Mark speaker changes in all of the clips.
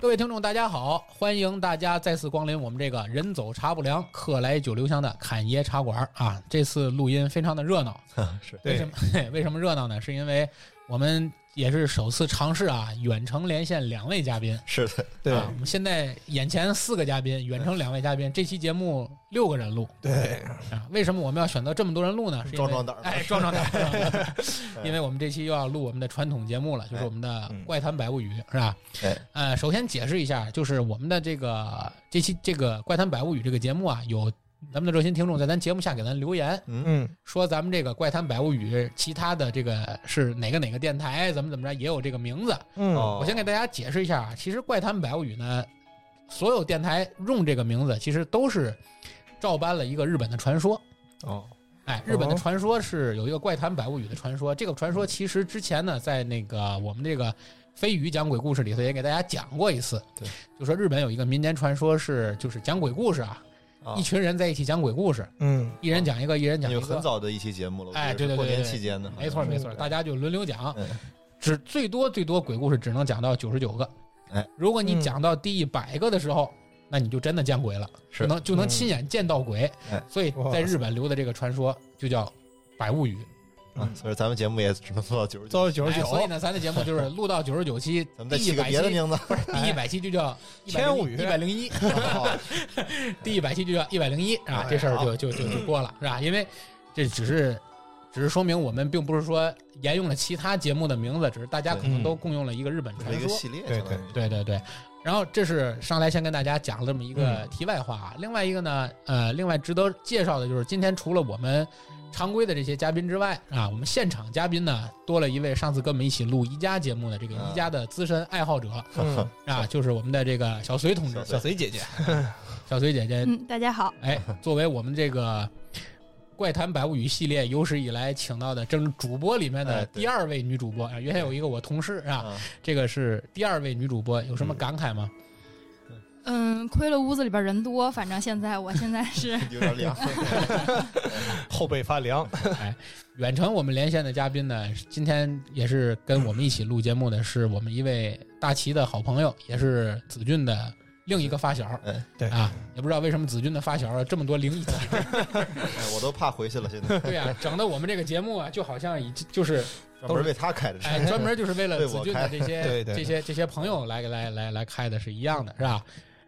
Speaker 1: 各位听众，大家好！欢迎大家再次光临我们这个“人走茶不凉，客来酒留香”的侃爷茶馆啊！这次录音非常的热闹，
Speaker 2: 是
Speaker 1: 为什么？ 为什么热闹呢？是因为我们也是首次尝试啊，远程连线两位嘉宾。
Speaker 2: 是的，
Speaker 3: 对
Speaker 1: 啊，我们现在眼前四个嘉宾，远程两位嘉宾，这期节目六个人录
Speaker 3: 对，
Speaker 1: 啊。为什么我们要选择这么多人录呢？是因为
Speaker 2: 壮壮胆儿
Speaker 1: 哎，壮壮胆 儿，因为我们这期又要录我们的传统节目了，就是我们的
Speaker 2: 嗯
Speaker 1: 《怪谈百物语》，是吧？
Speaker 2: 哎，
Speaker 1: 呃，首先解释一下，就是我们的这个这期这个《怪谈百物语》这个节目啊，有咱们的热心听众在咱节目下给咱留言，
Speaker 3: 嗯，
Speaker 1: 说咱们这个《怪谈百物语》其他的这个是哪个哪个电台，怎么怎么着也有这个名字。
Speaker 3: 嗯
Speaker 2: 哦
Speaker 1: 我先给大家解释一下啊，其实《怪谈百物语》呢，所有电台用这个名字，其实都是照搬了一个日本的传说。
Speaker 2: 哦，
Speaker 1: 哎，日本的
Speaker 3: 哦
Speaker 1: 传说是有一个怪谈百物语的传说，这个传说其实之前呢，在那个我们这个飞鱼讲鬼故事里头也给大家讲过一次，
Speaker 2: 对，
Speaker 1: 就说日本有一个民间传说是就是讲鬼故事啊，
Speaker 2: 啊啊
Speaker 1: 一群人在一起讲鬼故事，
Speaker 3: 嗯
Speaker 1: 一人讲一个，一人讲一
Speaker 2: 有
Speaker 1: 个，
Speaker 2: 很早的一期节目了，我
Speaker 1: 哎
Speaker 2: 记
Speaker 1: 对对
Speaker 2: 得是
Speaker 1: 对
Speaker 2: 过年
Speaker 1: 对
Speaker 2: 期间的，
Speaker 1: 没错没错，大家就轮流讲，
Speaker 2: 嗯
Speaker 1: 只最多最多鬼故事只能讲到九十九个，
Speaker 2: 哎，
Speaker 1: 如果你
Speaker 3: 嗯
Speaker 1: 讲到第一百个的时候，那你就真的见鬼了，
Speaker 2: 是嗯
Speaker 1: 就能就能亲眼见到鬼，
Speaker 2: 哎
Speaker 1: 所以在日本留的这个传说就叫百物语。
Speaker 2: 啊，
Speaker 3: 嗯
Speaker 2: 所以咱们节目也只能做到九十九，
Speaker 3: 到九哦十
Speaker 1: 哎
Speaker 3: 九，
Speaker 1: 所以呢，咱的节目就是录到九十九期，
Speaker 2: 咱们再
Speaker 1: 第一
Speaker 2: 起个
Speaker 1: 百
Speaker 2: 别的
Speaker 1: 期，
Speaker 2: 名字，
Speaker 1: 第一百期就 叫
Speaker 3: 千五
Speaker 1: 一
Speaker 3: 语
Speaker 1: 百零一，
Speaker 2: 哦
Speaker 1: 第一百期就叫一百零一啊，
Speaker 2: 哎
Speaker 1: 这事儿就就就就过了，是吧？因为这只是只是说明我们并不是说沿用了其他节目的名字，只是大家可能都共用了一个日本
Speaker 2: 这是
Speaker 1: 传
Speaker 2: 一个
Speaker 1: 说，
Speaker 2: 系列，
Speaker 3: 对
Speaker 2: 相当于，
Speaker 1: 对对对。然后这是上来先跟大家讲了这么一
Speaker 2: 嗯
Speaker 1: 个题外话啊，另外一个呢，呃，另外值得介绍的就是今天除了我们常规的这些嘉宾之外啊，我们现场嘉宾呢多了一位上次跟我们一起录宜家节目的这个
Speaker 2: 啊
Speaker 1: 宜家的资深爱好者
Speaker 3: 嗯
Speaker 1: 啊，就是我们的这个小隋同志，
Speaker 2: 小
Speaker 3: 隋姐姐，
Speaker 1: 小隋姐姐，
Speaker 4: 嗯，大家好，
Speaker 1: 哎，作为我们这个。怪谈百物语系列有史以来请到的，正是主播里面的
Speaker 2: 哎对
Speaker 1: 第二位女主播啊，原先有一个我同事啊，
Speaker 2: 啊
Speaker 1: 这个是第二位女主播，有什么感慨吗？
Speaker 4: 嗯，亏了屋子里边人多，反正现在我现在 是
Speaker 2: 有点凉，哎
Speaker 3: 后背发凉，
Speaker 1: 远程我们连线的嘉宾呢，今天也是跟我们一起录节目的是我们一位大齐的好朋友，也是子俊的另一个发小。
Speaker 2: 嗯
Speaker 3: 对
Speaker 1: 啊，也不知道为什么子俊的发小这么多灵异体质。
Speaker 2: 哎我都怕回去了，现在
Speaker 1: 对啊， 整的我们这个节目啊，就好像已经就是
Speaker 2: 专门为他开 的，
Speaker 1: 哎，专门就是为了
Speaker 2: 对
Speaker 1: 子
Speaker 2: 我
Speaker 1: 俊的
Speaker 2: 开
Speaker 1: 这些
Speaker 3: 对对
Speaker 1: 这些这些朋友来来来来开的是一样的，是吧？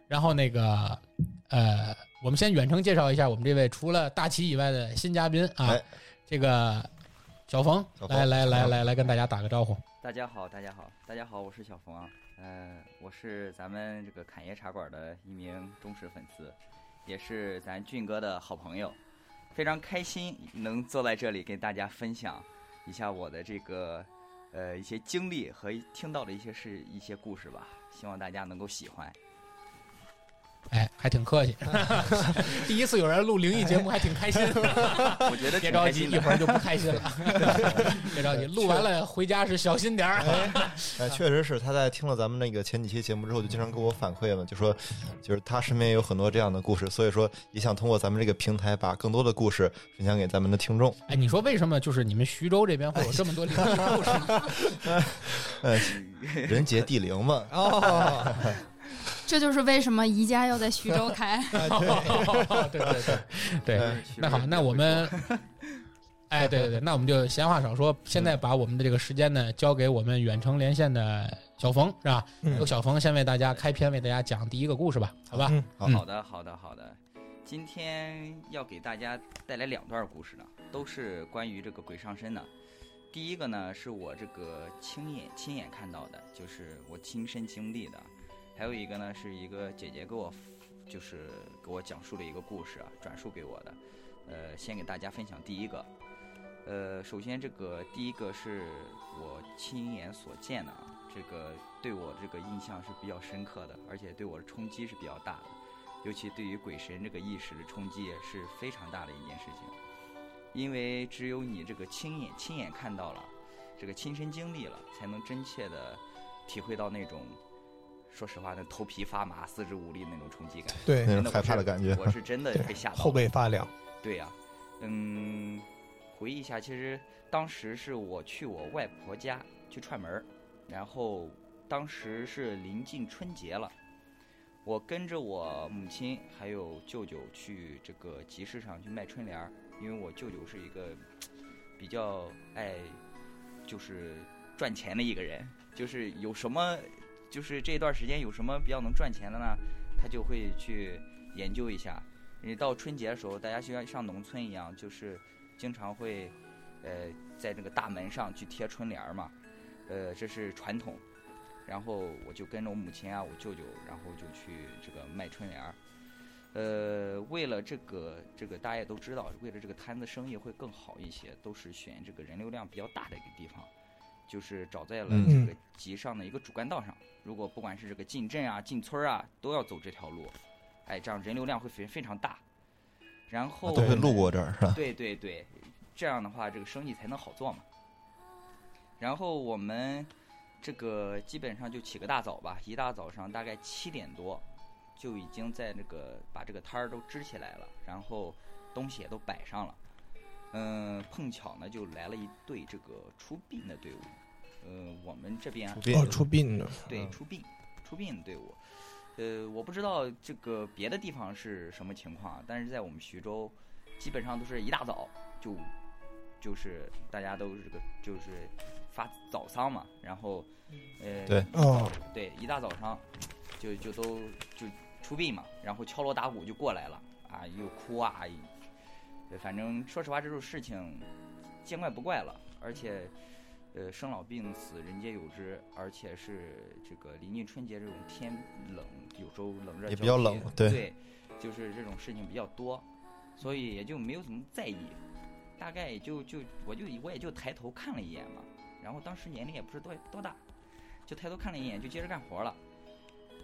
Speaker 1: 然后那个呃，我们先远程介绍一下我们这位除了大齐以外的新嘉宾啊，
Speaker 2: 哎
Speaker 1: 这个小冯，
Speaker 2: 小冯
Speaker 1: 来来
Speaker 2: 小冯
Speaker 1: 来来来跟大家打个招呼。
Speaker 5: 大家好，大家好，大家好，我是小冯啊，呃，我是咱们这个侃爷茶馆的一名忠实粉丝，也是咱俊哥的好朋友，非常开心能坐在这里跟大家分享一下我的这个呃一些经历和一听到的一些事一些故事吧，希望大家能够喜欢。
Speaker 1: 哎，还挺客气。 第一次有人录灵异节目，还挺开心。
Speaker 5: 我觉得
Speaker 1: 别
Speaker 5: 哎挺
Speaker 1: 着
Speaker 5: 开
Speaker 1: 急，
Speaker 5: 心
Speaker 1: 一
Speaker 5: 的
Speaker 1: 会。儿就不开心了。 别着急，录完了回家是小心点儿。
Speaker 2: 哎，确实是他在听了咱们那个前几期节目之后，就经常给我反馈嘛，就说就是他身边有很多这样的故事，所以说也想通过咱们这个平台，把更多的故事分享给咱们的听众。
Speaker 1: 哎，你说为什么就是你们徐州这边会有这么多灵异故事？
Speaker 2: 人杰地灵嘛，
Speaker 3: 哦，
Speaker 4: 这就是为什么宜家要在徐州开。
Speaker 2: 哎
Speaker 1: 对对对对， 那好，那我们。 哎，对对对，那我们就闲话少说，现
Speaker 6: 嗯
Speaker 1: 在把我们的这个时间呢交给我们远程连线的小冯，是吧？
Speaker 3: 嗯
Speaker 1: 由小冯先为大家开篇，为大家讲第一个故事吧，好吧？
Speaker 3: 嗯
Speaker 2: 好
Speaker 5: 好的，好的，好的。今天要给大家带来两段故事呢，都是关于这个鬼上身的。第一个呢，是我这个亲眼亲眼看到的，就是我亲身经历的；还有一个呢，是一个姐姐给我，就是给我讲述了一个故事啊，转述给我的。呃，先给大家分享第一个。呃，首先这个第一个是我亲眼所见的，啊，这个对我这个印象是比较深刻的，而且对我的冲击是比较大的。尤其对于鬼神这个意识的冲击也是非常大的一件事情，因为只有你这个亲眼亲眼看到了，这个亲身经历了，才能真切的体会到那种，说实话，那头皮发麻、四肢无力那种冲击感，
Speaker 3: 对，
Speaker 2: 那
Speaker 5: 真
Speaker 2: 种
Speaker 5: 的
Speaker 2: 害怕
Speaker 5: 我
Speaker 2: 的
Speaker 5: 是
Speaker 2: 感觉。
Speaker 5: 我是真的被吓到 了
Speaker 3: 后。背发凉，
Speaker 5: 对呀、嗯，回忆一下，其实当时是我去我外婆家去串门儿，然后当时是临近春节了，我跟着我母亲还有舅舅去这个集市上去卖春联儿，因为我舅舅是一个比较爱就是赚钱的一个人，就是有什么就是这段时间有什么比较能赚钱的呢，他就会去研究一下。因为到春节的时候，大家就像上农村一样，就是经常会呃在那个大门上去贴春联儿嘛，呃这是传统。然后我就跟着我母亲啊，我舅舅，然后就去这个卖春联儿。呃，为了这个这个大家也都知道，为了这个摊子生意会更好一些，都是选这个人流量比较大的一个地方，就是找在了这
Speaker 3: 嗯
Speaker 5: 个集上的一个主干道上。如果不管是这个进镇啊、进村儿啊，都要走这条路，哎，这样人流量会非非常大。然后
Speaker 2: 啊都会路过这儿是吧？
Speaker 5: 对对对，这样的话这个生意才能好做嘛。然后我们这个基本上就起个大早吧，一大早上大概七点多就已经在那个把这个摊儿都支起来了，然后东西也都摆上了。嗯，碰巧呢就来了一队这个出殡的队伍。呃，我们这边
Speaker 2: 对
Speaker 3: 哦，出殡呢？
Speaker 5: 对，
Speaker 3: 嗯
Speaker 5: 出殡，出殡队伍。呃，我不知道这个别的地方是什么情况，啊但是在我们徐州，基本上都是一大早就，就是大家都是这个就是发早丧嘛，然后，呃，
Speaker 2: 对
Speaker 3: 哦，
Speaker 5: 对，一大早上就就都就出殡嘛，然后敲锣打鼓就过来了啊，又哭啊，呃反正说实话，这种事情见怪不怪了。而且，呃，生老病死，人皆有之，而且是这个临近春节这种天冷，有时候冷热
Speaker 2: 也比较
Speaker 5: 交
Speaker 2: 冷
Speaker 5: 替
Speaker 2: 对
Speaker 5: 对，就是这种事情比较多，所以也就没有怎么在意。大概也就就我就我也就抬头看了一眼嘛，然后当时年龄也不是多多大，就抬头看了一眼，就接着干活了。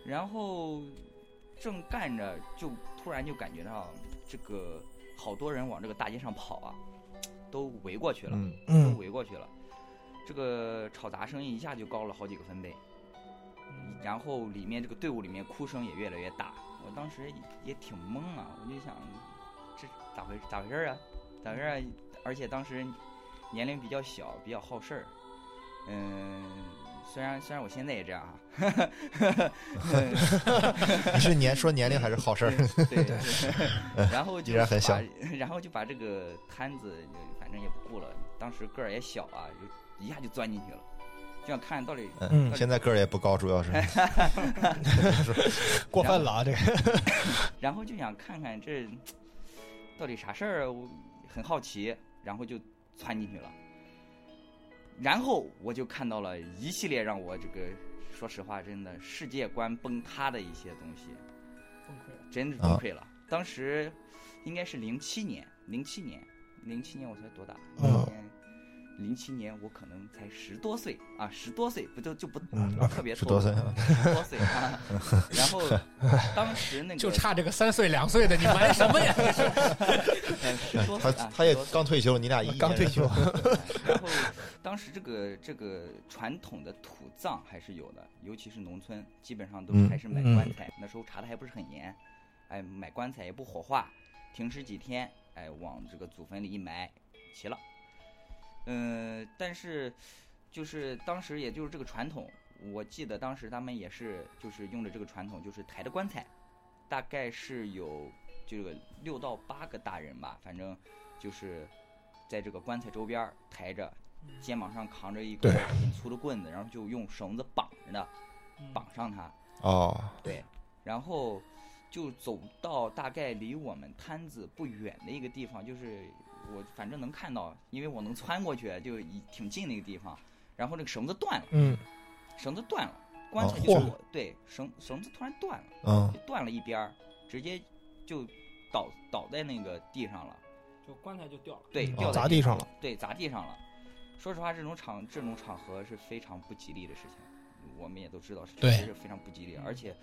Speaker 5: 然后正干着，就突然就感觉到这个好多人往这个大街上跑啊，都围过去了，
Speaker 2: 嗯，
Speaker 5: 都
Speaker 3: 嗯，
Speaker 5: 围过去了。这个吵杂声一下就高了好几个分贝，然后里面这个队伍里面哭声也越来越大，我当时也挺懵啊，我就想这咋回咋回事儿啊？咋回事儿啊？而且当时年龄比较小，比较好事儿，嗯，虽然虽然我现在也这样啊， 嗯
Speaker 2: 你 是年说年龄还是好事儿？
Speaker 5: 对对， 然后就
Speaker 2: 依然很小
Speaker 5: 把， 然后就把这个摊子就反正也不顾了，当时个儿也小啊，就一下就钻进去了，就想看到底
Speaker 3: 嗯
Speaker 2: 现在个儿也不高，主要是
Speaker 5: 哎
Speaker 3: 过分了啊，这个
Speaker 5: 然后就想看看这到底啥事儿啊，我很好奇，然后就窜进去了。然后我就看到了一系列让我这个说实话真的世界观崩塌的一些东西，
Speaker 6: 崩溃了。
Speaker 5: 真是崩
Speaker 2: 啊
Speaker 5: 溃了。当时应该是零七年，零七年，零七年我才多大？
Speaker 3: 嗯
Speaker 5: 零七年我可能才十多岁啊，十多岁不就 就不、
Speaker 2: 嗯
Speaker 5: 不特别
Speaker 2: 十多岁
Speaker 5: 了十多 岁啊。然后当时那个
Speaker 1: 就差这个三岁两岁的，你玩什么呀？
Speaker 5: 呃 十多岁
Speaker 2: 哎他
Speaker 5: 啊，
Speaker 2: 他也
Speaker 5: 十多岁
Speaker 2: 刚退休，你俩一年
Speaker 3: 嗯刚退休，
Speaker 5: 然后当时这个这个传统的土葬还是有的，尤其是农村，基本上都是
Speaker 2: 嗯
Speaker 5: 还是买
Speaker 3: 嗯
Speaker 5: 棺材。那时候查的还不是很严，哎，买棺材也不火化，停尸几天，哎，往这个祖坟里一埋，齐了。嗯、但是就是当时也就是这个传统，我记得当时他们也是就是用着这个传统，就是抬着棺材，大概是有这个六到八个大人吧，反正就是在这个棺材周边儿抬着，肩膀上扛着一根
Speaker 3: 对
Speaker 5: 很粗的棍子，然后就用绳子绑着的，绑上它，
Speaker 2: 哦，
Speaker 5: 对，然后就走到大概离我们摊子不远的一个地方，就是我反正能看到，因为我能穿过去，就已挺近的一个地方。然后那个绳子断了，
Speaker 3: 嗯，
Speaker 5: 绳子断了，棺材
Speaker 2: 哦
Speaker 5: 就
Speaker 3: 嚯
Speaker 5: 是我对绳绳子突然断了，
Speaker 2: 嗯
Speaker 5: 就，断了一边儿，直接就倒倒在那个地上了，
Speaker 6: 就棺材就掉了。
Speaker 5: 对，
Speaker 3: 嗯
Speaker 5: 掉在
Speaker 3: 砸地上了，
Speaker 5: 对，砸地上了。说实话，这种场这种场合是非常不吉利的事情，我们也都知道是确
Speaker 1: 对
Speaker 5: 实是非常不吉利，而且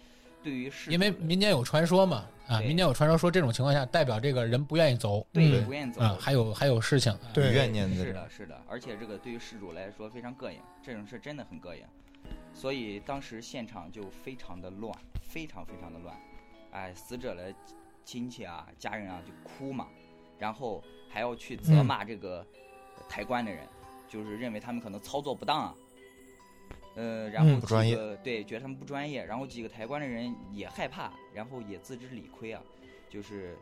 Speaker 5: 对于事
Speaker 1: 因为
Speaker 5: 主的
Speaker 1: 民间有传说嘛，啊，
Speaker 5: 对
Speaker 1: 民间有传说说这种情况下代表这个人不愿意走，
Speaker 5: 对
Speaker 3: 嗯
Speaker 5: 不愿意走
Speaker 1: 啊，还有还有事情，啊
Speaker 3: 对
Speaker 2: 有怨念在
Speaker 5: 是
Speaker 2: 这儿，
Speaker 5: 的，是的，而且这个对于事主来说非常膈应，这种事真的很膈应，所以当时现场就非常的乱，非常非常的乱，哎，死者的亲戚啊、家人啊就哭嘛，然后还要去
Speaker 2: 嗯
Speaker 5: 责骂这个抬棺的人，就是认为他们可能操作不当啊，呃，然后
Speaker 3: 嗯
Speaker 5: 几
Speaker 2: 不专业
Speaker 5: 个对，觉得他们不专业，然后几个抬棺的人也害怕，然后也自知理亏啊，就是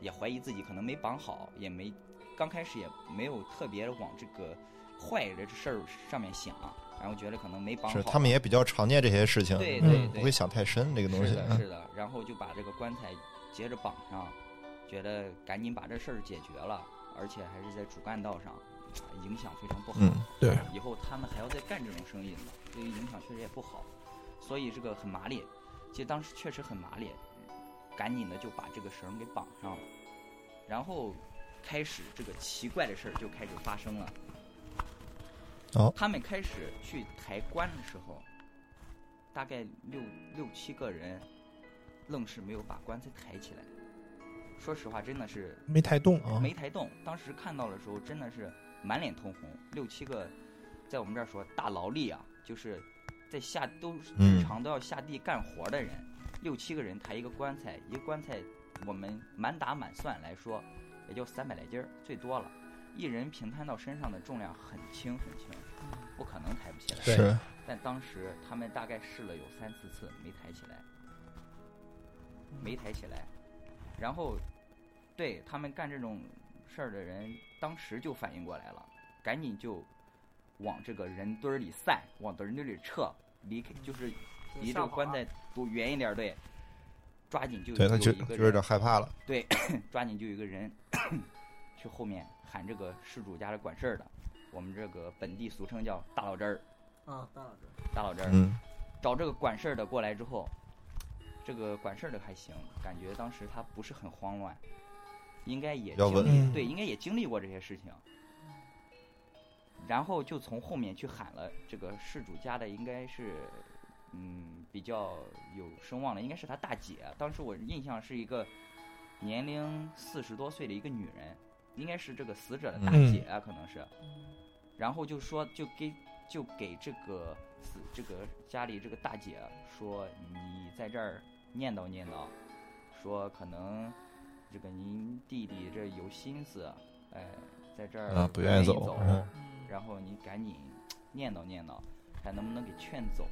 Speaker 5: 也怀疑自己可能没绑好，也没刚开始也没有特别往这个坏的这事儿上面想，啊然后觉得可能没绑好
Speaker 2: 是，他们也比较常见这些事情，
Speaker 5: 对
Speaker 3: 嗯
Speaker 5: 对
Speaker 2: 不
Speaker 5: 对，
Speaker 2: 会想太深这个东西
Speaker 5: 是。的，
Speaker 2: 嗯
Speaker 5: 是的，然后就把这个棺材接着绑上，觉得赶紧把这事儿解决了，而且还是在主干道上，啊影响非常不好。
Speaker 2: 嗯，
Speaker 3: 对，
Speaker 5: 以后他们还要再干这种生意呢，对于影响确实也不好，所以这个很麻利。其实当时确实很麻利，赶紧的就把这个绳儿给绑上了，然后开始这个奇怪的事儿就开始发生了。
Speaker 2: 哦
Speaker 5: 他们开始去抬棺的时候，大概六六七个人，愣是没有把棺材抬起来。说实话，真的是
Speaker 3: 没抬动嗯
Speaker 2: 哦
Speaker 5: 没抬动。当时看到的时候，真的是满脸通红，六七个，在我们这儿说大劳力啊，就是在下都是
Speaker 2: 嗯
Speaker 5: 日常都要下地干活的人，六七个人抬一个棺材，一个棺材我们满打满算来说，也就三百来斤儿，最多了。一人平摊到身上的重量很轻很轻，不可能抬不起来。
Speaker 1: 对
Speaker 2: 是
Speaker 5: 但当时他们大概试了有三四次，没抬起来，没抬起来。然后，对他们干这种事儿的人，当时就反应过来了，赶紧就往这个人堆儿里散，往人堆儿里撤，离开就是离这个棺材多远一点儿，对，抓紧就
Speaker 2: 对他
Speaker 5: 有
Speaker 2: 就
Speaker 5: 一个
Speaker 2: 就有
Speaker 5: 人
Speaker 2: 点害怕了。
Speaker 5: 抓紧就有一个人 去后面喊这个事主家的管事儿的，我们这个本地俗称叫大老汁儿，
Speaker 6: 啊，大老师，
Speaker 5: 大老汁儿。
Speaker 2: 嗯，
Speaker 5: 找这个管事儿的过来之后，这个管事儿的还行，感觉当时他不是很慌乱，应该也
Speaker 2: 比较
Speaker 5: 经
Speaker 2: 稳
Speaker 5: 历
Speaker 3: 嗯
Speaker 5: 对，应该也经历过这些事情。然后就从后面去喊了这个事主家的，应该是嗯比较有声望的，应该是他大姐。当时我印象是一个年龄四十多岁的一个女人，应该是这个死者的大
Speaker 3: 嗯
Speaker 5: 姐、啊可能是。然后就说就给就给这个死这个家里这个大姐说，你在这儿念叨念叨，说可能这个您弟弟这有心思，哎，在这儿
Speaker 2: 啊不愿意走
Speaker 5: 走，
Speaker 2: 嗯
Speaker 6: 嗯，
Speaker 5: 然后你赶紧念叨念叨，看能不能给劝走。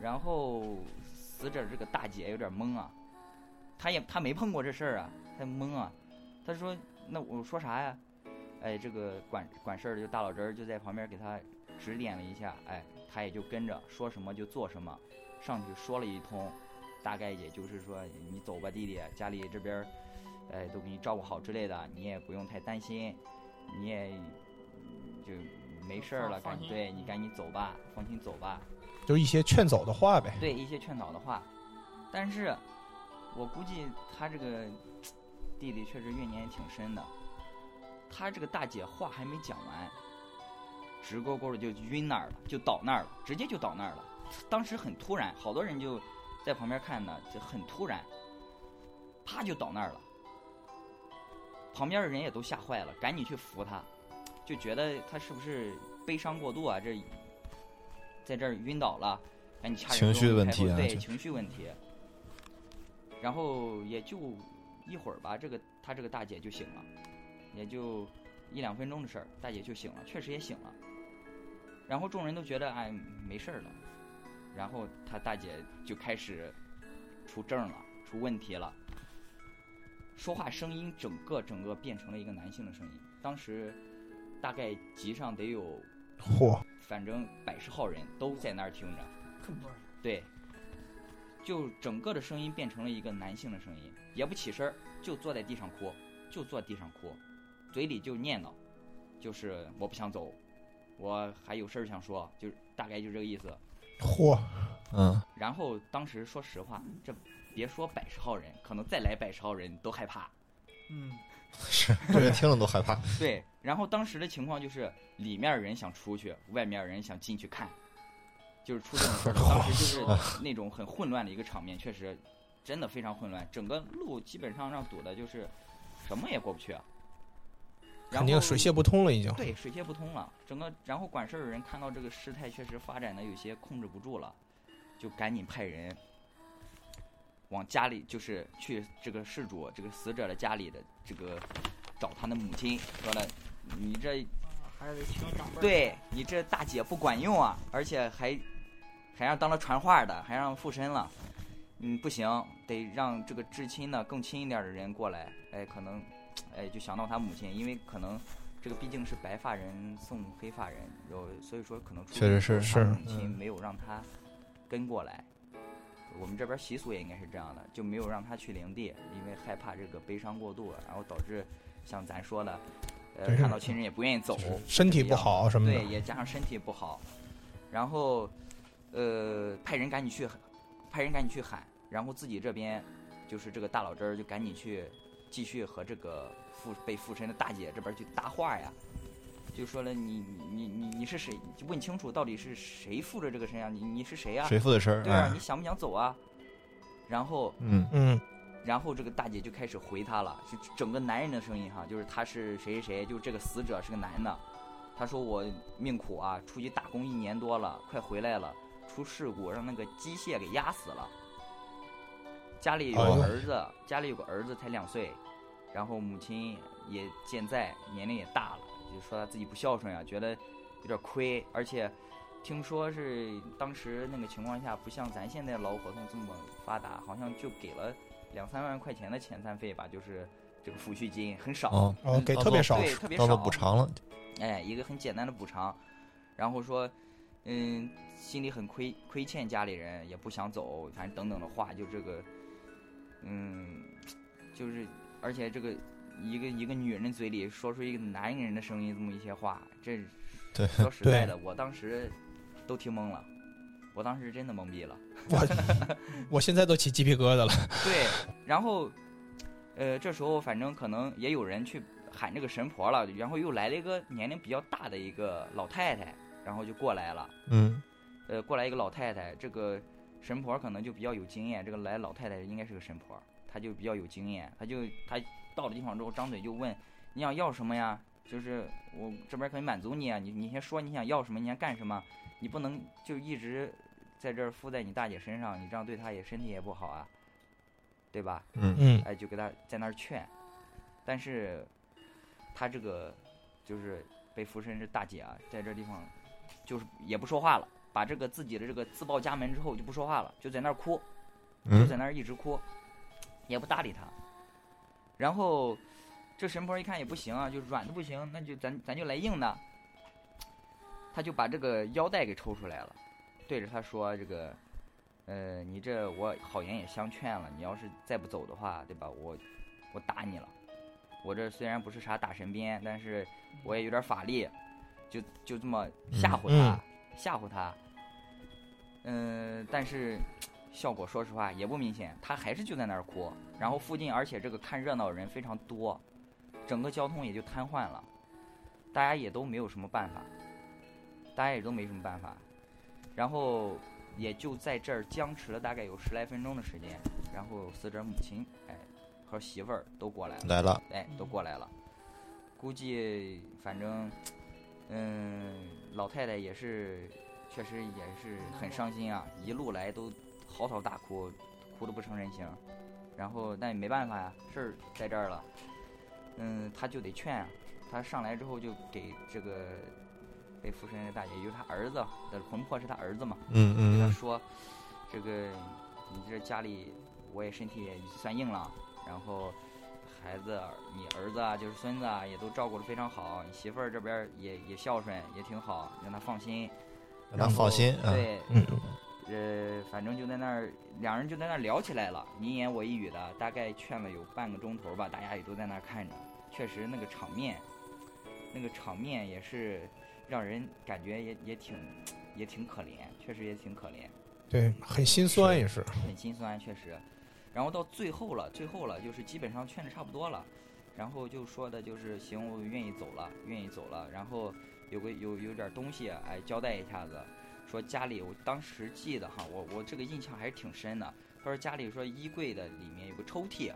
Speaker 5: 然后死者这个大姐有点懵啊，她也她没碰过这事儿啊，她懵啊，她说那我说啥呀？哎，这个管管事儿的就大老侄儿就在旁边给她指点了一下，哎，她也就跟着说什么就做什么，上去说了一通，大概也就是说你走吧，弟弟，家里这边儿，哎，都给你照顾好之类的，你也不用太担心，你也就没事儿了，赶
Speaker 6: 放放心
Speaker 5: 对你赶紧走吧，放心走吧。
Speaker 3: 就是一些劝走的话呗。
Speaker 5: 对一些劝导的话，但是我估计他这个弟弟确实怨念也挺深的。他这个大姐话还没讲完，直勾勾的就晕那儿了，就倒那儿了，直接就倒那儿了。当时很突然，好多人就在旁边看呢，就很突然，啪就倒那儿了。旁边的人也都吓坏了，赶紧去扶他，就觉得他是不是悲伤过度啊？这在这儿晕倒了，赶紧掐人
Speaker 2: 情绪
Speaker 5: 中
Speaker 2: 问题啊
Speaker 5: 对
Speaker 2: 这
Speaker 5: 情绪问题。然后也就一会儿吧，这个他这个大姐就醒了，也就一两分钟的事儿，大姐就醒了，确实也醒了。然后众人都觉得哎没事儿了，然后他大姐就开始出症了，出问题了，说话声音整个整个变成了一个男性的声音。当时大概集上得有，
Speaker 3: 嚯，
Speaker 5: 反正百十号人都在那儿听着，
Speaker 6: 这么多人，
Speaker 5: 对，就整个的声音变成了一个男性的声音，也不起身儿，就坐在地上哭，就坐地上哭，嘴里就念叨，就是我不想走，我还有事儿想说，就是大概就这个意思。
Speaker 3: 嚯，
Speaker 2: 嗯，
Speaker 5: 然后当时说实话，这别说百十号人，可能再来百十号人都害怕。
Speaker 6: 嗯，
Speaker 2: 是， 这人听了都害怕。
Speaker 5: 对，然后当时的情况就是，里面人想出去，外面人想进去看，就是出这种事儿。当时就是那种很混乱的一个场面，确实真的非常混乱，整个路基本上让堵的就是什么也过不去啊。
Speaker 3: 肯
Speaker 5: 然后
Speaker 3: 定水泄不通了，已经。
Speaker 5: 对，水泄不通了。整个然后管事儿的人看到这个事态确实发展的有些控制不住了，就赶紧派人往家里，就是去这个事主这个死者的家里的这个找他的母亲，说了你这
Speaker 6: 还是得请长辈儿。
Speaker 5: 对你这大姐不管用啊，而且还还让当了传话的，还让附身了，嗯，不行，得让这个至亲呢更亲一点的人过来，哎，可能，哎，就想到他母亲，因为可能这个毕竟是白发人送黑发人，有所以说可能出
Speaker 2: 确实是
Speaker 5: 他母
Speaker 2: 是
Speaker 5: 亲
Speaker 2: 嗯
Speaker 5: 没有让他跟过来。我们这边习俗也应该是这样的，就没有让他去领地，因为害怕这个悲伤过度，然后导致像咱说的，呃，
Speaker 3: 对
Speaker 5: 看到亲人也不愿意走，
Speaker 3: 身体不好什么
Speaker 5: 对，
Speaker 3: 的，
Speaker 5: 也加上身体不好，然后，呃，派人赶紧去，派人赶紧去喊，然后自己这边就是这个大老侄儿就赶紧去继续和这个附被附身的大姐这边去搭话呀，就说了你你你你是谁，就问清楚到底是谁附着这个身啊呀、你你是谁呀、
Speaker 2: 谁负的事儿？
Speaker 5: 对啊，
Speaker 2: 哎
Speaker 5: 你想不想走啊？然后
Speaker 2: 嗯，
Speaker 3: 嗯，
Speaker 5: 然后这个大姐就开始回他了，是整个男人的声音哈，就是他是谁谁谁，就是这个死者是个男的，他说我命苦啊，出去打工一年多了，快回来了，出事故让那个机械给压死了，家里有
Speaker 2: 哎呦
Speaker 5: 个儿子，家里有个儿子才两岁，然后母亲也健在，年龄也大了，就说他自己不孝顺啊，觉得有点亏，而且听说是当时那个情况下，不像咱现在劳务合同这么发达，好像就给了两三万块钱的遣散费吧，就是这个抚恤金很少，
Speaker 2: 哦，
Speaker 3: 哦，给
Speaker 2: 当
Speaker 3: 特别
Speaker 2: 做
Speaker 3: 少，
Speaker 5: 嗯对，特别
Speaker 2: 当
Speaker 5: 少
Speaker 2: 做补偿了。
Speaker 5: 哎，一个很简单的补偿，然后说，嗯，心里很亏亏欠家里人，也不想走，反正等等的话，就这个，嗯，就是，而且这个一个一个女人嘴里说出一个男人的声音这么一些话，这
Speaker 2: 对
Speaker 5: 说实在
Speaker 3: 对
Speaker 5: 的，我当时都听懵了，我当时真的懵逼了。
Speaker 3: 我现在都起鸡皮疙瘩了。
Speaker 5: 对，然后，呃，这时候反正可能也有人去喊这个神婆了，然后又来了一个年龄比较大的一个老太太，然后就过来了。
Speaker 2: 嗯，
Speaker 5: 呃，过来一个老太太，这个神婆可能就比较有经验，这个来老太太应该是个神婆，她就比较有经验，她就她到了地方之后，张嘴就问你想要什么呀？就是我这边可以满足你啊，你你先说你想要什么，你想干什么，你不能就一直在这儿附在你大姐身上，你这样对她也身体也不好啊，对吧？
Speaker 3: 嗯，
Speaker 5: 哎，就给他在那儿劝，但是他这个就是被附身这大姐啊，在这地方就是也不说话了，把这个自己的这个自报家门之后就不说话了，就在那儿哭，就
Speaker 2: 嗯
Speaker 5: 在那儿一直哭，也不搭理他。然后这神婆一看也不行啊，就软的不行，那就咱咱就来硬的。他就把这个腰带给抽出来了，对着他说：“这个，呃，你这我好言也相劝了，你要是再不走的话，对吧？我我打你了。我这虽然不是啥打神鞭，但是我也有点法力，就就这么吓唬他，
Speaker 3: 嗯
Speaker 5: 吓唬他。嗯、但是效果说实话也不明显，他还是就在那儿哭。然后附近，而且这个看热闹的人非常多，整个交通也就瘫痪了，大家也都没有什么办法，大家也都没什么办法。然后也就在这儿僵持了大概有十来分钟的时间，然后死者母亲哎和媳妇儿都过来了。
Speaker 2: 来了，
Speaker 5: 哎，都过来了。估计反正，嗯，老太太也是，确实也是很伤心啊，一路来都嚎啕大哭，哭得不成人形。然后但也没办法呀、事儿在这儿了，嗯，他就得劝啊。他上来之后就给这个被附身的大姐，也就是他儿子的魂魄是他儿子嘛，
Speaker 2: 嗯
Speaker 5: 跟他
Speaker 2: 嗯
Speaker 5: 说，这个你这家里我也身体也算硬朗，然后孩子你儿子啊就是孙子啊也都照顾的非常好，你媳妇儿这边儿也也孝顺也挺好，让她放心，
Speaker 2: 嗯，让他放心啊。
Speaker 5: 对，
Speaker 3: 嗯，
Speaker 5: 呃，反正就在那儿，两人就在那儿聊起来了，你一言我一语的，大概劝了有半个钟头吧，大家也都在那儿看着，确实那个场面，那个场面也是让人感觉也也挺也挺可怜，确实也挺可怜。
Speaker 3: 对，很心酸也是。
Speaker 5: 很心酸，确实。然后到最后了，最后了，就是基本上劝的差不多了，然后就说的就是行，我愿意走了，愿意走了。然后有个有有点东西，哎，交代一下子，说家里我当时记得哈，我我这个印象还是挺深的。他说家里说衣柜的里面有个抽屉，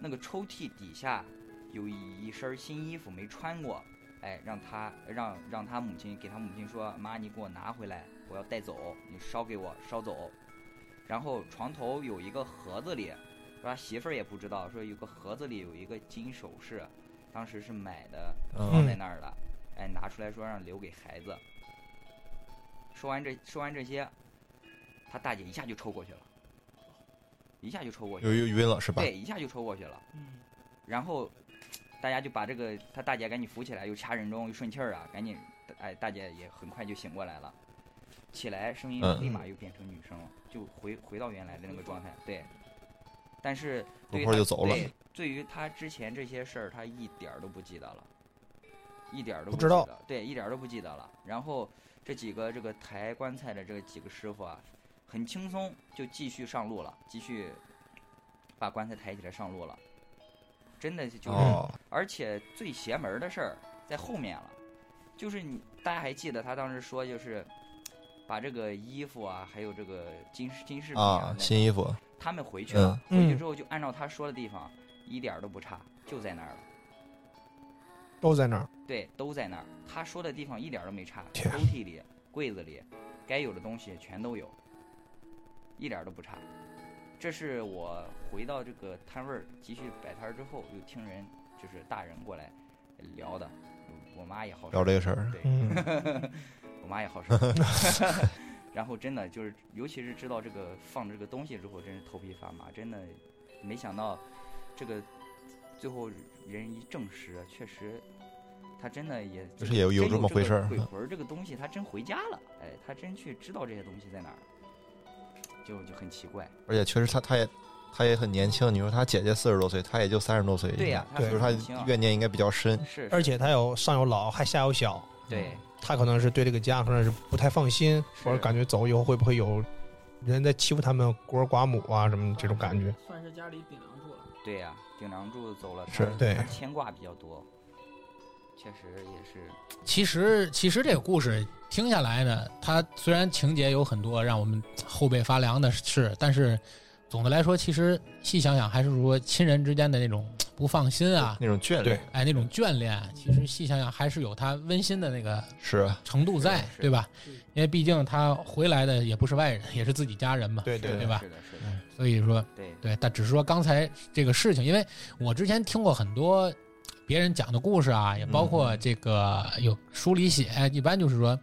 Speaker 5: 那个抽屉底下有一身新衣服没穿过，哎，让他让让他母亲给他母亲说，妈，你给我拿回来，我要带走，你烧给我烧走。然后床头有一个盒子里，说他媳妇儿也不知道，说有个盒子里有一个金首饰，当时是买的
Speaker 2: 嗯
Speaker 5: 放在那儿的，才拿出来说让留给孩子。说完这说完这些，他大姐一下就抽过去了，一下就抽过去
Speaker 2: 有
Speaker 5: 了，
Speaker 2: 有晕了是吧？
Speaker 5: 对，一下就抽过去了。
Speaker 6: 嗯，
Speaker 5: 然后大家就把这个他大姐赶紧扶起来，又掐人中，又顺气儿啊，赶紧，哎，大姐也很快就醒过来了，起来声音
Speaker 2: 嗯
Speaker 5: 立马又变成女生了，就回回到原来的那个状态，对。但是
Speaker 2: 一
Speaker 5: 对于
Speaker 2: 会儿
Speaker 5: 他
Speaker 2: 就走了
Speaker 5: 对，对于他之前这些事儿，他一点儿都不记得了，一点儿都
Speaker 3: 不
Speaker 5: 记
Speaker 3: 知道
Speaker 5: 得，对，一点儿都不记得了。然后这几个这个抬棺材的这几个师傅啊，很轻松就继续上路了，继续把棺材抬起来上路了。真的就是，
Speaker 2: 哦，
Speaker 5: 而且最邪门儿的事儿在后面了，就是你大家还记得他当时说，就是把这个衣服啊，还有这个金饰金饰品
Speaker 2: 啊，
Speaker 5: 那
Speaker 2: 新衣服，
Speaker 5: 他们回去了，
Speaker 3: 嗯
Speaker 5: 回去之后就按照他说的地方，一点儿都不差，就在那儿了。
Speaker 3: 都在那儿，
Speaker 5: 对，都在那儿。他说的地方一点儿都没差，抽
Speaker 3: 天啊
Speaker 5: 屉里、柜子里，该有的东西全都有，一点儿都不差。这是我回到这个摊位儿继续摆摊儿之后，又听人就是大人过来聊的，我妈也好事
Speaker 2: 聊
Speaker 5: 儿，
Speaker 2: 这个事儿，
Speaker 5: 对，
Speaker 3: 嗯，
Speaker 5: 我妈也好 事儿。然后真的就是，尤其是知道这个放这个东西之后，真是头皮发麻，真的没想到这个最后人一证实，确实他真的也
Speaker 2: 就是也有
Speaker 5: 真有
Speaker 2: 这么回事儿
Speaker 5: 个鬼
Speaker 2: 嗯
Speaker 5: 魂儿这个东西，他真回家了，哎，他真去知道这些东西在哪儿，就就很奇怪。
Speaker 2: 而且确实他他也他也很年轻，你说他姐姐四十多岁，他也就三十多岁，
Speaker 5: 对呀、
Speaker 3: 对
Speaker 2: 就是
Speaker 5: 他
Speaker 2: 他
Speaker 5: 很轻啊
Speaker 2: 怨念应该比较深，
Speaker 5: 是，
Speaker 3: 而且他有上有老，还下有小，
Speaker 5: 对
Speaker 3: 他可能是对这个家可能是不太放心，
Speaker 5: 是
Speaker 3: 或者感觉走以后会不会有人在欺负他们孤儿寡母啊什么这种感觉。
Speaker 6: 算是家里顶梁柱了。
Speaker 5: 对呀、顶梁柱走了，
Speaker 2: 是
Speaker 5: 他
Speaker 3: 对
Speaker 5: 他牵挂比较多，确实也是，
Speaker 1: 其实，其实这个故事听下来呢，它虽然情节有很多让我们后背发凉的事，但是总的来说，其实细想想，还是说亲人之间的那种不放心啊，
Speaker 2: 那种眷恋
Speaker 3: 对
Speaker 1: 哎，那种眷恋，其实细想想还是有它温馨的那个
Speaker 2: 是啊
Speaker 1: 程度在
Speaker 5: 是是，
Speaker 1: 对吧
Speaker 6: 是？
Speaker 1: 因为毕竟他回来的也不是外人，也是自己家人嘛，
Speaker 3: 对
Speaker 2: 对
Speaker 1: 对吧
Speaker 5: 是的，是的，
Speaker 1: 所以说
Speaker 5: 对。
Speaker 1: 对，但只是说刚才这个事情，因为我之前听过很多别人讲的故事啊，也包
Speaker 3: 嗯
Speaker 1: 括这个有书里写，一般就是说，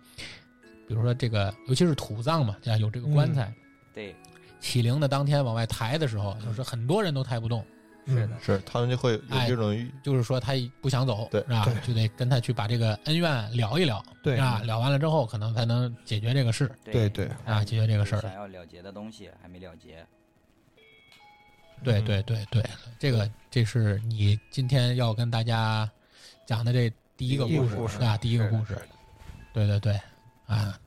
Speaker 1: 比如说这个，尤其是土葬嘛，对吧？有这个
Speaker 3: 嗯
Speaker 1: 棺材、
Speaker 5: 对，
Speaker 1: 起灵的当天往外抬的时候，就是很多人都抬不动，
Speaker 5: 是的，
Speaker 2: 是，他们就会有
Speaker 1: 哎
Speaker 2: 这种欲
Speaker 1: 就是说他不想走，
Speaker 2: 对
Speaker 1: 是吧
Speaker 3: 对？
Speaker 1: 就得跟他去把这个恩怨聊一聊，
Speaker 3: 对
Speaker 1: 是吧？聊完了之后，可能才能解决这个事。
Speaker 3: 对对
Speaker 1: 啊解决这个事儿
Speaker 5: 想要了结的东西还没了结，
Speaker 1: 对
Speaker 3: 嗯
Speaker 1: 对对对，这个这是你今天要跟大家讲的这第一个
Speaker 3: 第一个
Speaker 1: 故事
Speaker 3: 故事
Speaker 1: 啊，第一个
Speaker 5: 是的
Speaker 1: 故事
Speaker 5: 是。的
Speaker 1: 对对对，啊，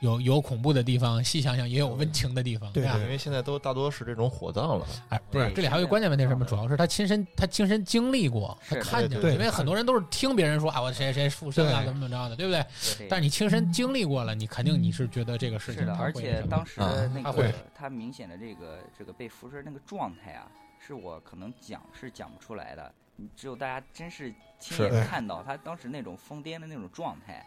Speaker 1: 有有恐怖的地方，细想想也有温情的地方，
Speaker 3: 嗯对
Speaker 1: 吧
Speaker 2: 因？为现在都大多是这种火葬了，
Speaker 1: 哎，不是，这里还有一个关键问题，是什么？主要是他亲身他亲身经历过，他
Speaker 5: 是的
Speaker 1: 看见了，
Speaker 3: 对对
Speaker 1: 因为很多人都是听别人说啊，我谁谁附身啊，
Speaker 3: 对
Speaker 1: 怎么怎么着的，对不对？
Speaker 5: 对
Speaker 1: 但是你亲身经历过了，你肯
Speaker 3: 嗯
Speaker 1: 定你是觉得这个事
Speaker 5: 是
Speaker 1: 情
Speaker 5: 的，
Speaker 1: 它会
Speaker 5: 而且
Speaker 1: 什么
Speaker 5: 当时的那
Speaker 1: 啊
Speaker 5: 个
Speaker 1: 会
Speaker 5: 他明显的这个这个被辐射那个状态啊，是我可能讲是讲不出来的，你只有大家真是亲
Speaker 2: 是哎
Speaker 5: 眼看到他当时那种疯癫的那种状态，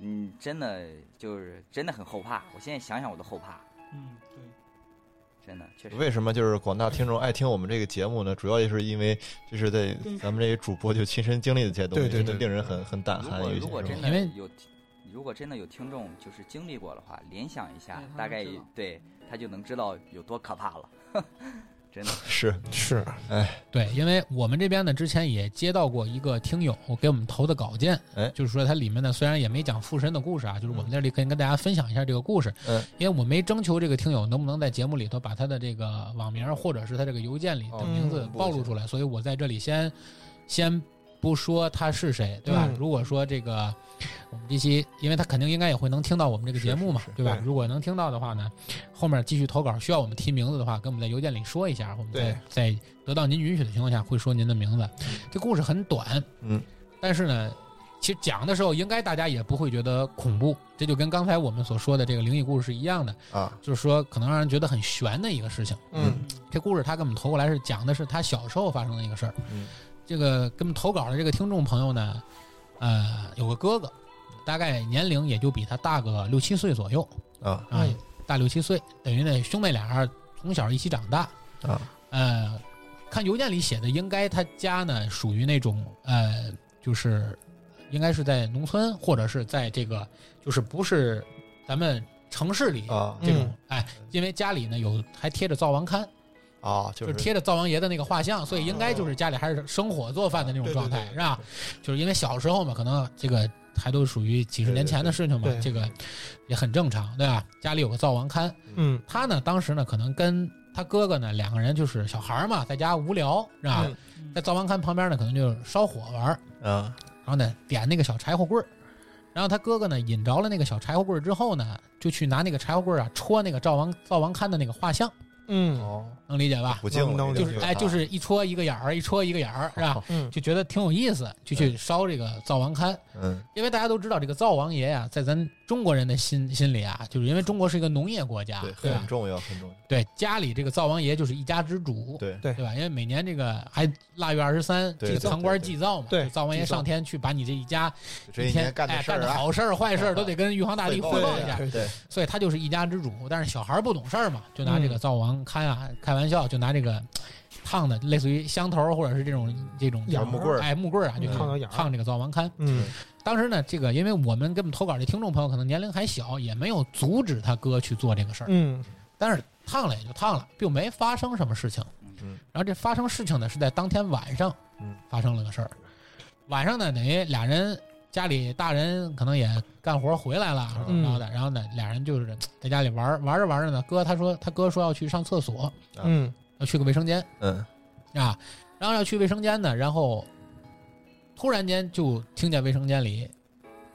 Speaker 5: 嗯，真的就是真的很后怕，我现在想想我都后怕，
Speaker 6: 嗯，对，
Speaker 5: 真的确实
Speaker 2: 为什么就是广大听众爱听我们这个节目呢？主要也是因为这是在
Speaker 5: 嗯
Speaker 2: 咱们这些主播就亲身经历的这些东西，
Speaker 3: 对对对
Speaker 2: 真的令人很很胆
Speaker 5: 如
Speaker 2: 寒。
Speaker 5: 果
Speaker 2: 有一些
Speaker 5: 如果
Speaker 2: 时候
Speaker 5: 真的
Speaker 1: 因为
Speaker 5: 有听，如果真的有听众就是经历过的话，联想一下
Speaker 6: 对，他
Speaker 5: 大
Speaker 6: 能
Speaker 5: 概
Speaker 6: 知道
Speaker 5: 对他就能知道有多可怕了。真的，
Speaker 2: 是
Speaker 3: 嗯是，
Speaker 1: 对，因为我们这边呢，之前也接到过一个听友给我们投的稿件，
Speaker 2: 哎
Speaker 1: 就是说它里面呢虽然也没讲附身的故事啊，就是我们这里可以跟大家分享一下这个故事，
Speaker 2: 嗯，
Speaker 1: 因为我没征求这个听友能不能在节目里头把他的这个网名或者是他这个邮件里的
Speaker 2: 哦
Speaker 1: 名字
Speaker 2: 嗯
Speaker 1: 暴露出来，所以我在这里先先不说他是谁，对吧？
Speaker 3: 嗯
Speaker 1: 如果说这个我们这期，因为他肯定应该也会能听到我们这个节目嘛，
Speaker 2: 是是是
Speaker 1: 对吧？
Speaker 3: 对
Speaker 1: 如果能听到的话呢，后面继续投稿需要我们提名字的话，跟我们在邮件里说一下，我们再在得到您允许的情况下会说您的名字。这故事很短，
Speaker 2: 嗯，
Speaker 1: 但是呢，其实讲的时候应该大家也不会觉得恐怖，这就跟刚才我们所说的这个灵异故事是一样的，
Speaker 5: 嗯
Speaker 2: 啊，
Speaker 1: 就是说可能让人觉得很悬的一个事情。
Speaker 3: 嗯，
Speaker 1: 这故事他给我们投过来是讲的是他小时候发生的一个事儿。
Speaker 2: 嗯
Speaker 1: 这个给我们投稿的这个听众朋友呢，呃，有个哥哥，大概年龄也就比他大个六七岁左右
Speaker 2: 啊
Speaker 1: 啊，
Speaker 3: 嗯
Speaker 1: 大六七岁，等于呢兄妹俩从小一起长大。
Speaker 2: 啊，
Speaker 1: 呃，看邮件里写的，应该他家呢属于那种呃，就是应该是在农村或者是在这个就是不是咱们城市里
Speaker 2: 啊
Speaker 1: 这种、
Speaker 3: 嗯
Speaker 1: 哎，因为家里呢有还贴着灶王龛，
Speaker 2: 啊，就
Speaker 1: 就是
Speaker 2: 是
Speaker 1: 贴着灶王爷的那个画像，所以应该就是家里还是生火做饭的那种
Speaker 3: 哦对对
Speaker 1: 状态，
Speaker 3: 对
Speaker 1: 是吧？就是因为小时候嘛，可能这个还都属于几十年前的事情嘛，
Speaker 3: 对对对
Speaker 1: 这个也很正常，对吧？家里有个灶王龛，
Speaker 3: 嗯
Speaker 1: 他呢当时呢可能跟他哥哥呢两个人就是小孩儿嘛，在家无聊，是吧？
Speaker 3: 嗯
Speaker 1: 在灶王龛旁边呢可能就烧火玩儿，
Speaker 2: 啊
Speaker 1: 然后呢点那个小柴火棍儿。然后他哥哥呢引着了那个小柴火棍儿之后呢，就去拿那个柴火棍儿啊戳那个灶王灶王龛的那个画像，
Speaker 3: 嗯
Speaker 2: 哦，
Speaker 1: 能理解吧？
Speaker 2: 不敬了啊
Speaker 3: 能能
Speaker 2: 这
Speaker 1: 就
Speaker 2: 个
Speaker 1: 是
Speaker 2: 地方
Speaker 1: 哎，就是一戳一个眼儿，一戳一个眼儿，是吧？
Speaker 3: 嗯
Speaker 1: 就觉得挺有意思，就去烧这个灶王龛，
Speaker 2: 嗯
Speaker 1: 因为大家都知道这个灶王爷呀、在咱中国人的心心里啊，就是因为中国是一个农业国家，
Speaker 2: 对，
Speaker 1: 啊对吧
Speaker 2: 很？重要，很重要，
Speaker 1: 对，家里这个灶王爷就是一家之主，
Speaker 2: 对
Speaker 3: 对
Speaker 1: 对吧？因为每年这个还腊月二十三，
Speaker 2: 对
Speaker 1: 这个
Speaker 2: 对
Speaker 1: 堂官
Speaker 2: 对对
Speaker 1: 祭灶嘛，
Speaker 3: 对
Speaker 1: 就灶王爷
Speaker 3: 祭灶
Speaker 1: 上天去把你这一家
Speaker 2: 这
Speaker 1: 一
Speaker 2: 一
Speaker 1: 天
Speaker 2: 年干的
Speaker 1: 哎
Speaker 2: 事儿
Speaker 1: 的
Speaker 2: 啊，
Speaker 1: 好事儿、坏事 儿都得跟玉皇大帝汇
Speaker 2: 汇
Speaker 1: 报
Speaker 2: 报
Speaker 1: 一
Speaker 2: 一
Speaker 1: 下
Speaker 2: 下，
Speaker 3: 对
Speaker 2: 对，
Speaker 1: 所以他就是一家之主。但是小孩儿不懂事儿嘛，就拿这个灶王龛啊、开玩笑，就拿这个烫的，类似于香头儿或者是这种这种
Speaker 3: 眼儿
Speaker 2: 木棍儿
Speaker 1: 哎木棍儿啊，
Speaker 3: 嗯
Speaker 1: 就
Speaker 3: 烫到眼儿
Speaker 1: 烫这个灶王龛。
Speaker 3: 嗯
Speaker 1: 当时呢，这个因为我们给我们投稿的听众朋友可能年龄还小，也没有阻止他哥去做这个事儿，
Speaker 3: 嗯
Speaker 1: 但是烫了也就烫了，并没发生什么事情。
Speaker 2: 嗯
Speaker 1: 然后这发生事情呢是在当天晚上
Speaker 2: 嗯
Speaker 1: 发生了个事儿，晚上呢等于俩人家里大人可能也干活回来了，怎么着的？然后呢俩人就是在家里玩儿玩着玩着呢，哥他说他哥说要去上厕所，
Speaker 3: 嗯
Speaker 1: 要去个卫生间
Speaker 2: 嗯
Speaker 1: 啊，然后要去卫生间呢，然后突然间就听见卫生间里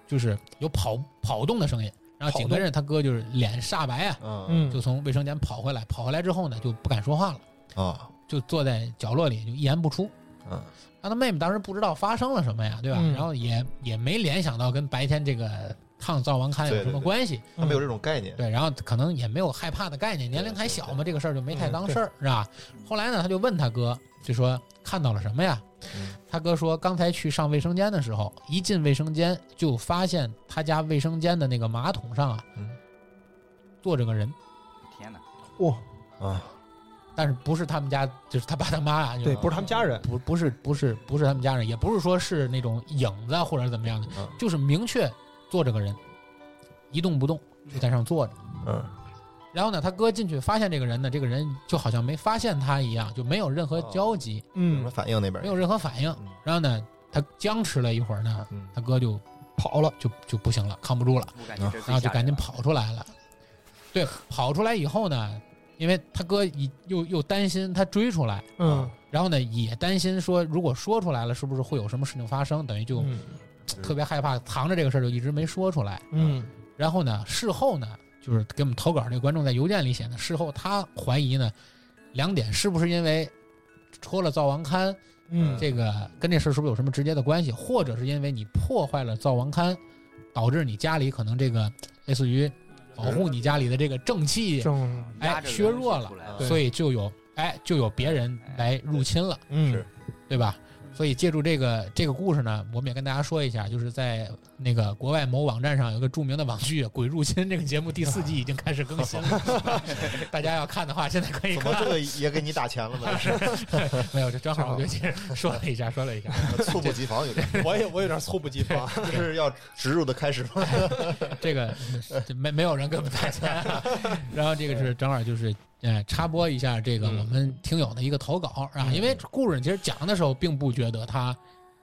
Speaker 1: 就是有跑跑动的声音，然后紧跟着他哥就是脸煞白啊，
Speaker 2: 嗯
Speaker 3: 嗯
Speaker 1: 就从卫生间跑回来，跑回来之后呢就不敢说话了。
Speaker 2: 啊
Speaker 1: 就坐在角落里，就一言不出。
Speaker 2: 嗯
Speaker 1: 那他妹妹当时不知道发生了什么呀，对吧？
Speaker 3: 嗯
Speaker 1: 然后也也没联想到跟白天这个烫灶王龛有
Speaker 2: 对
Speaker 1: 什么
Speaker 2: 对对
Speaker 1: 关系，
Speaker 2: 他没有这种概念，
Speaker 1: 对然后可能也没有害怕的概念，年龄还小嘛，这个事儿就没太当事儿，是吧？后来呢，他就问他哥，就说看到了什么呀？
Speaker 2: 嗯
Speaker 1: 他哥说，刚才去上卫生间的时候，一进卫生间就发现他家卫生间的那个马桶上啊
Speaker 2: 嗯
Speaker 1: 坐着个人，
Speaker 5: 天哪，
Speaker 3: 哇，
Speaker 2: 啊
Speaker 1: 但是不是他们家，就是他爸他妈啊，
Speaker 3: 对，不是他们家人，
Speaker 1: 不不是不是不是他们家人，也不是说是那种影子啊或者怎么样的，
Speaker 2: 嗯
Speaker 1: 就是明确坐着个人，一动不动就在上坐着。
Speaker 2: 嗯
Speaker 1: 然后呢，他哥进去发现这个人呢，这个人就好像没发现他一样，就没有任何交集，
Speaker 2: 有什么
Speaker 3: 嗯，
Speaker 2: 反应那边
Speaker 1: 没有任何反应。
Speaker 2: 嗯
Speaker 1: 然后呢，他僵持了一会儿呢，
Speaker 2: 嗯
Speaker 1: 他哥就跑了，就就不行了，扛不住了，
Speaker 5: 我感觉这是最
Speaker 1: 然后就
Speaker 5: 吓人
Speaker 1: 赶紧
Speaker 5: 了，
Speaker 1: 跑出来了。对，跑出来以后呢，因为他哥一又又担心他追出来。
Speaker 3: 嗯
Speaker 1: 然后呢，也担心说，如果说出来了，是不是会有什么事情发生？等于就啊
Speaker 3: 嗯
Speaker 1: 特别害怕，藏着这个事儿就一直没说出来。
Speaker 3: 嗯
Speaker 1: 然后呢，事后呢，就是给我们投稿这个观众在邮件里写的，事后他怀疑呢，两点是不是因为戳了灶王龛，
Speaker 3: 嗯，
Speaker 1: 这个跟这事儿是不是有什么直接的关系？或者是因为你破坏了灶王龛，导致你家里可能这个类似于保护你家里的这个正气，
Speaker 3: 正
Speaker 1: 哎
Speaker 5: 压着人
Speaker 1: 削弱
Speaker 5: 就
Speaker 1: 了
Speaker 5: 出来了
Speaker 2: 对
Speaker 1: 所以就有哎就有别人来入侵了。
Speaker 3: 嗯
Speaker 2: 是
Speaker 1: 对吧？所以借助这个这个故事呢，我们也跟大家说一下，就是在那个国外某网站上有一个著名的网剧《鬼入侵》这个节目第四季已经开始更新了，大家要看的话，现在可以
Speaker 2: 怎么
Speaker 1: 看。
Speaker 2: 这个也给你打钱了呢？
Speaker 1: 没有，这正好我就接着说了一下，说了一下。
Speaker 2: 这是猝不及防，有点
Speaker 3: 我也我有点猝不及 防，
Speaker 2: 这是要植入的开始吗？
Speaker 1: 这个这没没有人给我们打钱、啊，然后这个是正好就是呃插播一下这个
Speaker 3: 嗯
Speaker 1: 我们听友的一个投稿啊，因为故事其实讲的时候并不觉得它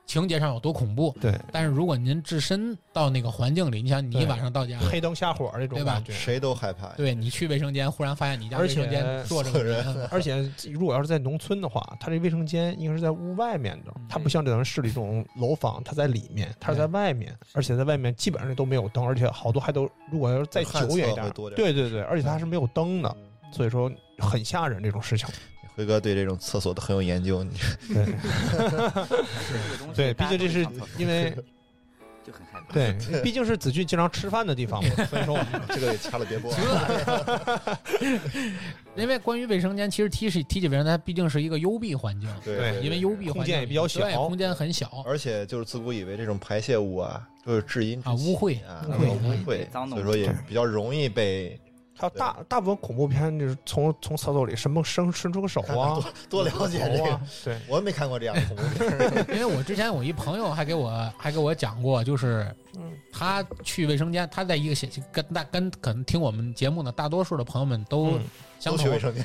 Speaker 1: 情节上有多恐怖，
Speaker 3: 对，
Speaker 1: 但是如果您置身到那个环境里，你想你一
Speaker 3: 对
Speaker 1: 晚上到家，
Speaker 3: 黑灯瞎火这种
Speaker 1: 对吧
Speaker 3: 感觉。
Speaker 2: 谁都害怕，
Speaker 1: 对你去卫生间忽然发现你家卫
Speaker 3: 而且
Speaker 1: 生间坐着个 人，啊
Speaker 3: 而且，如果要是在农村的话，它这卫生间应该是在屋外面的
Speaker 5: 嗯，
Speaker 3: 它不像这咱市里这种楼房，它在里面，它是在外面，而且在外面基本上都没有灯，而且好多还都，如果要是再久远一
Speaker 2: 旱厕
Speaker 3: 点
Speaker 2: 会多，点
Speaker 3: 对对对，而且它还是没有灯的，所以说很吓人这种事情。
Speaker 2: 嗯辉哥对这种厕所都很有研究，你
Speaker 3: 对
Speaker 5: 这个东西
Speaker 3: 对，毕
Speaker 5: 大家
Speaker 3: 竟
Speaker 5: 都
Speaker 3: 这
Speaker 5: 会
Speaker 3: 是
Speaker 5: 上厕所
Speaker 3: 因为
Speaker 5: 就很害怕，
Speaker 3: 对，毕竟是子俊经常吃饭的地方嘛，所以说 我们
Speaker 2: 这个也掐了别播啊。
Speaker 1: 因为关于卫生间，其实提起提起卫生间，它毕竟是一个幽闭环境，
Speaker 2: 对
Speaker 3: 对
Speaker 1: 因为幽闭环境
Speaker 3: 空间也比较小
Speaker 1: 对空间很小，
Speaker 2: 而且就是自古以为这种排泄物啊，就是至阴之
Speaker 1: 啊污秽
Speaker 2: 气啊，
Speaker 1: 污秽
Speaker 2: 然后污
Speaker 5: 对
Speaker 2: 秽，
Speaker 5: 脏的
Speaker 2: 所以说也比较容易被
Speaker 3: 还有大大部分恐怖片就是从从厕所里什么伸伸出个手啊，
Speaker 2: 多了解这
Speaker 3: 头
Speaker 2: 个
Speaker 3: 啊，，对，
Speaker 2: 我没看过这样的恐怖片儿。
Speaker 1: 因为我之前我一朋友还给我还给我讲过，就是
Speaker 3: 嗯
Speaker 1: 他去卫生间，他在一个小跟大跟可能听我们节目呢，大多数的朋友们都
Speaker 3: 嗯
Speaker 1: 相
Speaker 2: 都
Speaker 1: 同
Speaker 2: 去，卫生间，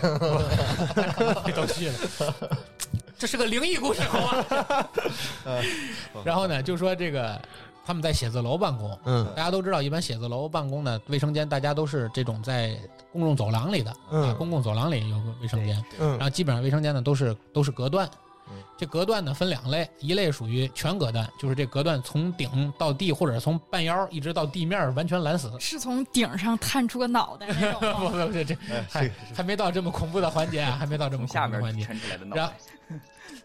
Speaker 1: 都去了。 这是个灵异故事，好吗？
Speaker 2: 嗯
Speaker 1: 然后呢，就说这个他们在写字楼办公，
Speaker 3: 嗯
Speaker 1: 大家都知道，一般写字楼办公呢，卫生间大家都是这种在公众走廊里的，啊，
Speaker 3: 嗯
Speaker 1: 公共走廊里有个卫生间，
Speaker 2: 哎
Speaker 1: 然
Speaker 3: 嗯
Speaker 1: 后基本上卫生间呢都是都是隔断
Speaker 2: 嗯。
Speaker 1: 这隔断呢分两类，一类属于全隔断，就是这隔断从顶到地，或者从半腰一直到地面完全拦死。
Speaker 4: 是从顶上探出个脑袋那种啊
Speaker 1: 不
Speaker 4: 吗。
Speaker 1: 不不，这这
Speaker 2: 哎
Speaker 1: 还还没到这么恐怖的环节啊，还没到这么
Speaker 5: 从下
Speaker 1: 恐怖
Speaker 5: 边
Speaker 1: 的环节
Speaker 5: 抻出来的脑
Speaker 1: 然
Speaker 5: 袋
Speaker 1: 后。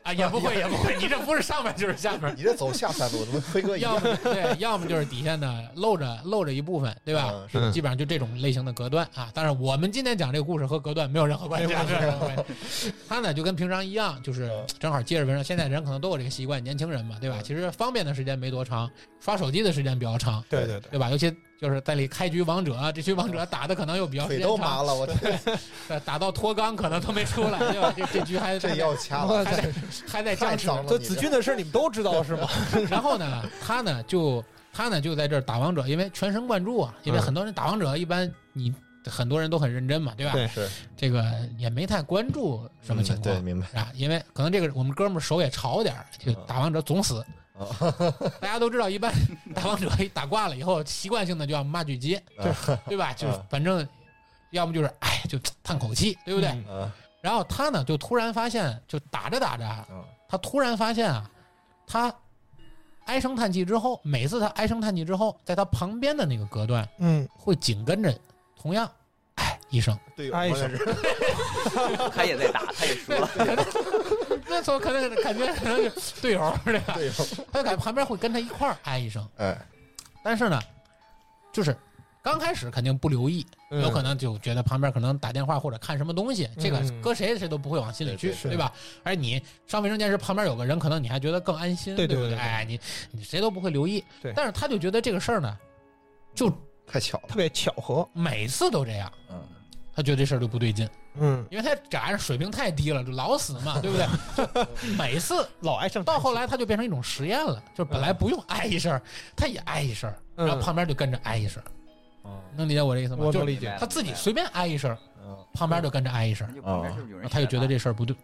Speaker 1: 啊，也不会也不会，你这不是上面就是下面，
Speaker 2: 你这走下三路，怎么辉哥一 样
Speaker 1: 要？么对，要么就是底下呢露着露着一部分，对吧？
Speaker 2: 嗯是
Speaker 3: 嗯
Speaker 1: 基本上就这种类型的隔断啊。当然，我们今天讲这个故事和隔断没有任何关系啊。他呢就跟平常一样，就是
Speaker 2: 嗯
Speaker 1: 正好接着文章。现在人可能都有这个习惯，年轻人嘛，对吧？
Speaker 2: 嗯
Speaker 1: 其实方便的时间没多长，刷手机的时间比较长，
Speaker 3: 对 对对，
Speaker 1: 对吧？尤其就是在里开局王者，啊这局王者打的可能又比较时
Speaker 2: 腿
Speaker 1: 间
Speaker 2: 都
Speaker 1: 长，
Speaker 2: 麻了，我这
Speaker 1: 呃打到脱肛可能都没出来，对吧？这这局还
Speaker 2: 这
Speaker 1: 还
Speaker 2: 要掐
Speaker 1: 还
Speaker 2: 了，
Speaker 1: 在还在僵
Speaker 2: 太
Speaker 1: 持
Speaker 2: 脏。了。
Speaker 3: 这
Speaker 2: 你
Speaker 3: 子君的事儿你们都知道是吗？
Speaker 1: 然后呢，他呢就他呢就在这儿打王者，因为全神贯注啊，因为
Speaker 3: 嗯
Speaker 1: 很多人打王者一般你很多人都很认真嘛，对吧？
Speaker 3: 对
Speaker 2: 是
Speaker 1: 这个也没太关注什么情
Speaker 2: 嗯
Speaker 1: 况。
Speaker 2: 对，明白。
Speaker 1: 是吧？因为可能这个我们哥们儿手也潮点儿，就打王者总死。 大家都知道，一般打王者一打挂了以后，习惯性的就要骂句街，对对吧？就是
Speaker 2: 嗯
Speaker 1: 反正要么就是哎，就叹口气，对不对？
Speaker 3: 嗯
Speaker 2: 嗯
Speaker 1: 然后他呢，就突然发现，就打着打着啊，
Speaker 2: 嗯，
Speaker 1: 他突然发现啊，他唉声叹气之后，每次他唉声叹气之后，在他旁边的那个隔断
Speaker 3: 嗯，
Speaker 1: 会紧跟着同样哎一声。
Speaker 2: 对，
Speaker 3: 哎
Speaker 2: 我也 是。
Speaker 5: 他也在打，他也输
Speaker 1: 对
Speaker 5: 了。，
Speaker 1: 那时候可能感觉可能是队友对吧？
Speaker 2: 对，
Speaker 1: 他就感觉旁边会跟他一块儿 哎一声，
Speaker 2: 哎，
Speaker 1: 但是呢，就是刚开始肯定不留意，
Speaker 3: 嗯
Speaker 1: 有可能就觉得旁边可能打电话或者看什么东西，这个
Speaker 3: 嗯
Speaker 1: 搁谁谁都不会往心里去
Speaker 2: 对，
Speaker 3: 对
Speaker 1: 对吧？而你上卫生间时旁边有个人，可能你还觉得更安心，
Speaker 3: 对
Speaker 1: 不
Speaker 3: 对对对
Speaker 1: 哎，你你谁都不会留意，
Speaker 3: 对
Speaker 1: 但是他就觉得这个事儿呢，就
Speaker 2: 太巧了。
Speaker 3: 特别巧合，
Speaker 1: 每次都这样。
Speaker 2: 嗯，
Speaker 1: 他觉得这事儿就不对劲，
Speaker 3: 嗯，
Speaker 1: 因为他俩人水平太低了，就老死嘛，对不对？ 就每次
Speaker 3: 老爱上
Speaker 1: 到后来，他就变成一种实验了，就是本来不用哎一声，他也哎一声，然后
Speaker 3: 嗯
Speaker 1: 旁边就跟着哎一声，
Speaker 2: 哦
Speaker 1: 能理解我这意思吗？
Speaker 3: 我
Speaker 1: 就
Speaker 3: 能
Speaker 1: 是
Speaker 3: 理解，
Speaker 1: 他自己随便哎一声，
Speaker 2: 嗯
Speaker 1: 旁边就跟着哎一声
Speaker 5: 他，就旁边是不是有
Speaker 1: 然后
Speaker 5: 人？
Speaker 1: 他就
Speaker 3: 啊
Speaker 1: 觉得，这事儿不对，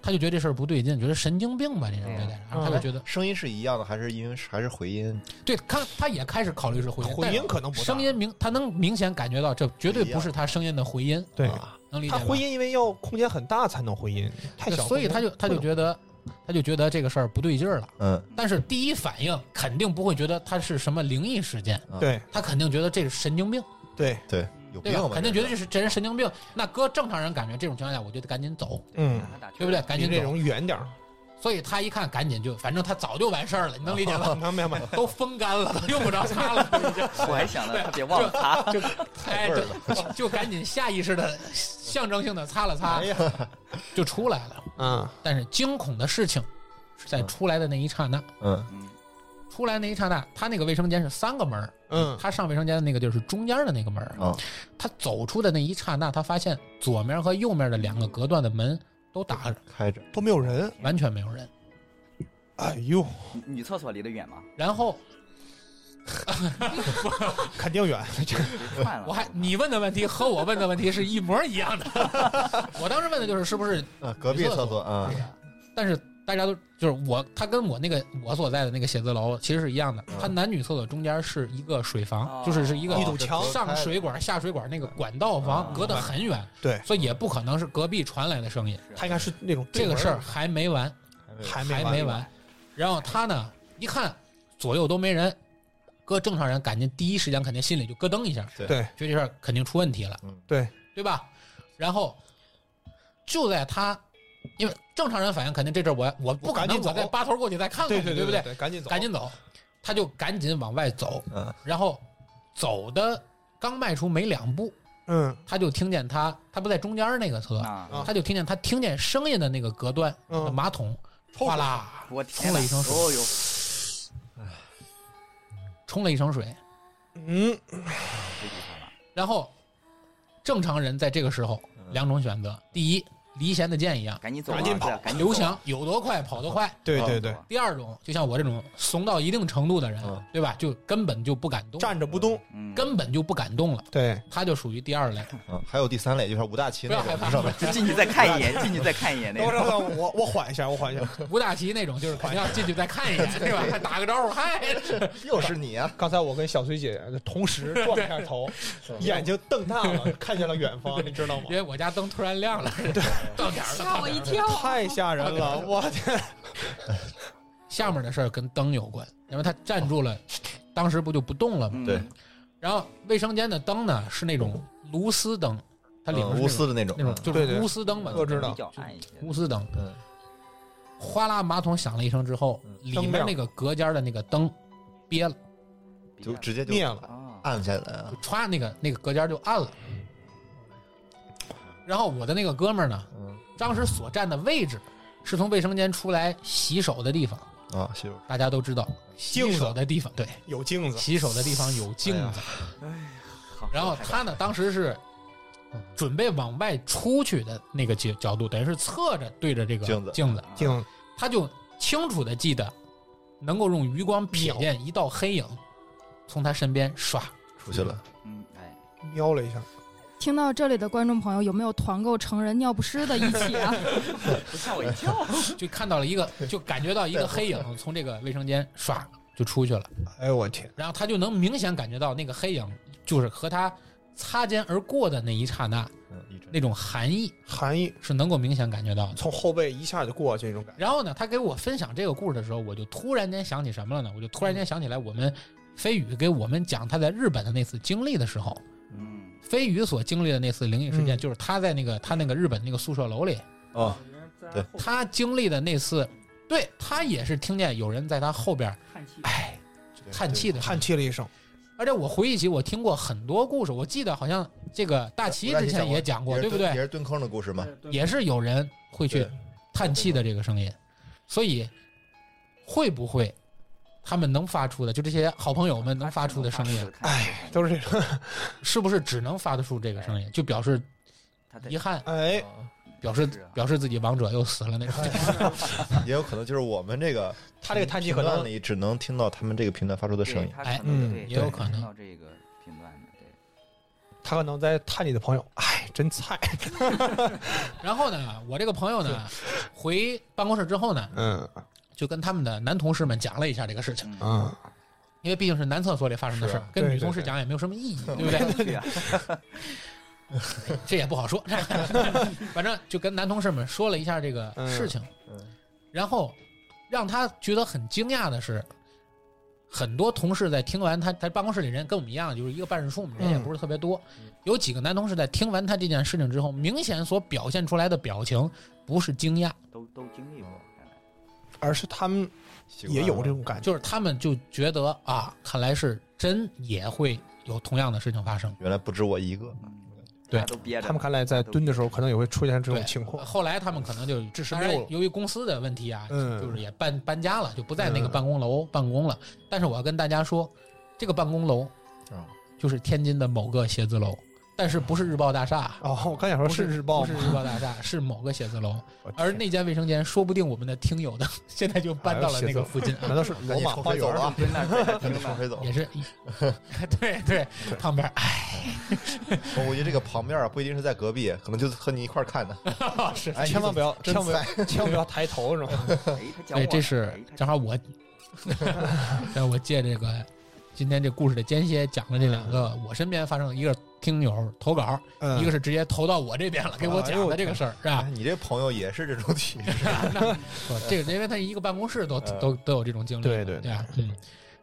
Speaker 1: 他就觉得这事儿不对劲，觉得神经病吧这人对
Speaker 3: 嗯
Speaker 1: 待，然后他就觉得
Speaker 2: 声音是一样的，还是因为还是回音？
Speaker 1: 对他他也开始考虑是回音，
Speaker 3: 回音可能
Speaker 1: 但
Speaker 3: 不大
Speaker 1: 声音明他能明显感觉到这绝对不是他声音的回音，
Speaker 3: 对，
Speaker 2: 啊
Speaker 1: 能理解
Speaker 3: 他
Speaker 1: 吧？
Speaker 3: 回音因为要空间很大才能回音，太
Speaker 1: 对，
Speaker 3: 小，
Speaker 1: 所以他就他就觉得他就觉得这个事儿不对劲儿了，
Speaker 2: 嗯，
Speaker 1: 但是第一反应肯定不会觉得他是什么灵异事件。
Speaker 3: 对
Speaker 1: 他肯定觉得这是神经病，
Speaker 3: 对，
Speaker 2: 对，有
Speaker 1: 对
Speaker 2: 病
Speaker 1: 吧？
Speaker 2: 吧？
Speaker 1: 肯定觉得
Speaker 2: 这
Speaker 1: 这是这人神经病。那搁正常人感觉这种情况下，我就得赶紧走，
Speaker 3: 嗯，
Speaker 5: 让他打圈
Speaker 1: 对不对？？赶
Speaker 3: 离
Speaker 1: 紧
Speaker 3: 这
Speaker 1: 走。
Speaker 3: 种远点儿，
Speaker 1: 所以他一看，赶紧就，反正他早就完事儿了，你能理解吧？
Speaker 3: 明 白吗？
Speaker 1: 都风干了，都用不着擦了，已经
Speaker 5: 我还想着别忘了他。
Speaker 1: 就哎就就就赶紧下意识的象征性的擦了擦
Speaker 2: 哎，呀，
Speaker 1: 就出来了。
Speaker 3: 嗯，
Speaker 1: 但是惊恐的事情是在出来的那一刹那，
Speaker 2: 嗯
Speaker 5: 嗯，
Speaker 1: 出来那一刹那，他那个卫生间是三个门儿，
Speaker 3: 嗯
Speaker 1: 他上卫生间的那个就是中间的那个门儿。
Speaker 2: 啊，
Speaker 1: 他走出的那一刹那，他发现左面和右面的两个隔断的门都打着，
Speaker 2: 开着，
Speaker 3: 都没有人，
Speaker 1: 完全没有人。
Speaker 3: 哎呦，
Speaker 5: 女女厕所离得远 吗？
Speaker 1: 然后
Speaker 3: 肯定远，
Speaker 5: 别串了。
Speaker 1: 我还你问的问题和我问的问题是一模一样的。 我当时问的就是是不是，
Speaker 2: 啊，隔壁厕所啊，
Speaker 1: 但是大家都就是我，他跟我那个我所在的那个写字楼其实是一样的
Speaker 2: 嗯。
Speaker 1: 他男女厕所中间是一个水
Speaker 5: 哦
Speaker 1: 房，就是是一
Speaker 2: 啊
Speaker 1: 个
Speaker 3: 一堵
Speaker 2: 哦
Speaker 3: 墙嗯
Speaker 1: 上水管下水管那个管道
Speaker 5: 哦
Speaker 1: 房隔得很远，
Speaker 3: 对
Speaker 1: 所以也不可能是隔壁传来的声音。
Speaker 3: 他应该是那种
Speaker 1: 这个事儿还没完，
Speaker 3: 还
Speaker 1: 还
Speaker 3: 没
Speaker 1: 完。然后他呢，一看左右都没人，搁正常人感觉第一时间肯定心里就咯噔一下，
Speaker 2: 对
Speaker 1: 觉
Speaker 3: 对
Speaker 1: 得这事儿肯定出问题了，
Speaker 2: 嗯
Speaker 3: 对
Speaker 1: 对吧？然后就在他，因为正常人反应肯定这阵儿我我不可
Speaker 3: 赶
Speaker 1: 能
Speaker 3: 紧
Speaker 1: 我
Speaker 3: 走
Speaker 1: 再扒头过去再看看去，
Speaker 3: 对
Speaker 1: 不
Speaker 3: 对？对，赶紧走，
Speaker 1: 赶紧走，他就赶紧往外走，
Speaker 2: 嗯
Speaker 1: 然后走的刚迈出没两步，
Speaker 3: 嗯
Speaker 1: 他就听见他他不在中间儿那个厕，
Speaker 5: 啊！
Speaker 1: 他就听见他听见声音的那个隔断的
Speaker 3: 嗯，
Speaker 1: 马桶哗啦
Speaker 5: 我
Speaker 1: 冲
Speaker 5: 天哪
Speaker 1: 了一！声水，
Speaker 5: 哦呦，
Speaker 1: 冲了一升水，
Speaker 3: 嗯，
Speaker 5: 这地方了。
Speaker 1: 然后正常人在这个时候
Speaker 2: 嗯
Speaker 1: 两种选择：第一，离弦的箭一样，
Speaker 5: 赶紧走啊，
Speaker 3: 赶紧跑
Speaker 5: 对赶紧
Speaker 1: 刘
Speaker 5: 走
Speaker 1: 翔有多快跑多快；
Speaker 3: 对
Speaker 2: 啊
Speaker 3: 对对，
Speaker 1: 第二种，就像我这种怂到一定程度的人
Speaker 2: 嗯，
Speaker 1: 对吧？就根本就不敢动，
Speaker 3: 站着不动，
Speaker 5: 嗯，
Speaker 1: 根本就不敢动了，
Speaker 3: 对，
Speaker 1: 他就属于第二 类。
Speaker 2: 嗯，还有第三类就是吴大奇
Speaker 1: 不要害
Speaker 2: 那种，
Speaker 1: 怕
Speaker 2: 你知道吧？
Speaker 5: 就进去再看一眼，进去再看一眼那
Speaker 3: 等会
Speaker 5: 个。
Speaker 3: 儿等会儿我我缓一下，我缓一下。
Speaker 1: 吴大奇那种就是肯定要进去再看一 眼，对吧？还打个招呼，嗨，
Speaker 2: 又是你啊！
Speaker 3: 刚才我跟小崔姐同时撞一下头，眼睛瞪大了，看见了远方，你知道吗
Speaker 1: 因？为我家灯突然亮了， 到点儿了，
Speaker 4: 吓我一跳，
Speaker 3: 太吓人了， 我天！
Speaker 1: 下面的事儿跟灯有关，因为他站住了，当时不就不动了吗？
Speaker 5: 嗯
Speaker 2: 对，
Speaker 1: 然后卫生间的灯呢是那种
Speaker 3: 嗯
Speaker 1: 钨丝灯，它里面
Speaker 2: 嗯
Speaker 1: 是
Speaker 2: 无
Speaker 1: 那种
Speaker 2: 私的那种
Speaker 1: 那种
Speaker 2: 嗯
Speaker 1: 就是
Speaker 3: 对对
Speaker 1: 钨丝灯嘛，
Speaker 3: 我知道
Speaker 5: 比较暗一些。
Speaker 1: 钨丝灯。
Speaker 2: 嗯，
Speaker 1: 哗啦，马桶响了一声之后，
Speaker 2: 嗯
Speaker 1: 里面那个隔间的那个灯憋了，
Speaker 5: 比较
Speaker 2: 就直接就
Speaker 3: 灭了
Speaker 5: 啊，
Speaker 2: 按下来啊
Speaker 1: 就。歘，那个那个隔间就暗了。然后我的那个哥们儿呢，
Speaker 2: 嗯
Speaker 1: 当时所站的位置是从卫生间出来洗手的地方，
Speaker 2: 啊，洗手
Speaker 1: 大家都知道，洗
Speaker 3: 镜子
Speaker 1: 手的地方，对，
Speaker 3: 有镜子，
Speaker 1: 洗手的地方有镜子。
Speaker 5: 好
Speaker 1: 然后他呢，当时是准备往外出去的那个角角度，等于是侧着对着这个
Speaker 2: 镜子
Speaker 1: 镜
Speaker 5: 嗯
Speaker 1: 子，
Speaker 3: 镜子
Speaker 1: 他就清楚的记得，能够用余光瞥见一道黑影从他身边唰
Speaker 2: 出去了，
Speaker 5: 嗯，哎，
Speaker 3: 瞄了一下，
Speaker 4: 听到这里的观众朋友，有没有团购成人尿不湿的一起啊？
Speaker 5: 不吓我一跳。
Speaker 1: 就看到了一个，就感觉到一个黑影从这个卫生间唰就出去了，
Speaker 3: 哎呦我天！
Speaker 1: 然后他就能明显感觉到那个黑影就是和他擦肩而过的那一刹那，
Speaker 2: 嗯，一直
Speaker 1: 那种寒意
Speaker 3: 含义
Speaker 1: 是能够明显感觉到的。
Speaker 3: 从后背一下就过去那种感觉。
Speaker 1: 然后呢，他给我分享这个故事的时候，我就突然间想起什么了呢？我就突然间想起来，我们飞宇给我们讲他在日本的那次经历的时候，
Speaker 5: 嗯，
Speaker 1: 飞宇所经历的那次灵异事件，
Speaker 3: 嗯
Speaker 1: 就是他在那个他那个日本那个宿舍楼里，
Speaker 2: 哦，
Speaker 6: 有人在
Speaker 2: 对
Speaker 6: 后面
Speaker 1: 他经历的那次，对他也是听见有人在他后边
Speaker 6: 叹气，
Speaker 1: 哎叹气的声
Speaker 3: 叹
Speaker 1: 音。
Speaker 3: 气了一声，
Speaker 1: 而且我回忆起我听过很多故事，我记得好像这个大齐之前也讲过，
Speaker 2: 也
Speaker 1: 对
Speaker 2: 是
Speaker 1: 不
Speaker 2: 蹲也
Speaker 1: 对？
Speaker 2: 是蹲坑的故事嘛。
Speaker 6: 对对
Speaker 1: 也是有人会去
Speaker 2: 对
Speaker 1: 叹气的这个声音，所以会不会他们能发出的，就这些好朋友
Speaker 5: 嗯
Speaker 1: 们能发出的声音，，
Speaker 5: 哎
Speaker 3: 都是这种。
Speaker 1: 是不是只能发得出这个声
Speaker 2: 哎
Speaker 1: 音？就表示
Speaker 5: 他在
Speaker 1: 遗憾，
Speaker 3: 哎，
Speaker 1: 表示
Speaker 5: 是啊
Speaker 1: 表示自己王者又死了那种。
Speaker 2: 也有可能就是我们这个
Speaker 3: 他这个叹气可
Speaker 2: 频段
Speaker 3: 能
Speaker 2: 里只能听到他们这个频段发出的
Speaker 5: 对
Speaker 2: 声音。
Speaker 5: 他
Speaker 1: 哎
Speaker 5: 可能
Speaker 3: 嗯
Speaker 5: 对
Speaker 1: 也有
Speaker 5: 他
Speaker 1: 可
Speaker 5: 听
Speaker 1: 能
Speaker 5: 到这个频段的，对，
Speaker 3: 他可能在叹你的朋友，哎，真菜。
Speaker 1: 然后呢，我这个朋友呢，回办公室之后呢，
Speaker 3: 嗯
Speaker 1: 就跟他们的男同事们讲了一下这个事情，
Speaker 5: 嗯
Speaker 3: 嗯，
Speaker 1: 因为毕竟是男厕所里发生的事
Speaker 2: 是
Speaker 1: 儿
Speaker 2: 啊，
Speaker 1: 跟
Speaker 3: 对
Speaker 1: 女同
Speaker 3: 对
Speaker 1: 事
Speaker 3: 对
Speaker 1: 讲也没有什么意义，对不对？
Speaker 5: 对啊，
Speaker 1: 这也不好说，反正就跟男同事们说了一下这个事情，
Speaker 2: 嗯
Speaker 1: 然后让他觉得很惊讶的是，很多同事在听完他，他办公室里人跟我们一样，就是一个办事处嘛，人也
Speaker 3: 嗯
Speaker 1: 不是特别多，有几个男同事在听完他这件事情之后，明显所表现出来的表情不是惊讶，
Speaker 5: 都都经历过，哎看来
Speaker 3: 而是他们
Speaker 2: 习惯
Speaker 3: 也有
Speaker 2: 了
Speaker 3: 这种感觉，
Speaker 1: 就是他们就觉得啊，看来是真也会有同样的事情发生。
Speaker 2: 原来不止我一个，
Speaker 5: 嗯
Speaker 1: 对
Speaker 5: 大家都憋着，
Speaker 3: 他们看来在蹲的时候可能也会出现这种
Speaker 1: 对
Speaker 3: 情况。
Speaker 1: 后来他们可能就
Speaker 3: 致使
Speaker 1: 当
Speaker 3: 哦没有
Speaker 1: 然由于公司的问题啊，
Speaker 3: 嗯
Speaker 1: 就是也搬搬家了，就不在那个
Speaker 3: 嗯
Speaker 1: 办公楼办公了。但是我要跟大家说，这个办公楼
Speaker 2: 嗯
Speaker 1: 就是天津的某个写字楼，但是不是日报大厦，
Speaker 3: 哦，我刚想说
Speaker 1: 不是
Speaker 3: 是日报
Speaker 1: 不是
Speaker 3: 吗？
Speaker 1: 日报大 厦，是某个写字楼。
Speaker 3: 我天
Speaker 1: 而那间卫生间，说不定我们的听友的现在就搬到了那个附近，
Speaker 3: 难道是
Speaker 2: 赶
Speaker 3: 罗
Speaker 2: 紧
Speaker 3: 马
Speaker 2: 冲
Speaker 3: 花
Speaker 2: 飞
Speaker 3: 园
Speaker 2: 走了
Speaker 3: 儿？
Speaker 2: 啊！
Speaker 5: 蹲那儿蹲那儿
Speaker 2: 赶
Speaker 5: 听
Speaker 2: 紧 冲
Speaker 5: 吧，
Speaker 2: 飞走
Speaker 1: 也！是，对 对，旁边 哎
Speaker 2: 我估计这个旁边啊不一定是在隔壁，可能就和你一块儿看的。
Speaker 1: 是，
Speaker 2: 哎，
Speaker 3: 千万不要，
Speaker 2: 真
Speaker 3: 千万不要， 千万不要抬头，是吗？
Speaker 5: 哎，他讲
Speaker 1: 对，
Speaker 5: 我，
Speaker 1: 这是
Speaker 5: 哎他
Speaker 1: 正好我，让我借这个今天这故事的间歇讲了这两个我身边发生的一个听友投稿，
Speaker 3: 嗯
Speaker 1: 一个是直接投到我这边了，给我
Speaker 3: 哎呦
Speaker 1: 讲
Speaker 3: 我
Speaker 1: 的这个事儿是吧
Speaker 2: 哎？你这朋友也是这种体质，
Speaker 1: 不这个因为他一个办公室都
Speaker 2: 嗯
Speaker 1: 都都有这种经历，
Speaker 3: 哎对对
Speaker 1: 对吧？嗯，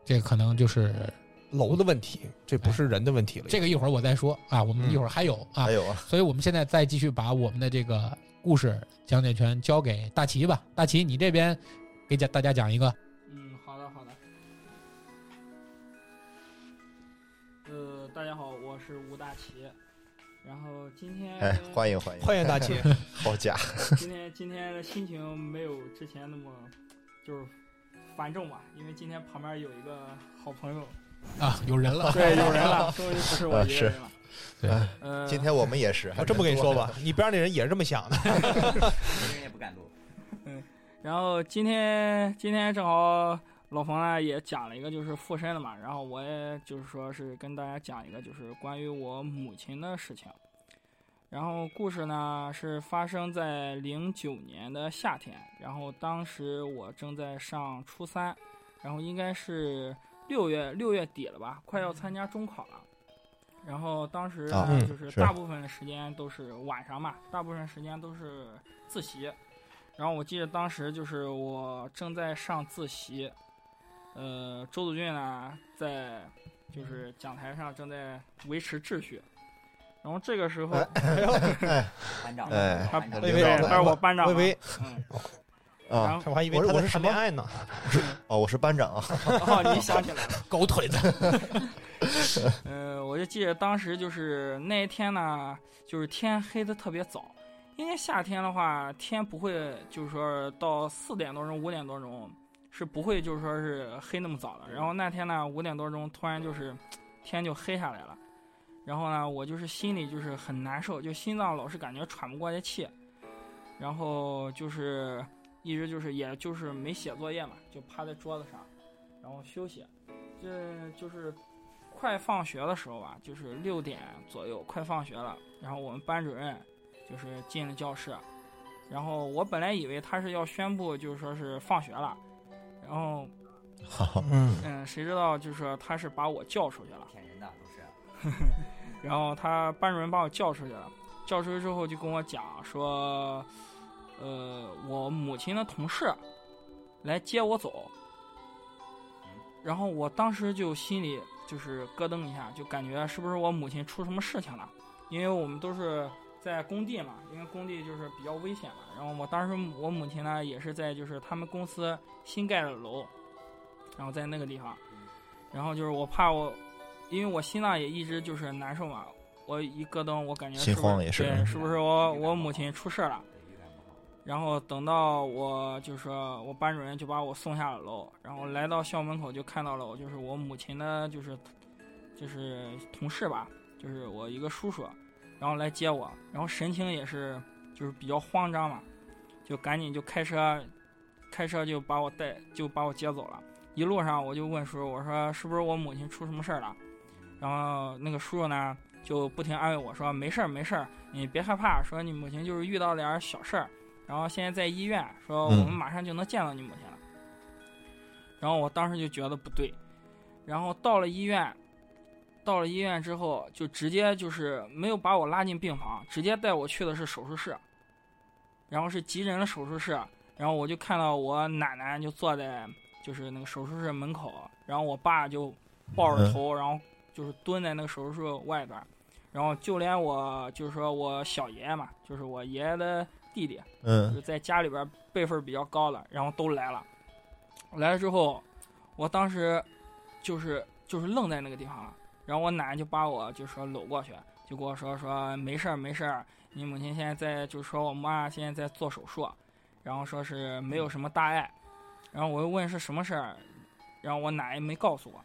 Speaker 1: 这个可能就是
Speaker 3: 楼的问题，这不是人的问题了。
Speaker 1: 这个一会儿我再说啊，我们
Speaker 3: 嗯
Speaker 1: 一会儿还有啊
Speaker 2: 还，有啊，
Speaker 1: 所以我们现在再继续把我们的这个故事讲解权交给大齐吧，大齐你这边给讲大家讲一个，
Speaker 6: 嗯，好的好的。呃，大家好，我是吴大齐，然后今天
Speaker 2: 哎，欢迎欢 迎，
Speaker 3: 欢迎大姐，
Speaker 2: 好家伙，
Speaker 6: 今天今天的心情没有之前那么就是繁重吧，因为今天旁边有一个好朋友，
Speaker 1: 啊，有人了，
Speaker 6: 对，有人了，终于不是我
Speaker 2: 啊
Speaker 6: 一
Speaker 2: 是
Speaker 6: 个人了。
Speaker 1: 对
Speaker 2: 哎
Speaker 6: 嗯，
Speaker 2: 今天我们也是，
Speaker 3: 我这么跟你说 吧，你边上那人也是这么想的。
Speaker 5: 别人也不敢录。
Speaker 6: 然后今天今天正好老冯呢也讲了一个就是附身的嘛，然后我也就是说是跟大家讲一个就是关于我母亲的事情。然后故事呢是发生在零九年的夏天，然后当时我正在上初三，然后应该是六月六月底了吧，快要参加中考了。然后当时
Speaker 2: 啊
Speaker 6: 呢
Speaker 3: 嗯
Speaker 6: 就是
Speaker 2: 是
Speaker 6: 大部分的时间都是晚上嘛，大部分时间都是自习。然后我记得当时就是我正在上自习，呃，周祖俊呢在就是讲台上正在维持秩序，然后这个时候
Speaker 2: 哎
Speaker 5: 班长，
Speaker 2: 哎
Speaker 5: 班 长
Speaker 3: 我以为
Speaker 6: 对，他是我班长
Speaker 3: 微
Speaker 6: 嘛，
Speaker 3: 微，
Speaker 6: 嗯，然
Speaker 2: 啊
Speaker 6: 后
Speaker 3: 我还以为
Speaker 2: 我是
Speaker 3: 他
Speaker 2: 我
Speaker 3: 在
Speaker 2: 是什
Speaker 3: 谈
Speaker 2: 么
Speaker 3: 恋爱呢。
Speaker 2: 哦，我是班长啊，
Speaker 6: 哦，你想起来了。
Speaker 1: 狗腿子，
Speaker 6: 嗯，我就记得当时就是那一天呢，就是天黑的特别早，因为夏天的话，天不会就是说到四点多钟、五点多钟是不会就是说是黑那么早的。然后那天呢，五点多钟突然就是天就黑下来了，然后呢，我就是心里就是很难受，就心脏老是感觉喘不过来气，然后就是一直就是也就是没写作业嘛，就趴在桌子上，然后休息，这就是快放学的时候吧，就是六点左右，快放学了。然后我们班主任就是进了教室，然后我本来以为他是要宣布就是说是放学了，然后
Speaker 2: 好，
Speaker 3: 嗯，
Speaker 6: 嗯，谁知道就是说他是把我叫出去了。
Speaker 5: 骗人的都是。
Speaker 6: 然后他班主任把我叫出去了，叫出去之后就跟我讲说，呃，我母亲的同事来接我走，然后我当时就心里就是咯噔一下，就感觉是不是我母亲出什么事情了？因为我们都是在工地嘛，因为工地就是比较危险嘛。然后我当时我母亲呢也是在就是他们公司新盖的楼，然后在那个地方，然后就是我怕我，因为我心脏也一直就是难受嘛，我一咯噔，我感觉
Speaker 2: 心
Speaker 6: 是不
Speaker 2: 慌也是
Speaker 6: 对，
Speaker 2: 嗯
Speaker 6: 是不是我我母亲出事了？
Speaker 5: 对，预感不好。
Speaker 6: 然后等到我就是说我班主任就把我送下了楼，然后来到校门口就看到了我就是我母亲的就是就是同事吧，就是我一个叔叔，然后来接我，然后神情也是就是比较慌张嘛，就赶紧就开车开车就把我带就把我接走了。一路上我就问叔叔，我说是不是我母亲出什么事儿了？然后那个叔叔呢就不停安慰我说没事儿没事儿，你别害怕，说你母亲就是遇到点儿小事儿，然后现在在医院，说我
Speaker 2: 嗯
Speaker 6: 们马上就能见到你母亲了。然后我当时就觉得不对，然后到了医院，到了医院之后就直接就是没有把我拉进病房，直接带我去的是手术室，然后是急诊的手术室，然后我就看到我奶奶就坐在就是那个手术室门口，然后我爸就抱着头，然后就是蹲在那个手术室外边儿，然后就连我就是说我小爷爷嘛，就是我爷爷的弟弟，就
Speaker 2: 嗯
Speaker 6: 是在家里边辈分比较高的，然后都来了。来了之后，我当时就是就是愣在那个地方了，然后我奶奶就把我就说搂过去，就跟我说说没事儿没事儿，你母亲现在在就是说我妈现在在做手术，然后说是没有什么大碍，然后我又问是什么事儿，然后我奶奶没告诉我。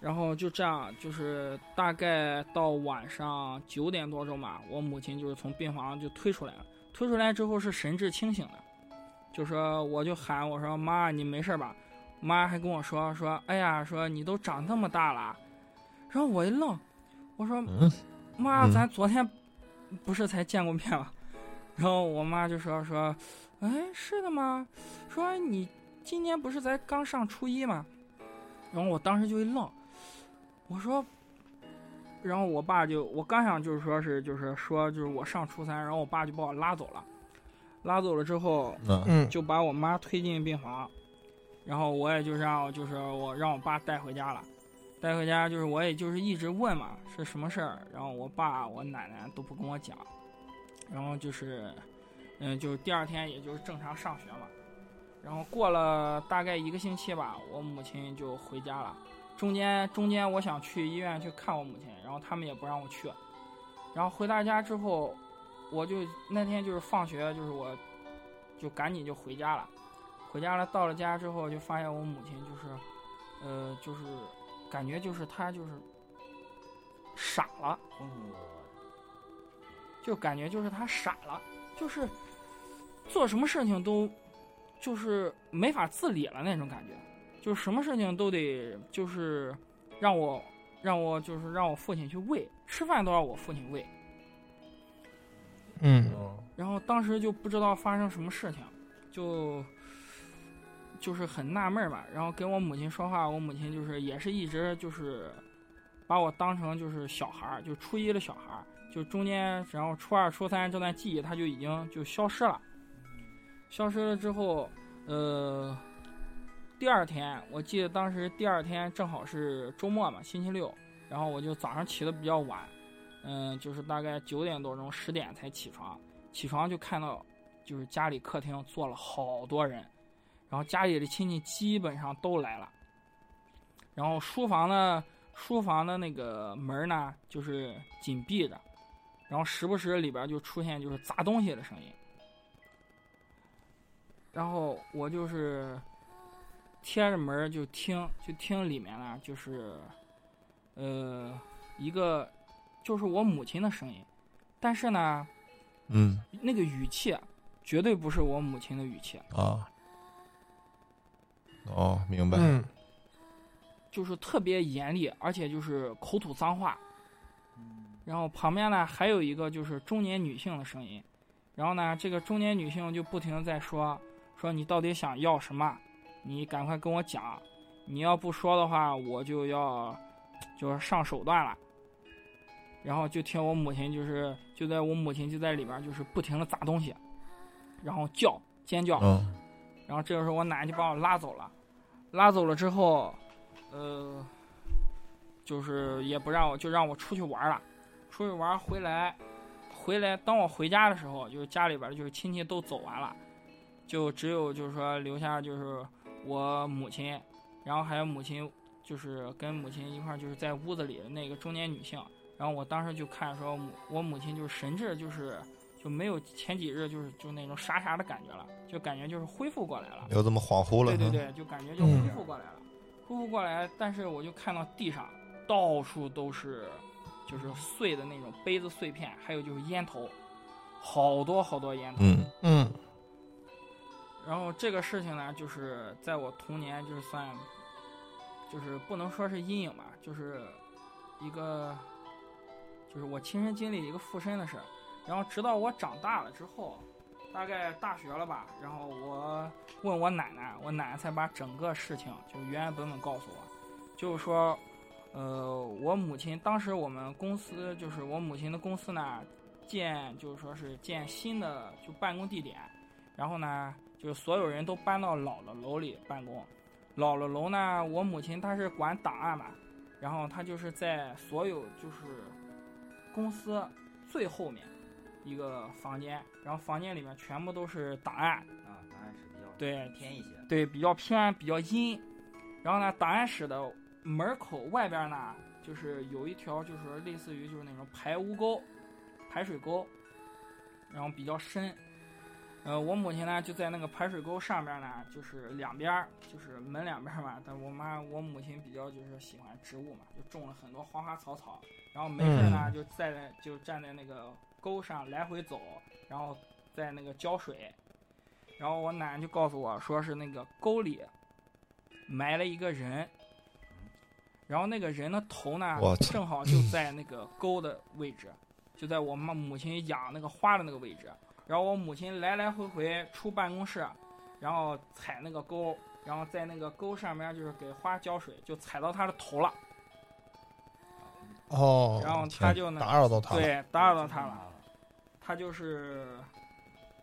Speaker 6: 然后就这样，就是大概到晚上九点多钟吧，我母亲就是从病房就推出来了。推出来之后是神志清醒的，就说我就喊我说妈你没事吧？妈还跟我说说哎呀说你都长这么大了，然后我一愣，我说
Speaker 2: 嗯，
Speaker 6: 妈
Speaker 2: 嗯
Speaker 6: 咱昨天不是才见过面吗？ 然后我妈就说说，哎是的吗？说你今年不是才刚上初一吗？然后我当时就一愣，我说然后我爸就，我刚想就是说是就是说就是我上初三，然后我爸就把我拉走了，拉走了之后
Speaker 2: 嗯
Speaker 3: 嗯，
Speaker 6: 就把我妈推进病房，然后我也就让就是我让我爸带回家了，带回家就是我也就是一直问嘛是什么事儿，然后我爸我奶奶都不跟我讲，然后就是，嗯，就是第二天也就是正常上学嘛，然后过了大概一个星期吧，我母亲就回家了。中间中间我想去医院去看我母亲，然后他们也不让我去。然后回到家之后，我就那天就是放学，就是我就赶紧就回家了。回家了，到了家之后就发现我母亲就是，呃，就是感觉就是她就是傻了，
Speaker 5: 哦
Speaker 6: 就感觉就是他傻了，就是做什么事情都就是没法自理了那种感觉，就是什么事情都得就是让我让我就是让我父亲去喂，吃饭都让我父亲喂，
Speaker 3: 嗯
Speaker 6: 然后当时就不知道发生什么事情，就就是很纳闷儿吧。然后跟我母亲说话，我母亲就是也是一直就是把我当成就是小孩儿，就初一的小孩儿，就中间然后初二、初三这段记忆，他就已经就消失了。消失了之后，呃，第二天我记得当时第二天正好是周末嘛，星期六，然后我就早上起的比较晚，嗯、就是大概九点多钟、十点才起床。起床就看到，就是家里客厅坐了好多人，然后家里的亲戚基本上都来了，然后书房呢，书房的那个门呢就是紧闭着，然后时不时里边就出现就是砸东西的声音，然后我就是贴着门就听，就听里面呢就是，呃，一个就是我母亲的声音，但是呢。
Speaker 2: 嗯
Speaker 6: 那个语气啊绝对不是我母亲的语气，
Speaker 2: 啊，哦，明白，
Speaker 3: 嗯，
Speaker 6: 就是特别严厉，而且就是口吐脏话。然后旁边呢还有一个就是中年女性的声音，然后呢这个中年女性就不停的在说说你到底想要什么，你赶快跟我讲，你要不说的话我就要就是上手段了。然后就听我母亲就是就在我母亲就在里边就是不停的砸东西，然后叫尖叫，
Speaker 2: 嗯
Speaker 6: 然后这个时候我奶就把我拉走了，拉走了之后，呃，就是也不让我，就让我出去玩了。出去玩回来，回来当我回家的时候，就是家里边就是亲戚都走完了，就只有就是说留下就是我母亲，然后还有母亲就是跟母亲一块儿就是在屋子里的那个中年女性。然后我当时就看说母，我母亲就是神志就是就没有前几日就是就那种傻傻的感觉了，就感觉就是恢复过来了。
Speaker 2: 又这么恍惚了，
Speaker 6: 对对
Speaker 2: 嗯，
Speaker 6: 对，就感觉就恢复过来了，恢复过来。但是我就看到地上到处都是，就是碎的那种杯子碎片，还有就是烟头，好多好多烟头。
Speaker 2: 嗯
Speaker 3: 嗯
Speaker 6: 然后这个事情呢，就是在我童年就是算，就是不能说是阴影吧，就是一个，就是我亲身经历一个附身的事儿。然后直到我长大了之后，大概大学了吧，然后我问我奶奶，我奶奶才把整个事情就原原本本告诉我，就是说，呃，我母亲当时我们公司就是我母亲的公司呢，建就是说是建新的就办公地点。然后呢，就是所有人都搬到老的楼里办公。老了楼呢，我母亲她是管档案嘛，然后她就是在所有就是公司最后面一个房间，然后房间里面全部都是档案，
Speaker 5: 啊，答案是比较
Speaker 6: 对
Speaker 5: 偏一些。
Speaker 6: 对，比较偏，比较阴。然后呢，档案室的门口外边呢，就是有一条，就是说类似于就是那种排污沟、排水沟，然后比较深。呃，我母亲呢就在那个排水沟上边呢，就是两边儿就是门两边儿嘛。但我妈我母亲比较就是喜欢植物嘛，就种了很多花花草草。然后没事呢，就在那就站在那个沟上来回走，然后在那个浇水。然后我奶奶就告诉我说是那个沟里埋了一个人，然后那个人的头呢
Speaker 2: 我，操
Speaker 6: 正好就在那个沟的位置，就在我妈母亲养那个花的那个位置。然后我母亲来来回回出办公室，然后踩那个沟，然后在那个沟上面就是给花浇水，就踩到她的头了，
Speaker 3: 哦，
Speaker 6: 然后
Speaker 2: 天
Speaker 6: 她就那
Speaker 3: 打扰到他了，
Speaker 6: 对打扰到她了。他就是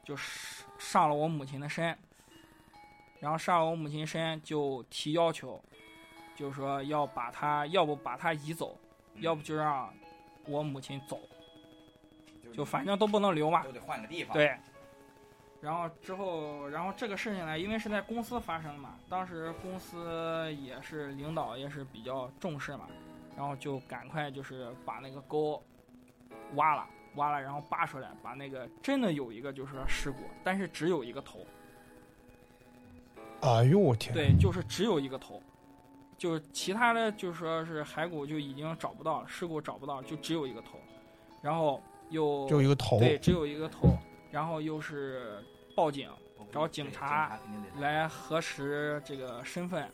Speaker 6: 就是上了我母亲的身，然后上了我母亲身就提要求，就是说要把她，要不把她移走，
Speaker 5: 嗯
Speaker 6: 要不就让我母亲走，就反正都不能留嘛。
Speaker 5: 都得换个地方。，
Speaker 6: 对。然后之后，然后这个事情呢，因为是在公司发生的嘛，当时公司也是领导也是比较重视嘛，然后就赶快就是把那个沟挖了，挖了，然后扒出来，把那个真的有一个就是说尸骨，但是只有一个头，
Speaker 3: 哎呦我天，
Speaker 6: 对，就是只有一个头，就是其他的就是说是骸骨就已经找不到了，尸骨找不到，就只有一个头，然后又
Speaker 3: 就一个头，
Speaker 6: 对，只有一个头，然后又是报警找警察
Speaker 5: 察肯定得
Speaker 6: 来核实这个身份，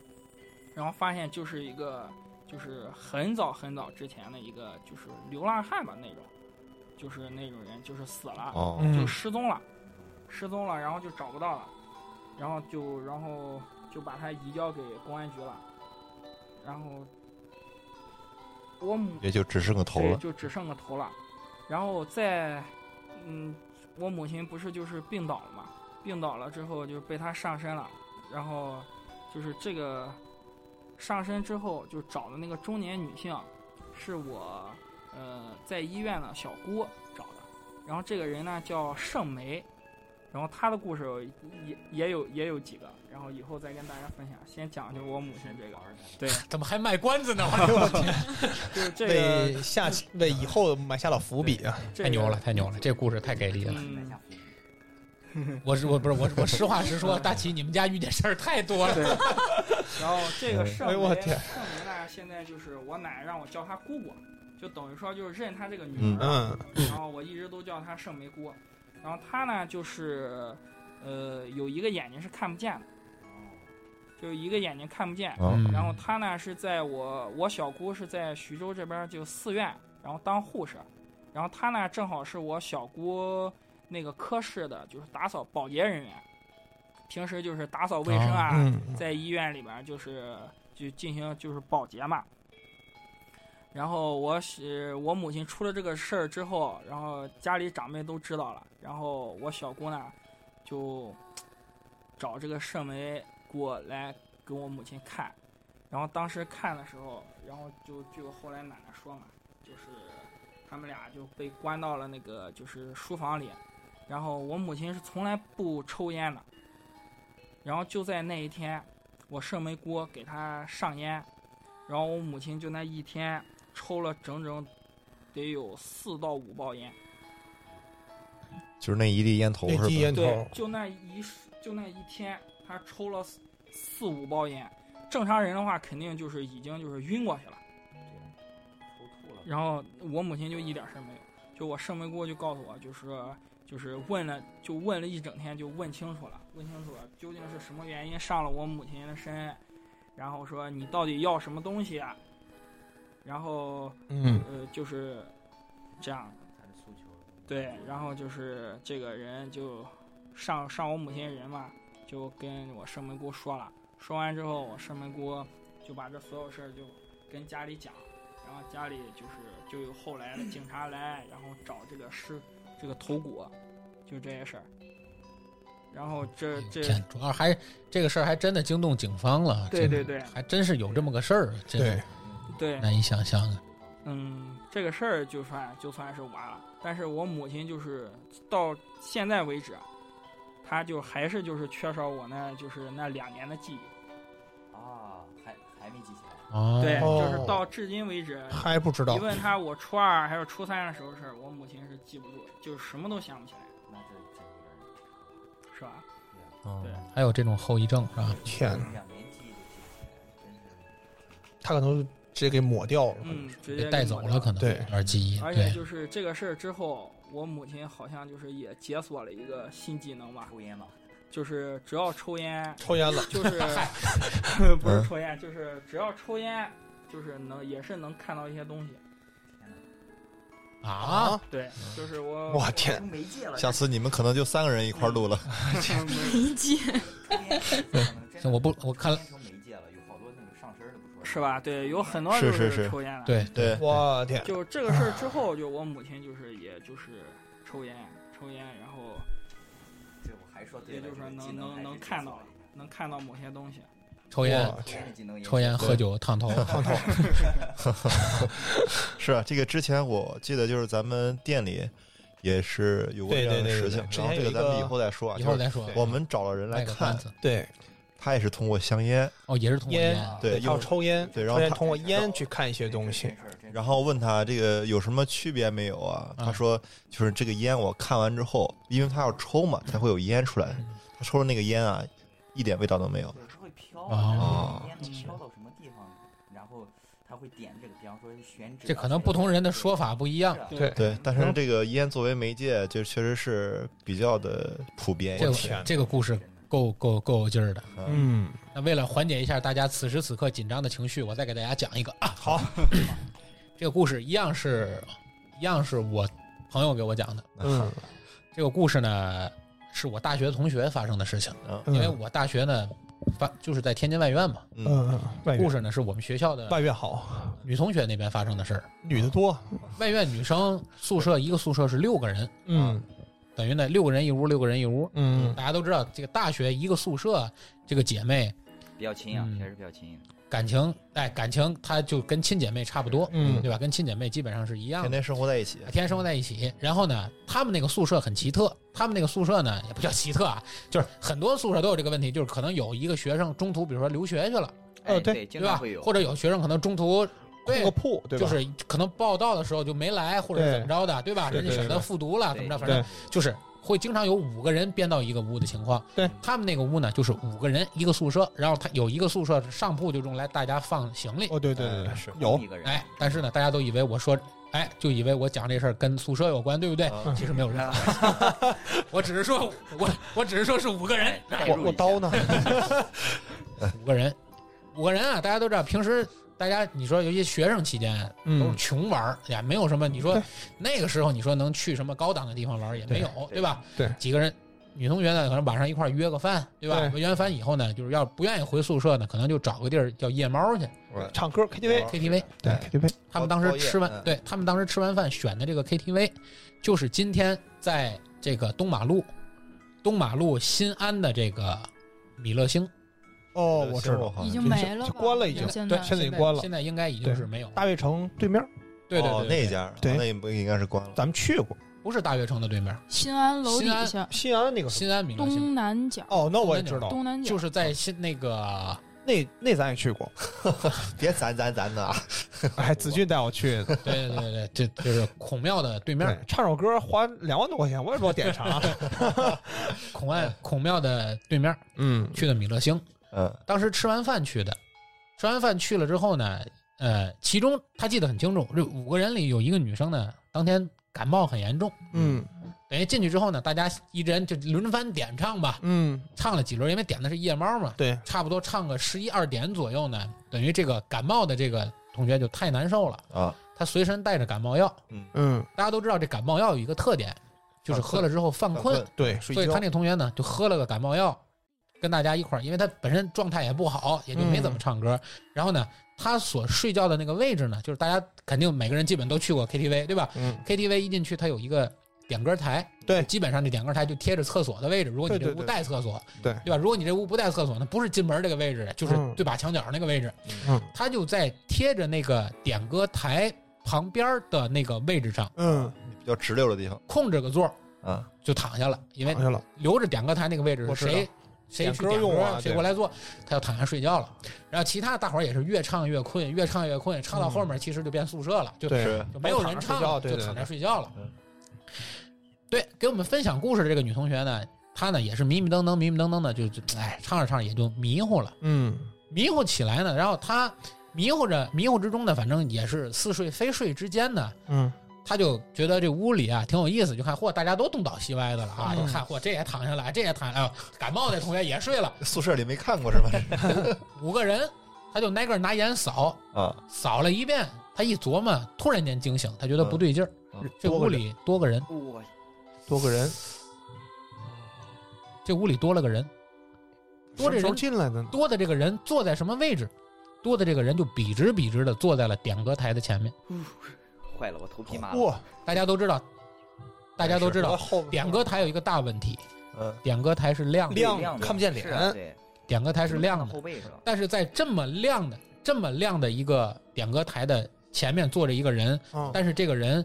Speaker 6: 然后发现就是一个就是很早很早之前的一个就是流浪汉吧那种，就是那种人就是死了，
Speaker 2: 哦，
Speaker 3: 嗯
Speaker 6: 就失踪了，失踪了，然后就找不到了，然后就然后就把他移交给公安局了，然后我母
Speaker 2: 也就只剩个头
Speaker 6: 对，
Speaker 2: 了。
Speaker 6: 就只剩个头了。然后在，嗯，我母亲不是就是病倒了嘛，病倒了之后就被他上身了，然后就是这个上身之后就找的那个中年女性，是我呃在医院的小姑找的。然后这个人呢叫盛梅，然后她的故事有也也有也有几个，然后以后再跟大家分享。先讲就我母亲这个，对，
Speaker 1: 怎么还卖关子呢？我的天，
Speaker 6: 就是这个
Speaker 3: 为下期为以后埋下了伏笔啊！
Speaker 6: 这
Speaker 1: 太牛
Speaker 6: 个
Speaker 1: 了，太牛了！这故事太给力了。
Speaker 6: 嗯
Speaker 5: 埋下伏笔
Speaker 1: 嗯 我是我不是我我实话实说，大齐，你们家遇见事儿太多了。
Speaker 6: 对，然后这个圣
Speaker 3: 哎
Speaker 6: 梅，
Speaker 3: 呦我天
Speaker 6: 圣梅呢，现在就是我奶让我叫她姑姑，就等于说就是认她这个女
Speaker 2: 嗯
Speaker 6: 儿，
Speaker 3: 嗯，
Speaker 6: 然后我一直都叫她圣梅姑。然后她呢，就是呃有一个眼睛是看不见的，就是一个眼睛看不见。
Speaker 2: 嗯，
Speaker 6: 然后她呢是在我我小姑是在徐州这边就寺院，然后当护士。然后她呢正好是我小姑那个科室的，就是打扫保洁人员，平时就是打扫卫生啊，
Speaker 3: 嗯，
Speaker 6: 在医院里边儿就是就进行就是保洁嘛。然后我是我母亲出了这个事儿之后，然后家里长辈都知道了，然后我小姑呢就找这个圣梅过来给我母亲看，然后当时看的时候，然后就据我后来奶奶说嘛，就是他们俩就被关到了那个就是书房里，然后我母亲是从来不抽烟的，然后就在那一天，我圣梅姑给她上烟，然后我母亲就那一天抽了整整得有四到五包烟，
Speaker 2: 就是那一粒烟头
Speaker 3: 那
Speaker 2: 是
Speaker 3: 低
Speaker 2: 吧？
Speaker 3: 烟
Speaker 6: 对
Speaker 3: 头，，
Speaker 6: 就那一时就那一天，她抽了四四五包烟。正常人的话，肯定就是已经就是晕过去了。
Speaker 5: 抽吐了。
Speaker 6: 然后我母亲就一点事儿没有，就我圣梅姑就告诉我，就是就是问了，就问了一整天，就问清楚了，问清楚了究竟是什么原因上了我母亲的身，然后说你到底要什么东西啊？然后
Speaker 3: 嗯，
Speaker 6: 呃就是这样，
Speaker 5: 他的诉求，
Speaker 6: 对，然后就是这个人就上上我母亲人嘛，就跟我圣门姑说了，说完之后，我圣门姑就把这所有事儿就跟家里讲，然后家里就是就有后来的警察来，然后找这个尸这个头骨，就这些事儿，然后这这
Speaker 1: 哎天，主要还这个事儿还真的惊动警方了。
Speaker 6: 对
Speaker 1: 真的
Speaker 6: 对对
Speaker 1: 还真是有这么个事儿，这
Speaker 3: 对，
Speaker 6: 对，
Speaker 1: 难以想象啊。
Speaker 6: 嗯，这个事儿就算就算是完了，但是我母亲就是到现在为止，啊她就还是就是缺少我那就是那两年的记忆，
Speaker 5: 啊，还还没记起来。
Speaker 1: 哦，
Speaker 6: 对，
Speaker 3: 哦
Speaker 6: 就是到至今为止，
Speaker 3: 还不知道
Speaker 6: 一，问她我初二还是初三的时候的事儿，我母亲是记不住，就是什么都想不起来，
Speaker 5: 那这这有点儿
Speaker 6: 是吧？
Speaker 2: 哦
Speaker 6: 对
Speaker 1: 还有这种后遗症是吧？
Speaker 3: 天哪，
Speaker 5: 两年记忆都记不起来，真是
Speaker 3: 他可能直接给抹掉了，
Speaker 6: 嗯，直接
Speaker 1: 给
Speaker 6: 给
Speaker 1: 带走
Speaker 6: 抹掉
Speaker 1: 了可能
Speaker 3: 对
Speaker 1: 有点记忆。
Speaker 6: 而且
Speaker 1: 对，
Speaker 6: 就是这个事儿之后，我母亲好像就是也解锁了一个新技能吧，
Speaker 5: 抽烟嘛。
Speaker 6: 就是只要抽烟
Speaker 3: 抽烟了，
Speaker 6: 就是 不
Speaker 2: 嗯
Speaker 6: 是抽烟，就是只要抽烟，就是能也是能看到一些东西。
Speaker 1: 啊，
Speaker 6: 对，就是我
Speaker 3: 我
Speaker 5: 天
Speaker 3: 天
Speaker 5: 哪，，没戒了，
Speaker 2: 下次你们可能就三个人一块儿录了。
Speaker 4: 理解。
Speaker 5: 抽烟可能真的
Speaker 1: 行，我不，我看
Speaker 5: 抽
Speaker 1: 了，
Speaker 5: 烟成没戒了，有好多那种上身儿的不说，
Speaker 6: 是吧？对，有很多
Speaker 2: 是
Speaker 6: 就是
Speaker 2: 是
Speaker 6: 抽烟的。，
Speaker 1: 对，
Speaker 2: 对，
Speaker 3: 我天，
Speaker 6: 就这个事儿之后，就我母亲就是也就是抽烟，抽烟，然后
Speaker 5: 这我还说对
Speaker 6: 也
Speaker 5: 了，
Speaker 6: 就是说
Speaker 5: 这个
Speaker 6: 能
Speaker 5: 技
Speaker 6: 能
Speaker 5: 还是
Speaker 6: 能
Speaker 5: 解
Speaker 6: 看
Speaker 5: 锁
Speaker 6: 到
Speaker 5: 了一下
Speaker 6: 能看到某些东西。
Speaker 1: 抽烟、
Speaker 3: 我
Speaker 5: 抽
Speaker 3: 天
Speaker 5: 烟，的技能也
Speaker 1: 抽烟、
Speaker 5: 是
Speaker 1: 喝酒、烫头，
Speaker 2: 是啊，这个之前我记得就是咱们店里也是有过这样
Speaker 3: 对对
Speaker 2: 的
Speaker 3: 对
Speaker 2: 事
Speaker 3: 对
Speaker 2: 情，
Speaker 3: 之
Speaker 2: 然后
Speaker 3: 前
Speaker 2: 这
Speaker 3: 有
Speaker 2: 个
Speaker 3: 一
Speaker 2: 咱们以
Speaker 3: 个
Speaker 2: 后再说啊。
Speaker 1: 以
Speaker 2: 就
Speaker 1: 后
Speaker 2: 是
Speaker 1: 再说。
Speaker 2: 我们找了人来
Speaker 1: 卖个关
Speaker 2: 看，
Speaker 1: 子
Speaker 3: 对
Speaker 2: 他也是通过香烟，
Speaker 1: 哦，也是通过
Speaker 3: 烟
Speaker 1: 烟，
Speaker 2: 对
Speaker 3: 他要
Speaker 2: 用
Speaker 3: 抽烟，
Speaker 2: 对然后
Speaker 3: 抽烟
Speaker 2: 他
Speaker 3: 通过烟去看一些东西
Speaker 5: 真，事儿真事儿
Speaker 2: 然后问他这个有什么区别没有啊？
Speaker 1: 啊
Speaker 2: 他说就是这个烟我看完之后，因为他要抽嘛，才会有烟出
Speaker 1: 嗯
Speaker 2: 来。他抽的那个烟啊，一点味道都没有。
Speaker 5: 对它会飘
Speaker 1: 哦
Speaker 5: 啊，但是烟能飘到什么地方？后他会点这个，比方说选址啊。
Speaker 1: 这可能不同人的说法不一样。
Speaker 5: 是啊
Speaker 3: 对
Speaker 2: 对，但是这个烟作为媒介，就确实是比较的普遍
Speaker 1: 这
Speaker 2: 一
Speaker 1: 个
Speaker 2: 些。
Speaker 1: 这个故事够够够有劲儿的。
Speaker 2: 嗯，
Speaker 3: 嗯，
Speaker 1: 那为了缓解一下大家此时此刻紧张的情绪，我再给大家讲一个啊。
Speaker 3: 好，
Speaker 1: 这个故事一样是，一样是我朋友给我讲的。
Speaker 2: 啊
Speaker 3: 嗯
Speaker 1: 这个故事呢，是我大学同学发生的事情。
Speaker 2: 啊
Speaker 1: 因为
Speaker 3: 嗯
Speaker 1: 我大学呢，发就是在天津外院嘛。
Speaker 2: 嗯
Speaker 3: 嗯，外
Speaker 1: 故
Speaker 3: 事
Speaker 1: 事呢是我们学校的
Speaker 3: 外越好，
Speaker 1: 女同学那边发生的事儿。
Speaker 3: 女的多，
Speaker 1: 外院女生宿舍一个宿舍是六个人，
Speaker 3: 嗯
Speaker 1: 等于呢六个人一屋，六个人一屋。
Speaker 3: 嗯
Speaker 1: 大家都知道，这个大学一个宿舍，这个姐妹
Speaker 5: 比较亲啊，
Speaker 1: 嗯
Speaker 5: 确实比较亲。
Speaker 1: 感情，哎，感情她就跟亲姐妹差不多，
Speaker 3: 嗯
Speaker 1: 对吧？跟亲姐妹基本上是一样
Speaker 2: 天
Speaker 1: 的，啊
Speaker 2: 天生活在一起，
Speaker 1: 天天生活在一起。然后呢，他们那个宿舍很奇特，他们那个宿舍呢也不叫奇特啊，就是很多宿舍都有这个问题，就是可能有一个学生中途，比如说留学去了，
Speaker 3: 呃
Speaker 5: 哎
Speaker 3: 对
Speaker 5: 对，经
Speaker 1: 对
Speaker 5: 常
Speaker 1: 吧
Speaker 5: 会有？
Speaker 1: 或。者有学生可能中途
Speaker 3: 空
Speaker 1: 对
Speaker 3: 个铺，对吧？
Speaker 1: 就是可能报道的时候就没来，或者是怎
Speaker 3: 对
Speaker 1: 么着的，对吧？
Speaker 3: 是
Speaker 1: 人家
Speaker 3: 对
Speaker 1: 选择
Speaker 3: 是
Speaker 1: 复读了，怎么着，
Speaker 5: 对
Speaker 1: 反正
Speaker 3: 对
Speaker 1: 就是会经常有五个人编到一个屋的情况。
Speaker 3: 对
Speaker 1: 他们那个屋呢，就是五个人一个宿舍，然后他有一个宿舍上铺就用来大家放行李。
Speaker 3: 哦，对对对
Speaker 2: 哎
Speaker 3: 对，
Speaker 2: 是
Speaker 3: 有
Speaker 5: 一个人，
Speaker 1: 哎，但 是呢，大家都以为我说，哎，就以为我讲这事儿跟宿舍有关，对不对？
Speaker 2: 啊
Speaker 1: 其实没有任何关系，我只是说，我我只是说是五个人，
Speaker 5: 代
Speaker 3: 我
Speaker 5: 入
Speaker 3: 我
Speaker 5: 一下
Speaker 3: 刀呢？
Speaker 1: 五个人，五个人啊！大家都知道，平时大家你说，尤其学生期间都是
Speaker 3: 嗯，
Speaker 1: 穷玩儿，也没有什么。你说
Speaker 3: 对
Speaker 1: 那个时候，你说能去什么高档的地方玩儿也没有，
Speaker 5: 对
Speaker 1: 对吧？
Speaker 3: 对
Speaker 1: 几个人，女同学呢，可能晚上一块儿约个饭，对吧？
Speaker 3: 对
Speaker 1: 约完饭以后呢，就是要不愿意回宿舍呢，可能就找个地儿叫夜猫去
Speaker 3: 唱歌
Speaker 2: 哦
Speaker 3: KTV，
Speaker 1: KTV。
Speaker 3: 对 KTV，
Speaker 1: 他们当时
Speaker 2: 包夜
Speaker 1: 吃完，
Speaker 2: 嗯
Speaker 1: 对他们当时吃完饭选的这个 KTV，就是今天在这个东马路，东马路新安的这个米乐星，
Speaker 3: 哦，
Speaker 2: 呃
Speaker 3: 我
Speaker 2: 新
Speaker 3: 知道
Speaker 2: 罗，好像
Speaker 4: 已经
Speaker 2: 是
Speaker 4: 没了吧，
Speaker 3: 就关了已经
Speaker 1: 对
Speaker 4: 现在
Speaker 3: 现在已经关了
Speaker 1: 现在应该已经
Speaker 3: 对
Speaker 1: 是没有了。
Speaker 3: 大悦城对面，
Speaker 1: 对对
Speaker 2: 哦
Speaker 1: 对，
Speaker 2: 那
Speaker 1: 对
Speaker 2: 一家，
Speaker 3: 对
Speaker 2: 哦那不应该是关了。
Speaker 3: 咱们去过
Speaker 1: 不是大悦城的对面，
Speaker 4: 新安楼底下
Speaker 3: 新安那个什么
Speaker 1: 新安米乐星。
Speaker 4: 东南角，
Speaker 3: 哦，那我也知道，
Speaker 4: 东南角
Speaker 1: 就是在新那 个
Speaker 3: 那那咱也去过，
Speaker 2: 别咱咱咱的啊，
Speaker 3: 哎，子俊带我去的，
Speaker 1: 对对对对，这就是孔庙的对面
Speaker 3: 对
Speaker 1: 儿，，
Speaker 3: 唱首歌花两万多块钱，我也不知道点啥，
Speaker 1: 孔岸孔庙的对面儿
Speaker 3: 嗯
Speaker 1: 去的米乐星。
Speaker 2: 嗯，
Speaker 1: 当时吃完饭去的，吃完饭去了之后呢，呃，其中他记得很清楚，这五个人里有一个女生呢，当天感冒很严重。
Speaker 3: 嗯
Speaker 1: 等于进去之后呢，大家一人就轮番点唱吧，
Speaker 3: 嗯，
Speaker 1: 唱了几轮，因为点的是夜猫嘛，
Speaker 3: 对，
Speaker 1: 差不多唱个十一二点左右呢，等于这个感冒的这个同学就太难受了，
Speaker 2: 啊，
Speaker 1: 他随身带着感冒药，
Speaker 3: 嗯
Speaker 1: 大家都知道这感冒药有一个特点，就是喝了之后犯
Speaker 2: 犯
Speaker 1: 困
Speaker 2: 困，
Speaker 3: 对，睡
Speaker 1: 所以
Speaker 3: 觉
Speaker 1: 他那同学呢就喝了个感冒药，跟大家一块儿，因为他本身状态也不好，也就没
Speaker 3: 嗯
Speaker 1: 怎么唱歌。然后呢，他所睡觉的那个位置呢，就是大家肯定每个人基本都去过 KTV 对吧
Speaker 3: 嗯
Speaker 1: ？KTV 一进去，它有一个点歌台，
Speaker 3: 对
Speaker 1: 基本上这点歌台就贴着厕所的位置。如果你
Speaker 3: 对
Speaker 1: 这
Speaker 3: 对
Speaker 1: 屋
Speaker 3: 对
Speaker 1: 带厕所，
Speaker 3: 对
Speaker 1: 吧？如果你这屋不带厕所呢，不是进门这个位置，就是
Speaker 3: 嗯
Speaker 1: 对把墙角那个位置，
Speaker 3: 嗯
Speaker 1: 他就在贴着那个点歌台旁边的那个位置上
Speaker 3: 嗯，
Speaker 2: 比较直溜的地方
Speaker 1: 空着个座儿
Speaker 2: 啊，
Speaker 1: 就躺下了，因为
Speaker 3: 躺下了，
Speaker 1: 留着点歌台那个位置
Speaker 3: 我
Speaker 1: 是
Speaker 3: 知道
Speaker 1: 谁谁
Speaker 3: 点
Speaker 1: 去
Speaker 3: 歌
Speaker 1: 点
Speaker 3: 用
Speaker 1: 歌
Speaker 3: 啊
Speaker 1: 谁
Speaker 3: 对
Speaker 1: 过来做，他就躺下睡觉了。然后其他大伙儿也是越唱越困，越唱越困，唱到后面其实就变宿舍了，就
Speaker 3: 嗯对，
Speaker 2: 是
Speaker 1: 就没有人
Speaker 3: 都
Speaker 1: 唱了，
Speaker 3: 躺着睡觉对
Speaker 1: 就
Speaker 3: 对
Speaker 1: 躺
Speaker 3: 对
Speaker 1: 着睡觉了
Speaker 2: 嗯。
Speaker 1: 对，给我们分享故事的这个女同学呢，她呢也是迷迷瞪瞪、迷迷瞪瞪的，就就哎唱着唱着也就迷糊了，
Speaker 3: 嗯
Speaker 1: 迷糊起来呢。然后她迷糊着迷糊之中呢，反正也是似睡非睡之间呢，
Speaker 3: 嗯
Speaker 1: 他就觉得这屋里啊挺有意思，就看嚯，大家都东倒西歪的了啊，
Speaker 3: 嗯
Speaker 1: 就看嚯，这也躺下了，这也躺下了，感冒的同学也睡了，
Speaker 2: 宿舍里没看过是吧？
Speaker 1: 五个人，他就挨个拿眼扫，
Speaker 2: 啊，
Speaker 1: 扫了一遍，他一琢磨，突然间惊醒，他觉得不对劲儿，
Speaker 2: 嗯嗯
Speaker 1: 这屋里多个人，
Speaker 5: 我
Speaker 3: 多个人，
Speaker 1: 这屋里多了个人，多这
Speaker 3: 什么时候
Speaker 1: 人
Speaker 3: 进来的呢，
Speaker 1: 多的这个人坐在什么位置？多的这个人就笔直笔直的坐在了点歌台的前面。
Speaker 5: 坏了，我头皮麻了。
Speaker 3: 哇，
Speaker 1: 大家都知道，大家都知道，
Speaker 3: 后
Speaker 1: 点歌台有一个大问题，
Speaker 2: 嗯，
Speaker 1: 点歌台是亮的，
Speaker 3: 亮
Speaker 5: 亮的
Speaker 3: 看不见脸
Speaker 5: 是啊对，
Speaker 1: 点歌台是亮的。嗯
Speaker 5: 后背是吧？
Speaker 1: 但是在这么亮的、这么亮的一个点歌台的前面坐着一个人，
Speaker 3: 嗯
Speaker 1: 但是这个人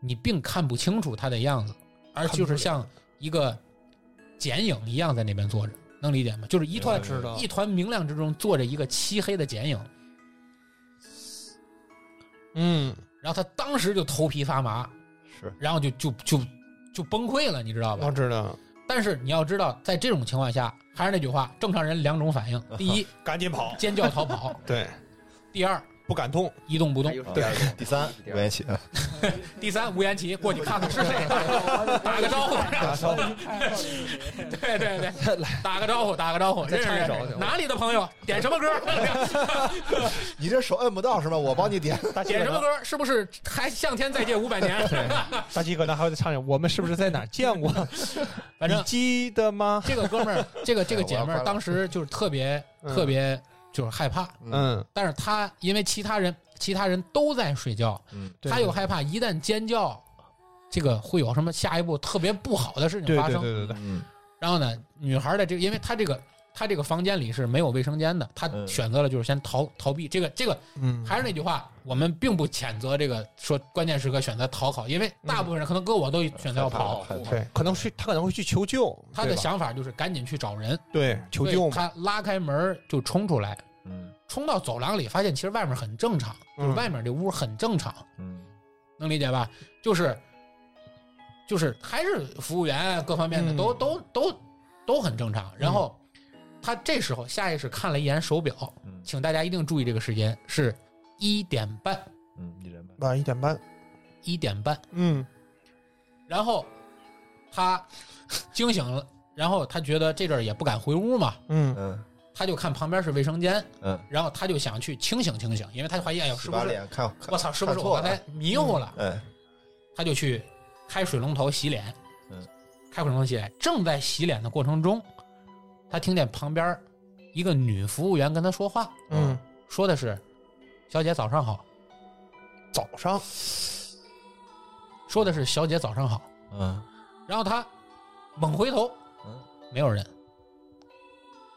Speaker 1: 你并看不清楚他的样子，而就是像一个剪影一样在那边坐着，能理解吗？就是一团
Speaker 2: 明白明白
Speaker 1: 一团明亮之中坐着一个漆黑的剪影，
Speaker 3: 嗯
Speaker 1: 然后他当时就头皮发麻，
Speaker 2: 是
Speaker 1: 然后就就就就崩溃了，你知道吧
Speaker 2: 嗯
Speaker 3: 我？知道，
Speaker 1: 但是你要知道，在这种情况下， 还是那句话，正常人两种反应：第一，
Speaker 3: 赶紧跑，
Speaker 1: 尖叫逃跑；
Speaker 3: 对，
Speaker 1: 第二，
Speaker 3: 不敢动，
Speaker 1: 一动不动
Speaker 5: 还。有什么
Speaker 2: 对
Speaker 5: 第二个
Speaker 2: 第三，
Speaker 5: 第
Speaker 2: 吴
Speaker 5: 二个
Speaker 2: 彦起，啊
Speaker 1: 第三，吴延奇过去看看是谁，打个招呼。
Speaker 3: 打招呼
Speaker 1: 对对对，打个招呼，打个招呼，认识
Speaker 3: 再
Speaker 1: 认
Speaker 3: 唱一首
Speaker 1: 识。哪里的朋友？点什么歌？
Speaker 2: 你这手摁不到是吗？我帮你点。
Speaker 3: 大鸡
Speaker 1: 点什
Speaker 3: 可
Speaker 1: 么
Speaker 3: 能
Speaker 1: 歌？是不是还向天再借五百 年？
Speaker 3: 大鸡可能还会唱一下，我们是不是在哪儿见过？
Speaker 1: 反正
Speaker 3: 你记得吗？
Speaker 1: 这个哥们儿， 这个这个
Speaker 2: 哎我
Speaker 1: 姐
Speaker 2: 要
Speaker 1: 们
Speaker 2: 关
Speaker 1: 儿，
Speaker 2: 了
Speaker 1: 当时就是特别
Speaker 3: 嗯
Speaker 1: 特别就是害怕，
Speaker 3: 嗯，
Speaker 1: 但是她因为其他人其他人都在睡觉，
Speaker 2: 嗯，
Speaker 3: 对
Speaker 1: 她又害怕，一旦尖叫，这个会有什么下一步特别不好的事情
Speaker 3: 对
Speaker 1: 发
Speaker 3: 对
Speaker 1: 生。
Speaker 3: 对对对，
Speaker 2: 嗯，
Speaker 1: 然后呢，女孩的这个，因为她这个她这个房间里是没有卫生间的，她
Speaker 2: 嗯
Speaker 1: 选择了就是先逃逃避。这个这个
Speaker 3: 嗯，
Speaker 1: 还是那句话，我们并不谴责这个说关键时刻选择逃跑，因为大部分人可能搁我都选择要跑。
Speaker 2: 害怕
Speaker 3: 对，可能是他可能会去求救，
Speaker 1: 她
Speaker 3: 嗯对
Speaker 1: 的
Speaker 3: 吧
Speaker 1: 想法就是赶紧去找人
Speaker 3: 对求
Speaker 1: 所以
Speaker 3: 救嘛，
Speaker 1: 她拉开门就冲出来，
Speaker 2: 嗯
Speaker 1: 冲到走廊里，发现其实外面很正常，就是
Speaker 3: 嗯
Speaker 1: 外面这屋很正常，
Speaker 2: 嗯
Speaker 1: 能理解吧？就是就是还是服务员啊各方面的
Speaker 3: 嗯
Speaker 1: 都、都都都很正常。
Speaker 2: 嗯
Speaker 1: 然后他这时候下意识看了一眼手表，
Speaker 2: 嗯
Speaker 1: 请大家一定注意这个时间是一点半，
Speaker 2: 嗯，一人吧。
Speaker 3: 晚上一点半，
Speaker 1: 一点半。
Speaker 3: 嗯，
Speaker 1: 然后他 惊醒了，然后他觉得这阵儿也不敢回屋嘛，
Speaker 3: 嗯，
Speaker 2: 嗯
Speaker 1: 他就看旁边是卫生间，
Speaker 2: 嗯，
Speaker 1: 然后他就想去清醒清醒，因为他怀疑哎呦
Speaker 2: 洗
Speaker 1: 是不
Speaker 2: 把
Speaker 1: 是
Speaker 2: 脸看，看
Speaker 1: 我操是不是
Speaker 2: 看
Speaker 1: 我
Speaker 2: 错
Speaker 1: 刚才
Speaker 2: 了？
Speaker 1: 迷糊了？
Speaker 2: 哎，
Speaker 1: 他就去开水龙头洗脸，
Speaker 2: 嗯，
Speaker 1: 开水龙头洗脸，正在洗脸的过程中，他听见旁边一个女服务员跟他说话，
Speaker 3: 嗯，
Speaker 1: 说的是“小姐早上好
Speaker 3: 早上，”，
Speaker 1: 说的是“小姐早上好
Speaker 2: 嗯”，
Speaker 1: 然后他猛回头，
Speaker 2: 嗯，
Speaker 1: 没有人，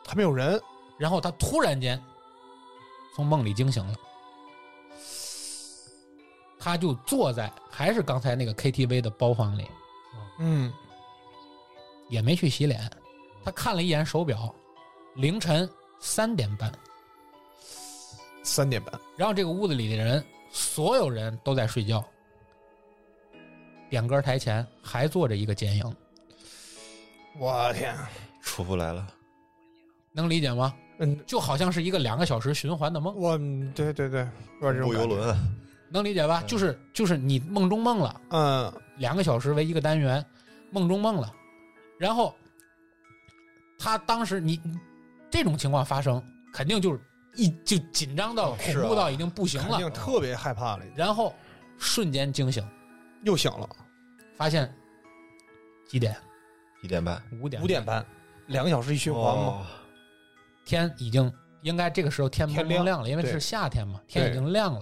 Speaker 3: 还没有人，
Speaker 1: 然后他突然间从梦里惊醒了。他就坐在还是刚才那个 KTV 的包房里，
Speaker 3: 嗯，
Speaker 1: 也没去洗脸。他看了一眼手表，凌晨三点半。
Speaker 3: 三点半，
Speaker 1: 然后这个屋子里的人，所有人都在睡觉。点歌台前还坐着一个剪影，
Speaker 3: 我天，
Speaker 2: 出不来了。
Speaker 1: 能理解吗？
Speaker 3: 嗯，
Speaker 1: 就好像是一个两个小时循环的梦，
Speaker 3: 我嗯对对对，有点这种
Speaker 2: 不游
Speaker 3: 感觉，
Speaker 2: 轮啊，
Speaker 1: 能理解吧？
Speaker 2: 嗯
Speaker 1: 就是就是你梦中梦了，
Speaker 3: 嗯
Speaker 1: 两个小时为一个单元，梦中梦了。然后他当时你你这种情况发生，肯定就是一就紧张到
Speaker 2: 哦
Speaker 1: 恐
Speaker 2: 是啊
Speaker 1: 怖到已经不行
Speaker 3: 肯
Speaker 1: 了，
Speaker 3: 定特别害怕了，
Speaker 1: 然后瞬间惊醒，
Speaker 3: 又醒了，
Speaker 1: 发现几点？
Speaker 2: 一点半
Speaker 1: 五点，
Speaker 3: 五点半，两个小时一循环嘛，
Speaker 2: 哦
Speaker 1: 天已经应该这个时候天蒙
Speaker 3: 天
Speaker 1: 蒙
Speaker 3: 亮
Speaker 1: 亮了，因为
Speaker 3: 对
Speaker 1: 是夏天嘛，天已
Speaker 3: 对
Speaker 1: 经亮了。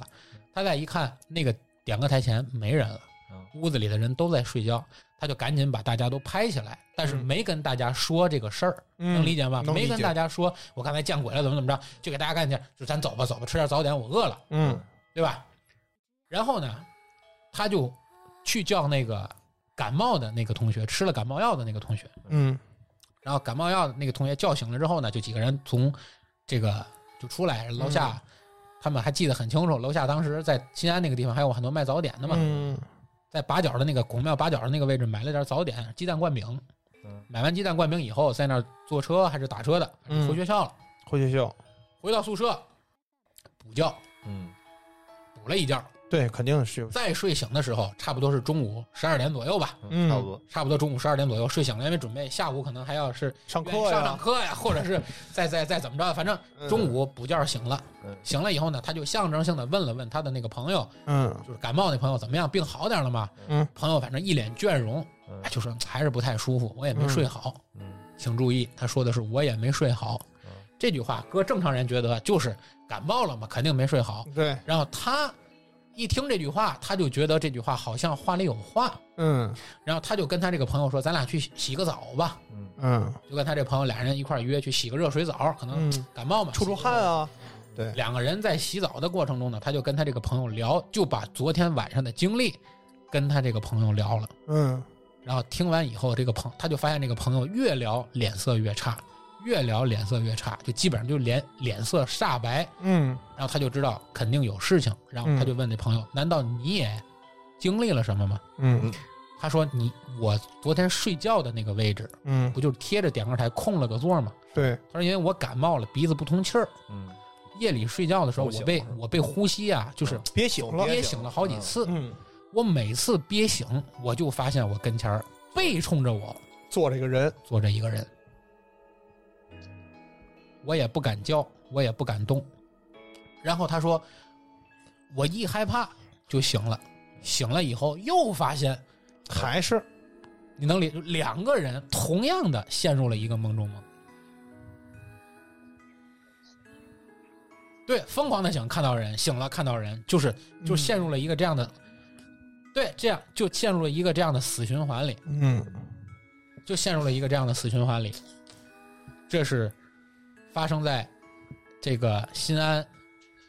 Speaker 1: 他再一看，那个点歌台前没人了
Speaker 2: 嗯，
Speaker 1: 屋子里的人都在睡觉，他就赶紧把大家都拍起来，但是
Speaker 3: 嗯
Speaker 1: 没跟大家说这个事儿，能
Speaker 3: 嗯
Speaker 1: 理解吧？
Speaker 3: 能理
Speaker 1: 没
Speaker 3: 解
Speaker 1: 跟大家说我刚才见鬼了，怎么怎么着，就给大家干点，就咱走吧走吧，吃点早点，我饿了，
Speaker 3: 嗯
Speaker 1: 对吧？然后呢，他就去叫那个感冒的那个同学，吃了感冒药的那个同学，
Speaker 3: 嗯
Speaker 1: 然后感冒药那个同学叫醒了之后呢，就几个人从这个就出来，楼下、
Speaker 3: 嗯
Speaker 1: 他们还记得很清楚，楼下当时在西安那个地方还有很多卖早点的嘛，
Speaker 3: 嗯
Speaker 1: 在八角的那个孔庙八角的那个位置买了点早点，鸡蛋灌饼。
Speaker 2: 嗯
Speaker 1: 买完鸡蛋灌饼以后，在那儿坐车还是打车的，
Speaker 3: 嗯
Speaker 1: 回学校了，
Speaker 3: 回学校，
Speaker 1: 回到宿舍补觉，
Speaker 2: 嗯，
Speaker 1: 补了一觉，
Speaker 3: 对，肯定是有，
Speaker 1: 再睡醒的时候，差不多是中午十二点左右吧。
Speaker 3: 嗯
Speaker 2: 差不多。
Speaker 1: 差不多中午十二点左右睡醒了，因为准备下午可能还要是
Speaker 3: 上课
Speaker 1: 上上
Speaker 3: 呀，嗯
Speaker 1: 课呀，或者是再再再怎么着，反正中午补觉醒了
Speaker 2: 嗯，
Speaker 1: 醒了以后呢，他就象征性的问了问他的那个朋友，
Speaker 3: 嗯
Speaker 1: 就是感冒那朋友怎么样，病好点了吗？
Speaker 3: 嗯，
Speaker 1: 朋友反正一脸倦容，
Speaker 2: 嗯
Speaker 1: 哎，就说还是不太舒服，我也没睡好，
Speaker 2: 嗯
Speaker 1: 请注意，他说的是我也没睡好
Speaker 2: 嗯。
Speaker 1: 这句话搁正常人觉得就是感冒了嘛，肯定没睡好。
Speaker 3: 对，
Speaker 1: 然后他一听这句话，他就觉得这句话好像话里有话，
Speaker 3: 嗯
Speaker 1: 然后他就跟他这个朋友说：“咱俩去洗个澡吧。
Speaker 2: 嗯”
Speaker 3: 嗯
Speaker 1: 就跟他这朋友俩人一块儿约去洗个热水澡，可能
Speaker 3: 嗯，
Speaker 1: 感冒嘛，
Speaker 3: 出出汗啊，
Speaker 1: 两个人在洗澡的过程中呢，他就跟他这个朋友聊，就把昨天晚上的经历跟他这个朋友聊了。
Speaker 3: 嗯
Speaker 1: 然后听完以后，这个朋他就发现这个朋友越聊脸色越差，越聊脸色越差，就基本上就脸脸色煞白。
Speaker 3: 嗯
Speaker 1: 然后他就知道肯定有事情，然后他就问那朋友：“难道你也经历了什么吗
Speaker 3: 嗯？”
Speaker 1: 他说：“你我昨天睡觉的那个位置，
Speaker 3: 嗯，
Speaker 1: 不就是贴着点歌台空了个座吗？”
Speaker 3: 对，
Speaker 1: 他说：“因为我感冒了，鼻子不通气儿，
Speaker 2: 嗯
Speaker 1: 夜里睡觉的时候，
Speaker 2: 呼
Speaker 1: 我
Speaker 2: 醒
Speaker 1: 被
Speaker 2: 是吧
Speaker 1: 我被呼吸啊，就是
Speaker 3: 憋醒
Speaker 2: 总
Speaker 3: 了，
Speaker 1: 憋醒了好几次。
Speaker 3: 嗯，
Speaker 1: 我每次憋醒，我就发现我跟前儿背冲着我
Speaker 3: 坐着一个人，
Speaker 1: 坐着一个人，我也不敢叫，我也不敢动。然后他说，我一害怕就醒了，醒了以后又发现
Speaker 3: 还是
Speaker 1: 你能理两个人同样的陷入了一个梦中梦。对，疯狂的醒，看到人，醒了看到人，就是就陷入了一个这样的，对，这样就陷入了一个这样的死循环里，
Speaker 3: 嗯，
Speaker 1: 就陷入了一个这样的死循环里。这是发生在这个新安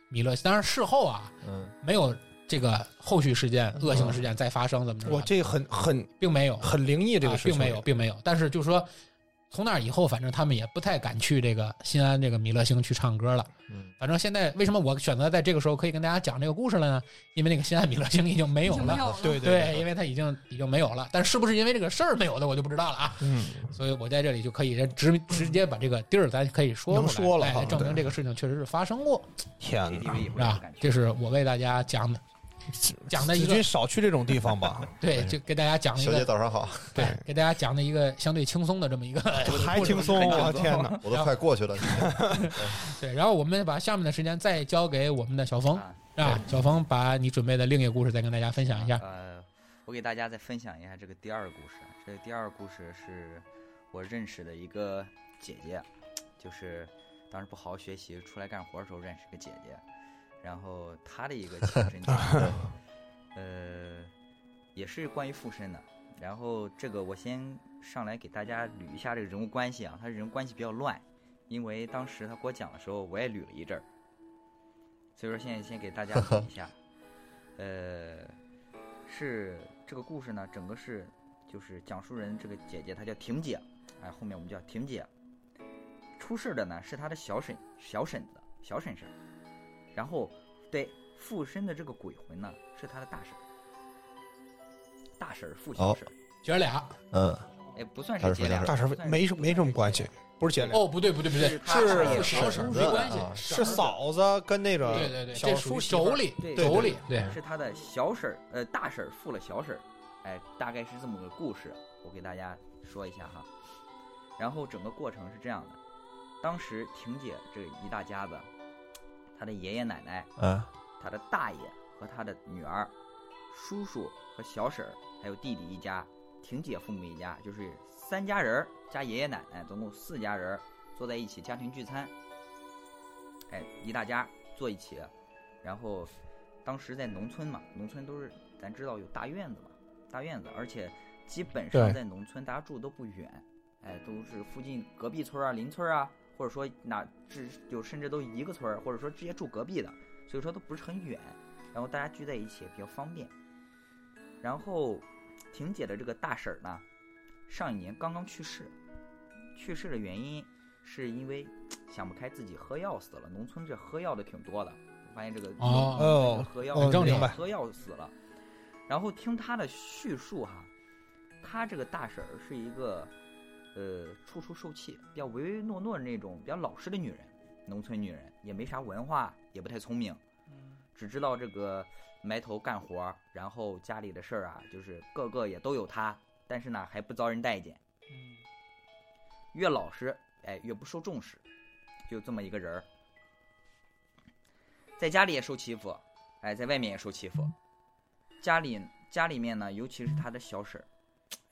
Speaker 1: 米勒，当然事后啊
Speaker 2: 嗯，
Speaker 1: 没有这个后续事件、恶性事件再发生，怎么着的？
Speaker 3: 嗯
Speaker 1: 啊
Speaker 3: 我这很很
Speaker 1: 并没有，
Speaker 3: 很灵异，这个
Speaker 1: 啊
Speaker 3: 事情
Speaker 1: 并没有，，并没有。但是就说从那以后，反正他们也不太敢去这个新安这个米勒星去唱歌了。
Speaker 2: 嗯
Speaker 1: 反正现在为什么我选择在这个时候可以跟大家讲这个故事了呢？因为那个新安米勒星已经没有
Speaker 4: 已经没
Speaker 1: 了。
Speaker 4: 有了。
Speaker 3: 对
Speaker 1: 对，因为它已经已经没有了，但是不是因为这个事儿没有的，我就不知道了啊。
Speaker 3: 嗯，
Speaker 1: 所以我在这里就可以直直接把这个地儿，咱可以说出来，
Speaker 3: 能说了嗯
Speaker 1: 哎
Speaker 3: 哈
Speaker 1: 证明
Speaker 3: 对
Speaker 1: 这个事情确实是发生过，
Speaker 3: 天哪
Speaker 5: KTV 也
Speaker 1: 是
Speaker 5: 会有
Speaker 1: 吧啊
Speaker 5: 感？觉。啊
Speaker 1: 这是我为大家讲的，讲的一
Speaker 3: 子
Speaker 1: 个
Speaker 3: 君少去这种地 方吧，
Speaker 1: 对，就给大家讲了一
Speaker 2: 小姐
Speaker 1: 个，
Speaker 2: 早 上好，
Speaker 1: 对，
Speaker 3: 哎
Speaker 1: 给大家讲的一个相对轻松的这 么一个故事，
Speaker 3: 还轻松，我天哪，
Speaker 2: 我都快过 去了。
Speaker 1: 对，然后我们把下面的时间再交给我们的小峰
Speaker 5: 啊
Speaker 1: 啊，小峰把你准备的另一个故事再跟大家分享一
Speaker 3: 啊
Speaker 1: 下。
Speaker 5: 呃，我给大家再分享一下这个第二个故事。啊这个第二个故事是我认识的一个姐姐，就是当时不好好学习，出来干活的时候认识个姐姐，然后她的一个亲身经历，呃，也是关于附身的。然后这个我先上来给大家捋一下这个人物关系啊，他人物关系比较乱，因为当时他给我讲的时候，我也捋了一阵儿，所以说现在先给大家捋一下，呃。是这个故事呢，整个是就是讲述人这个姐姐，她叫婷姐，哎，后面我们叫婷姐。出事的呢是她的小婶、小婶子、小婶婶，然后对附身的这个鬼魂呢是她的大婶，大婶儿附小
Speaker 2: 哦
Speaker 5: 婶儿，
Speaker 1: 姐儿俩？
Speaker 2: 嗯，
Speaker 5: 哎，不算
Speaker 2: 大
Speaker 5: 是
Speaker 2: 婶儿附小
Speaker 5: 姐俩，
Speaker 2: 婶儿
Speaker 3: 大婶
Speaker 5: 不算是
Speaker 3: 没
Speaker 5: 不
Speaker 3: 没什
Speaker 5: 算是
Speaker 3: 么
Speaker 5: 姐
Speaker 3: 关
Speaker 5: 姐
Speaker 3: 系，不是姐俩，
Speaker 1: 哦，不对，不对，不对，
Speaker 5: 她
Speaker 3: 是
Speaker 5: 大
Speaker 3: 是
Speaker 1: 小
Speaker 5: 婶
Speaker 1: 婶
Speaker 5: 儿
Speaker 1: 儿
Speaker 2: 子
Speaker 1: 没关系
Speaker 2: 啊，
Speaker 1: 婶
Speaker 3: 是
Speaker 1: 儿，
Speaker 3: 嫂子跟那个
Speaker 1: 对对对，
Speaker 3: 小
Speaker 1: 这
Speaker 3: 叔
Speaker 1: 属于
Speaker 3: 媳妇
Speaker 1: 妯
Speaker 3: 儿
Speaker 1: 娌，
Speaker 5: 对
Speaker 1: 妯娌，对，
Speaker 5: 是他的小婶儿，呃，大婶儿负了小婶儿，哎，大概是这么个故事，我给大家说一下哈。然后整个过程是这样的，当时婷姐这一大家子，她的爷爷奶奶、
Speaker 2: 嗯，
Speaker 5: 她的大爷和她的女儿、叔叔和小婶儿，还有弟弟一家，婷姐父母一家，就是三家人儿加爷爷奶奶，总共四家人儿坐在一起家庭聚餐。哎，一大家坐一起，然后当时在农村嘛，农村都是咱知道有大院子嘛，大院子，而且基本
Speaker 3: 对
Speaker 5: 上在农村大家住的都不远，哎，都是附近隔壁村儿啊、邻村儿啊，或者说哪至有甚至都一个村儿，或者说直接住隔壁的，所以说都不是很远，然后大家聚在一起也比较方便。然后婷姐的这个大婶儿呢，上一年刚刚去世，去世的原因是因为想不开自己喝药死了。农村这喝药的挺多的，我发现这个
Speaker 1: 哦
Speaker 5: 农村这喝药
Speaker 3: 哦
Speaker 1: 很正常
Speaker 5: 喝药死了。然后听他的叙述哈，他这个大婶儿是一个呃处处受气、比较唯唯诺诺的那种比较老实的女人，农村女人也没啥文化，也不太聪明，
Speaker 6: 嗯
Speaker 5: 只知道这个埋头干活儿，然后家里的事儿啊，就是个个也都有她，但是呢还不遭人待见。
Speaker 6: 嗯
Speaker 5: 越老实，哎，越不受重视，就这么一个人儿，在家里也受欺负，哎，在外面也受欺负，家里家里面呢，尤其是他的小婶儿，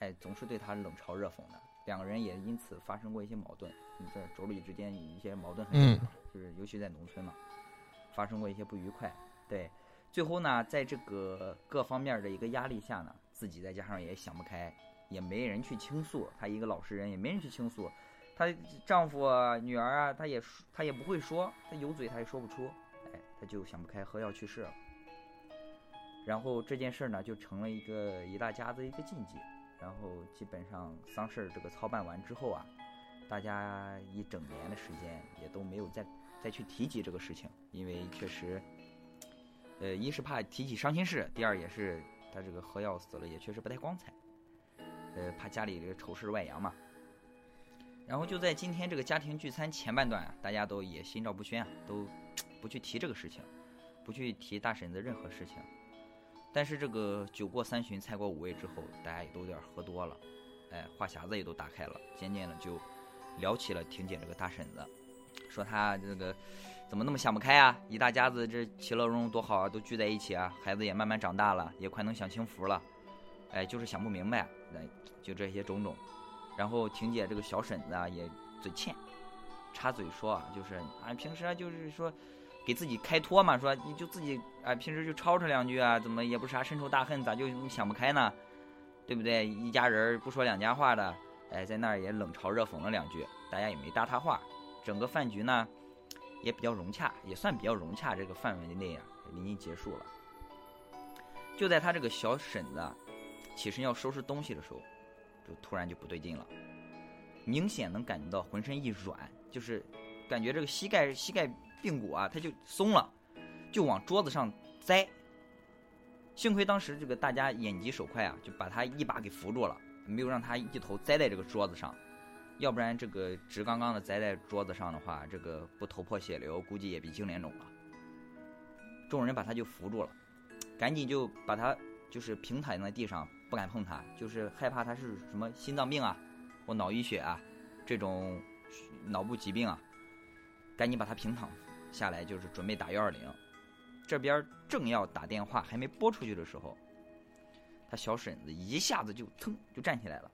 Speaker 5: 哎，总是对他冷嘲热讽的，两个人也因此发生过一些矛盾，你在妯娌之间一些矛盾很
Speaker 3: 嗯
Speaker 5: 正常，就是尤其在农村嘛，发生过一些不愉快，对。最后呢，在这个各方面的一个压力下呢，自己再加上也想不开，也没人去倾诉，她一个老实人也没人去倾诉，她丈夫啊、女儿啊，她也说她也不会说，她有嘴她也说不出，哎，她就想不开，喝药去世了。然后这件事儿呢，就成了一个一大家子一个禁忌。然后基本上丧事儿这个操办完之后啊，大家一整年的时间也都没有再再去提及这个事情，因为确实，呃，一是怕提起伤心事，第二也是他这个喝药死了，也确实不太光彩，呃，怕家里这个丑事外扬嘛。然后就在今天这个家庭聚餐前半段啊，大家都也心照不宣啊，都不去提这个事情，不去提大婶子任何事情。但是这个酒过三巡，菜过五味之后，大家也都有点喝多了，哎，话匣子也都打开了，渐渐的就聊起了婷姐这个大婶子，说她这个怎么那么想不开啊？一大家子这其乐融融多好啊，都聚在一起啊，孩子也慢慢长大了，也快能享清福了，哎，就是想不明白，哎，就这些种种。然后婷姐这个小婶子啊，也嘴欠，插嘴说啊，就是啊，平时啊，就是说给自己开脱嘛，说你就自己啊，平时就吵吵两句啊，怎么也不是啥深仇大恨，咋就想不开呢？对不对？一家人儿不说两家话的，哎，在那儿也冷嘲热讽了两句，大家也没搭他话。整个饭局呢，也比较融洽，也算比较融洽这个范围内啊，临近结束了。就在他这个小婶子啊起身要收拾东西的时候，就突然就不对劲了，明显能感觉到浑身一软，就是感觉这个膝盖膝盖髌骨啊，它就松了，就往桌子上栽。幸亏当时这个大家眼疾手快啊，就把他一把给扶住了，没有让他一头栽在这个桌子上，要不然这个直杠杠的栽在桌子上的话，这个不头破血流，估计也鼻青脸肿了。众人把他就扶住了，赶紧就把他就是平躺在地上，不敢碰他，就是害怕他是什么心脏病啊，或脑淤血啊，这种脑部疾病啊，赶紧把他平躺下来，就是准备打幺二零。这边正要打电话，还没拨出去的时候，他小婶子一下子就噌就站起来了，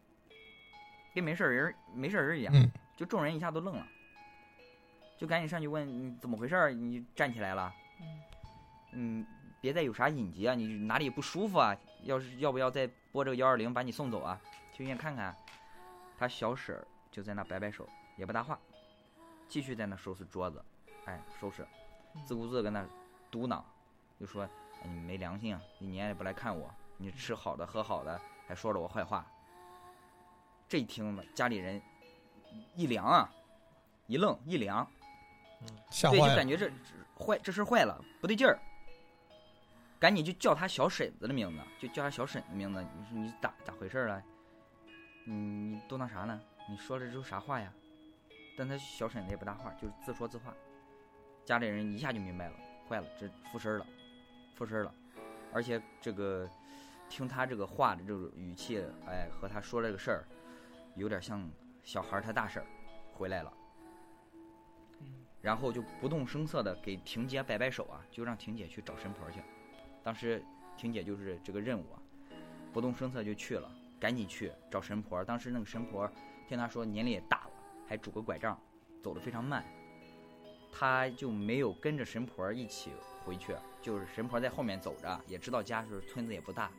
Speaker 5: 跟没事人没事人一样，
Speaker 3: 嗯
Speaker 5: 就众人一下都愣了，就赶紧上去问你怎么回事儿，你站起来了，嗯，别再有啥隐疾啊，你哪里不舒服啊？要是要不要再拨这个幺二零把你送走啊？去医院看看啊。他小婶儿就在那摆摆手，也不搭话，继续在那收拾桌子，哎，收拾，自顾自地跟那嘟囔，就说、哎你没良心啊，一年也不来看我，你吃好的喝好的，还说着我坏话。这一听呢，家里人一凉啊，一愣一凉，
Speaker 3: 吓
Speaker 5: 对，就
Speaker 3: 坏了
Speaker 5: 感。觉这这坏这事儿坏了，不对劲儿，赶紧就叫他小婶子的名字，就叫他小婶子名字。你说你咋咋回事儿了？你你都那啥呢？你说了之后啥话呀？但他小婶子也不搭话，就是自说自话。家里人一下就明白了，坏了，这附身儿了，附身儿了。而且这个听他这个话的这种语气，哎，和他说这个事儿，有点像小孩儿他大婶儿回来了。然后就不动声色的给婷姐摆摆手啊，就让婷姐去找神婆去。当时婷姐就是这个任务啊，不动声色就去了，赶紧去找神婆。当时那个神婆听她说年龄也大了，还拄个拐杖，走得非常慢，她就没有跟着神婆一起回去，就是神婆在后面走着，也知道家是村子也不大，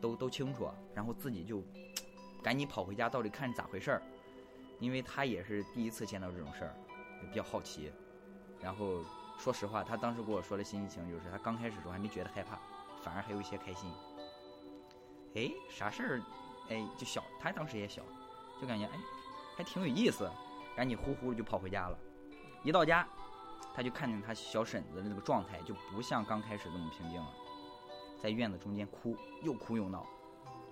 Speaker 5: 都都清楚，啊然后自己就赶紧跑回家，到底看咋回事儿，因为她也是第一次见到这种事儿。也比较好奇。然后说实话，他当时跟我说的心情就是，他刚开始的时候还没觉得害怕，反而还有一些开心。哎，啥事儿？哎，就小，他当时也小，就感觉哎，还挺有意思。赶紧呼呼的就跑回家了。一到家，他就看见他小婶子的那个状态就不像刚开始那么平静了，在院子中间哭，又哭又闹，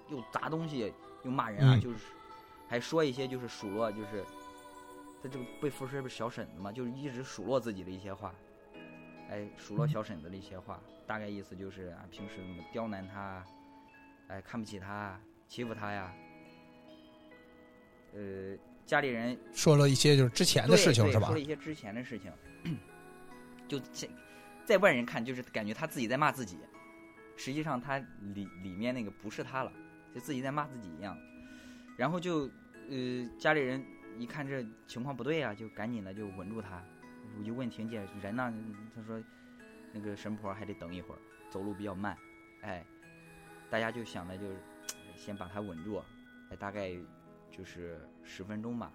Speaker 5: 又砸东西，又骂人啊，
Speaker 3: 嗯
Speaker 5: 就是还说一些就是数落，就是他这个被附身不是小婶子嘛，就是一直数落自己的一些话，哎，数落小婶子的一些话，大概意思就是啊，平时怎么刁难她，哎，看不起她，欺负她呀，呃，家里人
Speaker 3: 说了一些就是之前的
Speaker 5: 对
Speaker 3: 事情
Speaker 5: 对
Speaker 3: 是吧
Speaker 5: 说了？一些之前的事情， 就在在外人看就是感觉他自己在骂自己，实际上他里里面那个不是他了，就自己在骂自己一样。然后就呃家里人一看这情况不对啊，就赶紧的就稳住他。我就问婷姐人呢，她说那个神婆还得等一会儿，走路比较慢，哎，大家就想着就是先把他稳住，哎，大概就是十分钟吧。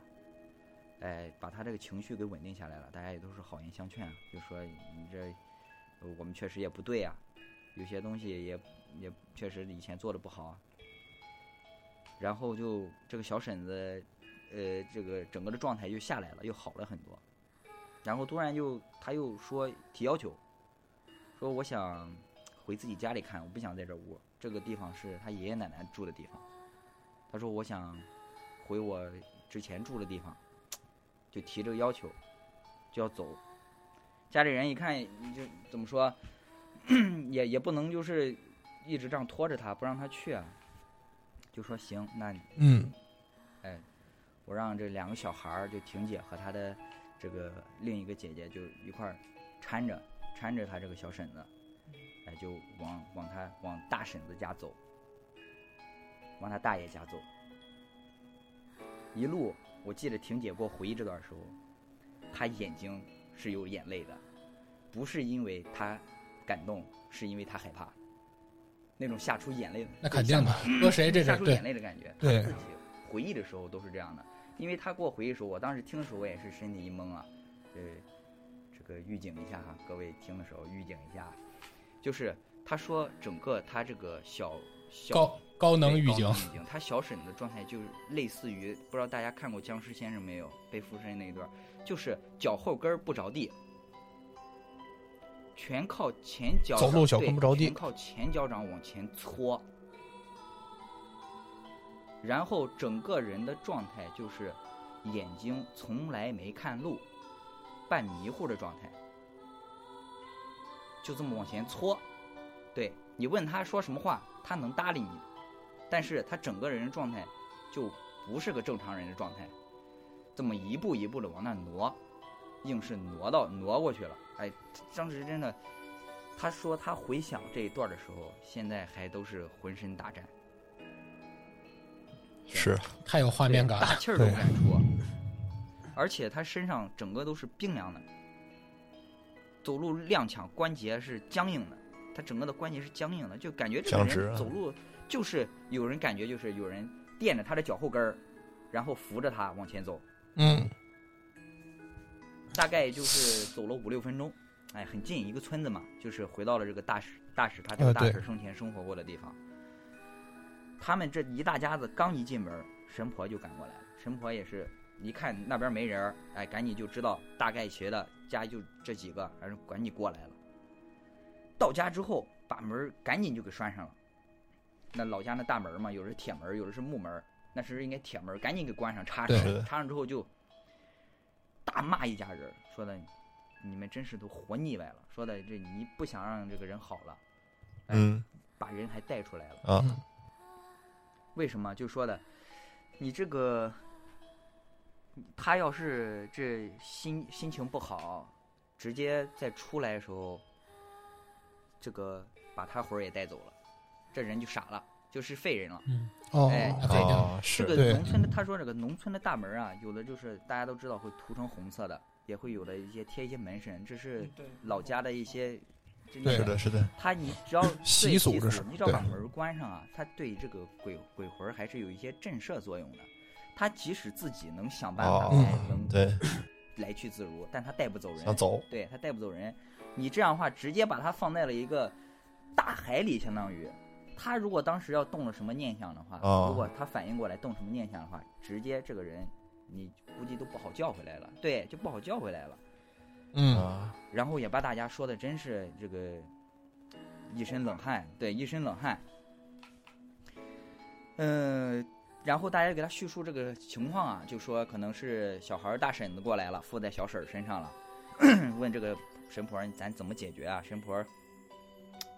Speaker 5: 哎，把他这个情绪给稳定下来了，大家也都是好言相劝，啊就说你这，呃我们确实也不对啊，有些东西也也确实以前做的不好、啊。然后就这个小婶子，呃，这个整个的状态就下来了，又好了很多。然后突然又他又说提要求，说我想回自己家里看，我不想在这儿窝，这个地方是他爷爷奶奶住的地方。他说我想回我之前住的地方。就提这个要求，就要走。家里人一看，你就怎么说，也也不能就是一直这样拖着他不让他去啊，就说行，那
Speaker 3: 嗯
Speaker 5: 我让这两个小孩儿，就婷姐和她的这个另一个姐姐，就一块儿搀着搀着她这个小婶子，哎，就往往她往大婶子家走，往她大爷家走。一路，我记得婷姐给我回忆这段时候，她眼睛是有眼泪的，不是因为她感动，是因为她害怕，那种吓出眼泪，
Speaker 1: 那肯定
Speaker 5: 吓
Speaker 1: 的，搁谁这
Speaker 5: 吓
Speaker 1: 是
Speaker 5: 出
Speaker 1: 对
Speaker 5: 眼，泪的感觉。
Speaker 3: 对
Speaker 5: 他自己回忆的时候都是这样的，因为他给我回忆的时候，我当时听的时候我也是身体一懵啊，呃，这个预警一下哈，各位听的时候预警一下，就是他说整个他这个小小
Speaker 1: 高高能预
Speaker 5: 对
Speaker 1: 警
Speaker 5: 高，能预警，他小婶的状态就是类似于不知道大家看过《僵尸先生》没有，被附身那一段，就是脚后跟儿不着地。全靠前脚
Speaker 3: 走路脚
Speaker 5: 掌对
Speaker 3: 跟不着地
Speaker 5: 全靠前脚掌往前搓，然后整个人的状态就是眼睛从来没看路，半迷糊的状态，就这么往前搓。对你问他说什么话，他能搭理你，但是他整个人的状态就不是个正常人的状态，这么一步一步的往那挪，硬是挪到挪过去了。哎，当时真的，他说他回想这一段的时候，现在还都是浑身打颤，
Speaker 2: 是
Speaker 1: 太有画
Speaker 5: 对
Speaker 1: 面感
Speaker 5: 大
Speaker 1: 了。
Speaker 5: 气儿都不
Speaker 3: 对
Speaker 5: 敢出，啊而且他身上整个都是冰凉的，走路踉跄，关节是僵硬的，他整个的关节是僵硬的，就感觉这个
Speaker 2: 僵直
Speaker 5: 人
Speaker 2: 啊
Speaker 5: 走路就是有人感觉就是有人垫着他的脚后跟儿，然后扶着他往前走，
Speaker 3: 嗯，
Speaker 5: 大概就是走了五六分钟，哎，很近一个村子嘛，就是回到了这个大使大使他这
Speaker 3: 呃
Speaker 5: 个大
Speaker 3: 对
Speaker 5: 使生前生活过的地方。他们这一大家子刚一进门，神婆就赶过来了。神婆也是一看那边没人儿，哎，赶紧就知道大概学的家就这几个，然后赶紧过来了。到家之后，把门儿赶紧就给拴上了。那老家那大门儿嘛，有的是铁门儿，有的是木门儿，那时候应该铁门儿，赶紧给关上，插上
Speaker 3: 对。
Speaker 2: 是的
Speaker 5: 插上之后就大骂一家人，说的你们真是都活腻歪了，说的这你不想让这个人好了，哎
Speaker 2: 嗯
Speaker 5: 把人还带出来了，
Speaker 2: 啊，
Speaker 5: 为什么？就说的你这个他要是这心心情不好，直接再出来的时候，这个把他魂儿也带走了，这人就傻了，就是废人了。
Speaker 1: 嗯，
Speaker 3: 哦，
Speaker 5: 哎
Speaker 1: 啊对的，
Speaker 2: 哦
Speaker 5: 这
Speaker 2: 是
Speaker 5: 个
Speaker 3: 对
Speaker 5: 农村的，他说这个农村的大门啊，有的就是大家都知道会涂成红色的，也会有的一些贴一些门神，这是
Speaker 6: 对
Speaker 5: 老家的一些。这
Speaker 3: 对
Speaker 2: 是的，是的，
Speaker 5: 他你只要
Speaker 2: 嗯
Speaker 3: 习
Speaker 5: 对
Speaker 3: 俗这是
Speaker 5: 你只要把
Speaker 3: 对
Speaker 5: 门关上啊，他对这个鬼鬼魂儿还是有一些震慑作用的。他即使自己能想办法
Speaker 2: 哦
Speaker 5: 来能
Speaker 2: 对，
Speaker 5: 来去自如，但他带不走人
Speaker 2: 想，走，
Speaker 5: 对他带不走人。你这样的话，直接把他放在了一个大海里，相当于他如果当时要动了什么念想的话，
Speaker 2: 哦
Speaker 5: 如果他反应过来动什么念想的话，直接这个人你估计都不好叫回来了，对，就不好叫回来了。哦
Speaker 3: 嗯，
Speaker 2: 啊，
Speaker 5: 然后也把大家说的真是这个一身冷汗，对，一身冷汗。嗯、然后大家给他叙述这个情况啊，就说可能是小孩儿大婶子过来了，附在小婶儿身上了， 问这个神婆咱怎么解决啊？神婆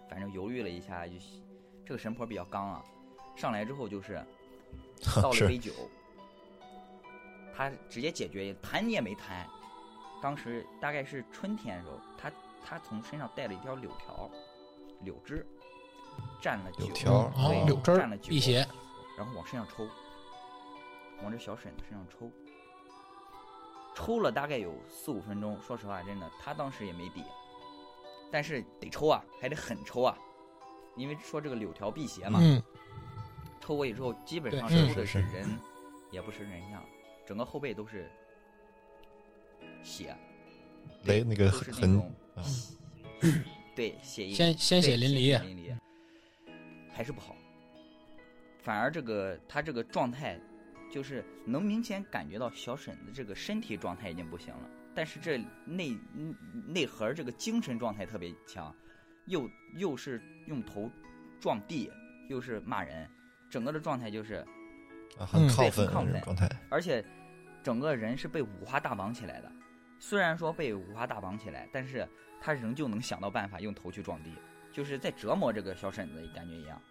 Speaker 5: 反正犹豫了一下，就这个神婆比较刚啊，上来之后就是 倒 了
Speaker 2: 是
Speaker 5: 杯酒，他直接解决，谈也没谈。当时大概是春天的时候，他他从身上带了一条柳条，柳枝，蘸了酒，
Speaker 2: 柳条
Speaker 3: 嗯
Speaker 1: 哦
Speaker 5: 对，
Speaker 3: 柳枝儿
Speaker 5: 蘸了酒，
Speaker 1: 辟邪，
Speaker 5: 然后往身上抽，往这小婶子身上抽，抽了大概有四五分钟。说实话，真的，他当时也没底，但是得抽啊，还得狠抽啊，因为说这个柳条辟邪嘛。
Speaker 3: 嗯，
Speaker 5: 抽过去之后，基本上
Speaker 1: 对嗯
Speaker 5: 抽的
Speaker 2: 是是是
Speaker 5: 人，也不是人像，整个后背都是血，
Speaker 2: 雷那个
Speaker 5: 都是那
Speaker 2: 痕
Speaker 5: 种
Speaker 2: 啊
Speaker 5: 对血印。
Speaker 1: 鲜鲜血
Speaker 5: 对
Speaker 1: 淋漓，
Speaker 5: 淋漓，还是不好。反而这个他这个状态，就是能明显感觉到小沈子这个身体状态已经不行了，但是这内嗯内核这个精神状态特别强，又又是用头撞地，又是骂人，整个的状态就是，
Speaker 2: 啊很
Speaker 3: 嗯
Speaker 2: 亢奋
Speaker 5: 对很亢
Speaker 2: 那种
Speaker 5: 奋
Speaker 2: 状态，
Speaker 5: 而且整个人是被五花大绑起来的，虽然说被五花大绑起来，但是他仍旧能想到办法用头去撞地，就是在折磨这个小婶子，感觉一样，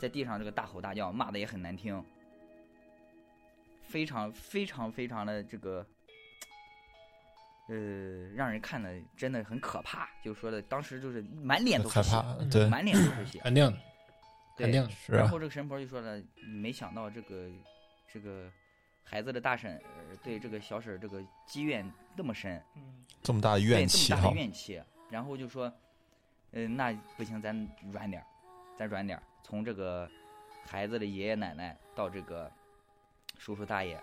Speaker 5: 在地上这个大吼大叫，骂的也很难听，非常非常非常的这个，呃，让人看的真的很可怕。就说的当时就是满脸都
Speaker 2: 害
Speaker 5: 是血，
Speaker 2: 怕，对，
Speaker 5: 满脸都是血，
Speaker 1: 肯定的，
Speaker 5: 对
Speaker 1: 哎肯定的，
Speaker 2: 是
Speaker 5: 嗯然
Speaker 2: 啊
Speaker 5: 后，这个神婆就说了，没想到这个这个孩子的大婶呃对这个小婶儿这个积怨那么深，
Speaker 6: 嗯，
Speaker 2: 这么大的
Speaker 5: 对
Speaker 2: 怨
Speaker 5: 这么
Speaker 2: 气
Speaker 5: 大
Speaker 2: 哈
Speaker 5: 的，怨气，然后就说，嗯、那不行，咱软点儿，咱软点儿，从这个孩子的爷爷奶奶到这个叔叔大爷，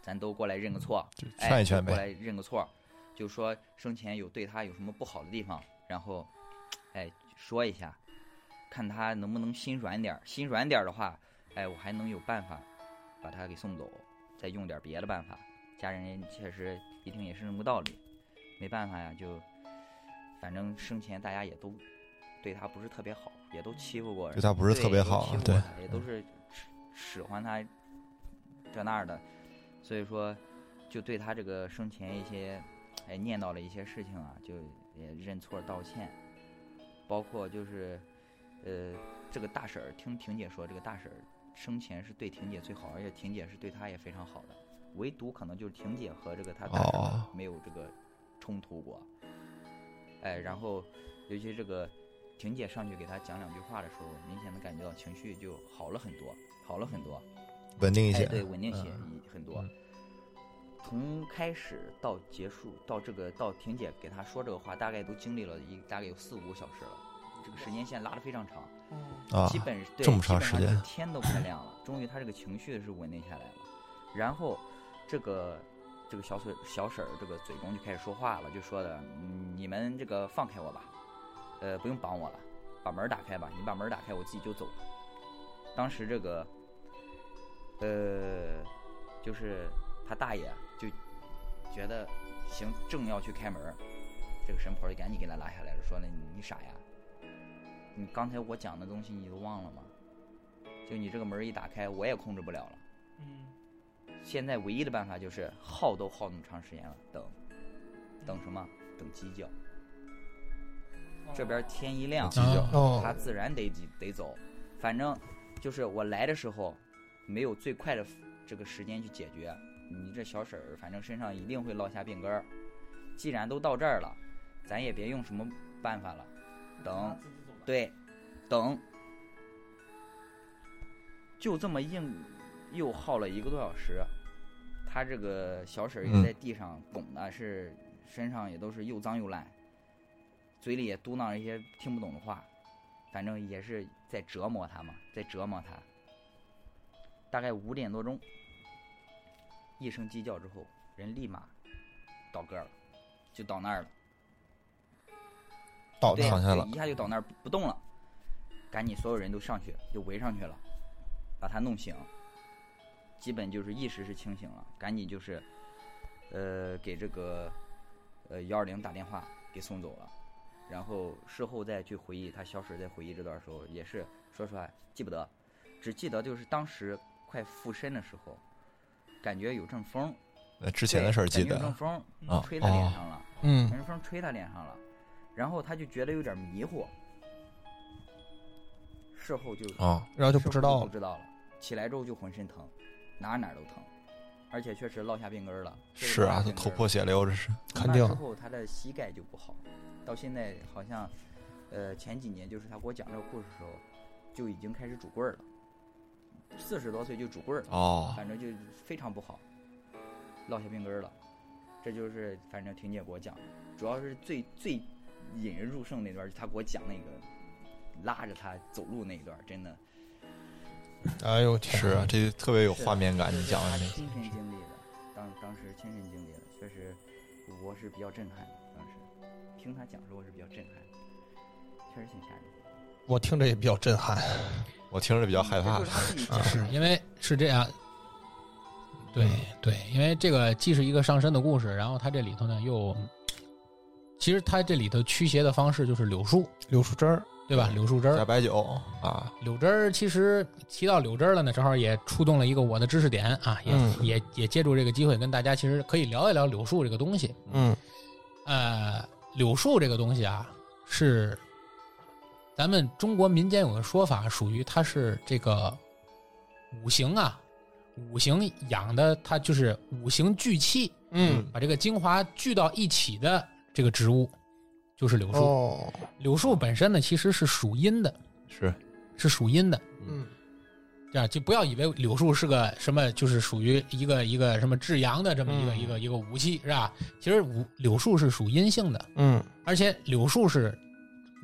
Speaker 5: 咱都过来认个错，
Speaker 2: 就
Speaker 5: 哎
Speaker 2: 劝一劝
Speaker 5: 过
Speaker 2: 呗。
Speaker 5: 来认个错儿，就说生前有对他有什么不好的地方，然后，哎，说一下，看他能不能心软点儿。心软点儿的话，哎，我还能有办法把他给送走，再用点儿别的办法。家人确实一听也是那么个道理，没办法呀，就反正生前大家也都对他不是特别好，也都欺负过人
Speaker 2: 对，他不是特别好啊
Speaker 5: 对，都，
Speaker 2: 对
Speaker 5: 欺负，过他也都是使使唤他这那儿的，所以说就对他这个生前一些哎念叨了一些事情啊，就也认错道歉，包括就是呃这个大婶儿听婷姐说，这个大婶儿生前是对婷姐最好，而且婷姐是对她也非常好的，唯独可能就是婷姐和这个她大婶儿
Speaker 2: 哦
Speaker 5: 没有这个冲突过，哎，然后尤其这个婷姐上去给他讲两句话的时候，明显能感觉到情绪就好了很多，好了很多，
Speaker 2: 稳定一
Speaker 5: 哎，
Speaker 2: 些，
Speaker 5: 对，稳定些
Speaker 2: 嗯
Speaker 5: 很多
Speaker 2: 嗯。
Speaker 5: 从开始到结束，到这个到婷姐给他说这个话，大概都经历了一大概有四五个小时了，这个时间线拉得非常长。
Speaker 6: 嗯
Speaker 2: 啊，
Speaker 5: 基本对，
Speaker 2: 这么长
Speaker 5: 基本上
Speaker 2: 时间
Speaker 5: 是天都快亮了，终于他这个情绪是稳定下来了。然后这个这个小婶小婶儿这个嘴中就开始说话了，就说的、嗯你们这个放开我吧，呃，不用绑我了，把门儿打开吧，你把门儿打开，我自己就走了。当时这个呃，就是他大爷啊就觉得行，正要去开门儿，这个神婆就赶紧给他拉下来了，说了你你傻呀，你刚才我讲的东西你都忘了吗？就你这个门儿一打开，我也控制不了了。
Speaker 6: 嗯，
Speaker 5: 现在唯一的办法就是耗都耗那么长时间了，等，等什么？等鸡叫。这
Speaker 6: 哦
Speaker 5: 边天一亮，
Speaker 2: 犄角
Speaker 1: 啊
Speaker 3: 哦
Speaker 5: 他自然得急得走。反正就是我来的时候，没有最快的这个时间去解决，你这小婶儿反正身上一定会落下病根儿。既然都到这儿了，咱也别用什么办法了，等
Speaker 6: 自己走吧，
Speaker 5: 对，等，就这么硬又耗了一个多小时，啊他这个小婶儿也
Speaker 2: 嗯
Speaker 5: 在地上拱的是，身上也都是又脏又烂，嘴里也嘟囔一些听不懂的话，反正也是在折磨他嘛，在折磨他。大概五点多钟，一声鸡叫之后，人立马倒个儿了，就倒那儿了。
Speaker 2: 倒
Speaker 5: 对，
Speaker 2: 哦躺下
Speaker 5: 就
Speaker 2: 了，
Speaker 5: 一下就倒那儿不不动了，赶紧所有人都上去，就围上去了，把他弄醒，基本就是意识是清醒了，赶紧就是，呃，给这个呃幺二零打电话给送走了，然后事后再去回忆，他小史在回忆这段时候也是说实话记不得，只记得就是当时快附身的时候，感觉有阵风，
Speaker 2: 呃之前的事儿记
Speaker 5: 对感觉有阵
Speaker 2: 得
Speaker 5: 风
Speaker 2: 啊
Speaker 5: 吹他脸上了。
Speaker 1: 嗯
Speaker 5: 人风吹他脸上了，然后他就觉得有点迷糊，事后就
Speaker 2: 啊，
Speaker 3: 然哦后就
Speaker 5: 事
Speaker 3: 不
Speaker 5: 后
Speaker 3: 知道
Speaker 5: 不
Speaker 3: 了。
Speaker 5: 知道了。起来之后就浑身疼，哪哪都疼，而且确实落下病根儿了。这个
Speaker 2: 是
Speaker 5: 落
Speaker 2: 啊，
Speaker 5: 下
Speaker 2: 他
Speaker 5: 病根
Speaker 2: 头
Speaker 5: 儿
Speaker 2: 破血流，这是
Speaker 5: 了
Speaker 3: 肯定
Speaker 5: 那之后他的膝盖就不好，到现在好像，呃，前几年就是他给我讲这个故事的时候，就已经开始拄棍儿了，四十多岁就拄棍儿了。
Speaker 2: 哦，
Speaker 5: 反正就非常不好，落下病根儿了。这就是反正婷姐给我讲的，主要是最最引人入胜那段儿，她给我讲那个拉着她走路那一段儿，真的
Speaker 3: 哎呦天，
Speaker 2: 是啊，这就特别有
Speaker 5: 是
Speaker 2: 画面感。
Speaker 5: 这
Speaker 2: 你
Speaker 5: 是
Speaker 2: 讲
Speaker 5: 她
Speaker 2: 完这
Speaker 5: 亲身经历的，当当时亲身经历的，确实我是比较震撼的。当时听她讲的时候，我是比较震撼的，确实挺吓人的。
Speaker 3: 我听着也比较震撼。
Speaker 2: 我听着比较害
Speaker 5: 这
Speaker 2: 怕啊
Speaker 5: 就是。嗯她自己讲 的
Speaker 1: 是因为是这样，对对，因为这个既是一个上身的故事，然后它这里
Speaker 5: 嗯
Speaker 1: 头呢又，其实它这里头驱邪的方式就是柳树，
Speaker 3: 柳树枝儿，
Speaker 1: 对吧？柳树枝
Speaker 2: 加
Speaker 1: 儿，
Speaker 2: 白酒啊，
Speaker 1: 柳枝儿其实提到柳枝儿了呢，正好也触动了一个我的知识点啊，也、
Speaker 3: 嗯
Speaker 1: 也也借助这个机会跟大家其实可以聊一聊柳树这个东西。
Speaker 3: 嗯
Speaker 1: 呃，柳树这个东西啊，是咱们中国民间有个说法，属于它是这个五行啊，五行养的，它就是五行聚气，
Speaker 3: 嗯，
Speaker 1: 把这个精华聚到一起的这个植物，就是柳树。
Speaker 3: 哦，
Speaker 1: 柳树本身呢，其实是属阴的，
Speaker 2: 是
Speaker 1: 是属阴的。
Speaker 3: 嗯
Speaker 1: 这样啊就不要以为柳树是个什么，就是属于一个一个什么至阳的这么一个、
Speaker 3: 嗯
Speaker 1: 一个一个武器，是吧？其实五柳树是属阴性的，
Speaker 3: 嗯
Speaker 1: 而且柳树是，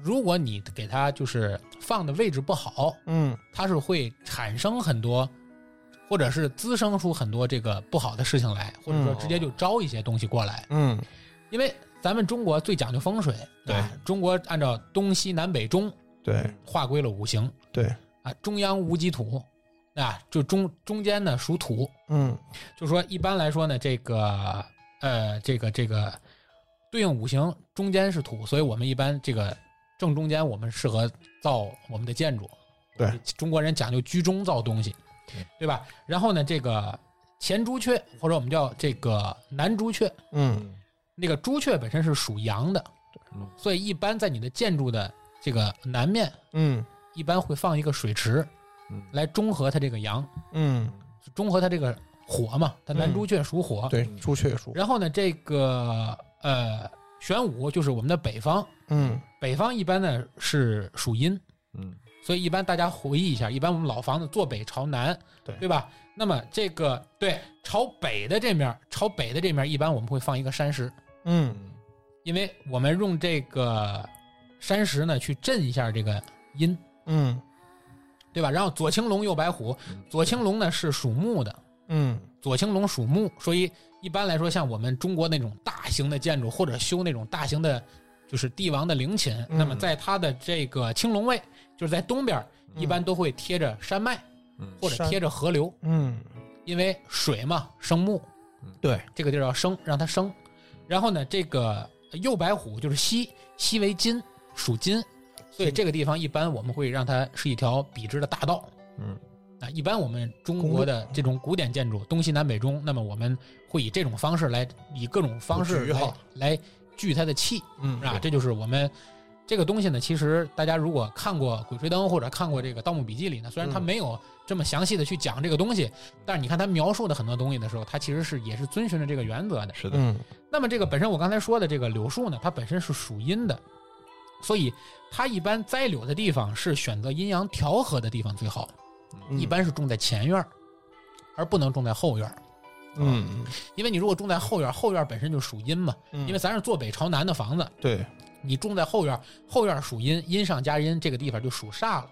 Speaker 1: 如果你给它就是放的位置不好，
Speaker 3: 嗯
Speaker 1: 它是会产生很多，或者是滋生出很多这个不好的事情来，或者说
Speaker 3: 嗯
Speaker 1: 直接就招一些东西过来。
Speaker 3: 嗯
Speaker 1: 因为咱们中国最讲究风水，吧中国按照东西南北中
Speaker 3: 对
Speaker 1: 划归了五行
Speaker 3: 对，
Speaker 1: 啊，中央无己土啊，就中中间呢属土，
Speaker 3: 嗯
Speaker 1: 就说一般来说呢，这个呃，这个这个对应五行中间是土，所以我们一般这个正中间我们适合造我们的建筑。
Speaker 3: 对，
Speaker 1: 中国人讲究居中造东西，对吧？然后呢，这个前朱雀或者我们叫这个南朱雀，
Speaker 3: 嗯
Speaker 1: 那个朱雀本身是属阳的
Speaker 2: 嗯，
Speaker 1: 所以一般在你的建筑的这个南面
Speaker 3: 嗯
Speaker 1: 一般会放一个水池
Speaker 2: 嗯
Speaker 1: 来中和它这个阳，
Speaker 3: 嗯，
Speaker 1: 中和它这个火嘛。它南朱雀属火，
Speaker 3: 对，朱雀树，
Speaker 1: 然后呢，这个呃，玄武就是我们的北方，
Speaker 3: 嗯
Speaker 1: 北方一般呢是属阴，
Speaker 2: 嗯
Speaker 1: 所以一般大家回忆一下，一般我们老房子坐北朝南，
Speaker 3: 对
Speaker 1: 对吧？那么这个对朝北的这面儿，朝北的这面儿，一般我们会放一个山石，
Speaker 3: 嗯
Speaker 2: 嗯
Speaker 1: 因为我们用这个山石呢去镇一下这个阴，
Speaker 3: 嗯
Speaker 1: 对吧？然后左青龙右白虎
Speaker 2: 嗯，
Speaker 1: 左青龙呢是属木的，
Speaker 3: 嗯
Speaker 1: 左青龙属木，所以一般来说，像我们中国那种大型的建筑或者修那种大型的，就是帝王的陵寝，
Speaker 3: 嗯
Speaker 1: 那么在它的这个青龙位，就是在东边，
Speaker 2: 嗯
Speaker 1: 一般都会贴着山脉
Speaker 2: 嗯
Speaker 1: 或者贴着河流，
Speaker 3: 嗯
Speaker 1: 因为水嘛生木，
Speaker 3: 对，
Speaker 1: 这个地儿要生，让它生。然后呢，这个呃右白虎就是西，西为金，属金，所以这个地方一般我们会让它是一条笔直的大道。
Speaker 2: 嗯
Speaker 1: 啊，一般我们中国的这种古典建筑，东西南北中，那么我们会以这种方式来，以各种方式
Speaker 3: 布局
Speaker 1: 来
Speaker 3: 好
Speaker 1: 来聚它的气，
Speaker 3: 嗯
Speaker 1: 是吧？啊这就是我们这个东西呢。其实大家如果看过《鬼吹灯》或者看过这个《盗墓笔记》里呢，虽然它
Speaker 3: 嗯
Speaker 1: 没有这么详细的去讲这个东西，但是你看它描述的很多东西的时候，它其实是也是遵循着这个原则的。
Speaker 2: 是的，
Speaker 3: 嗯
Speaker 1: 那么这个本身我刚才说的这个柳树呢，它本身是属阴的，所以它一般栽柳的地方是选择阴阳调和的地方最好。
Speaker 3: 嗯
Speaker 1: 一般是种在前院儿，而不能种在后院儿，
Speaker 3: 嗯，
Speaker 1: 因为你如果种在后院儿，后院儿本身就属阴嘛，因为咱是坐北朝南的房子，
Speaker 3: 对
Speaker 1: 你种在后院儿，后院儿属阴，阴上加阴，这个地方就属煞了。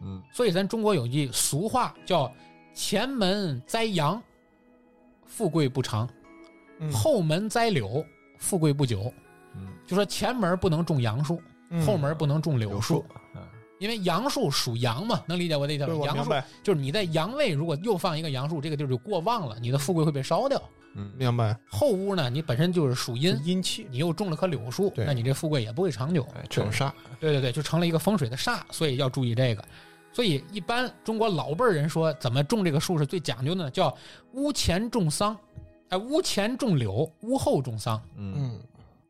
Speaker 2: 嗯
Speaker 1: 所以咱中国有句俗话叫“前门栽杨，富贵不长；
Speaker 3: 嗯
Speaker 1: 后门栽柳，富贵不久
Speaker 2: 嗯”。
Speaker 1: 就说前门不能种杨树，
Speaker 3: 嗯
Speaker 1: 后门不能种柳树，
Speaker 2: 啊
Speaker 1: 因为杨树属阳嘛，能理解我的意思
Speaker 3: 对
Speaker 1: 吗？
Speaker 3: 我
Speaker 1: 杨
Speaker 3: 明
Speaker 1: 树
Speaker 3: 白
Speaker 1: 就是你在阳位如果又放一个杨树，这个地儿就过旺了，你的富贵会被烧掉。
Speaker 2: 嗯
Speaker 3: 明白
Speaker 1: 后屋呢，你本身就是属阴，
Speaker 3: 阴气，
Speaker 1: 你又种了棵柳树，
Speaker 3: 对
Speaker 1: 那你这富贵也不会长久。
Speaker 2: 哎，整煞
Speaker 1: 对对对，就成了一个风水的煞，所以要注意这个。所以一般中国老辈儿人说怎么种这个树是最讲究的呢？叫屋前种桑，哎，屋前种柳，屋后种桑，
Speaker 2: 嗯
Speaker 3: 嗯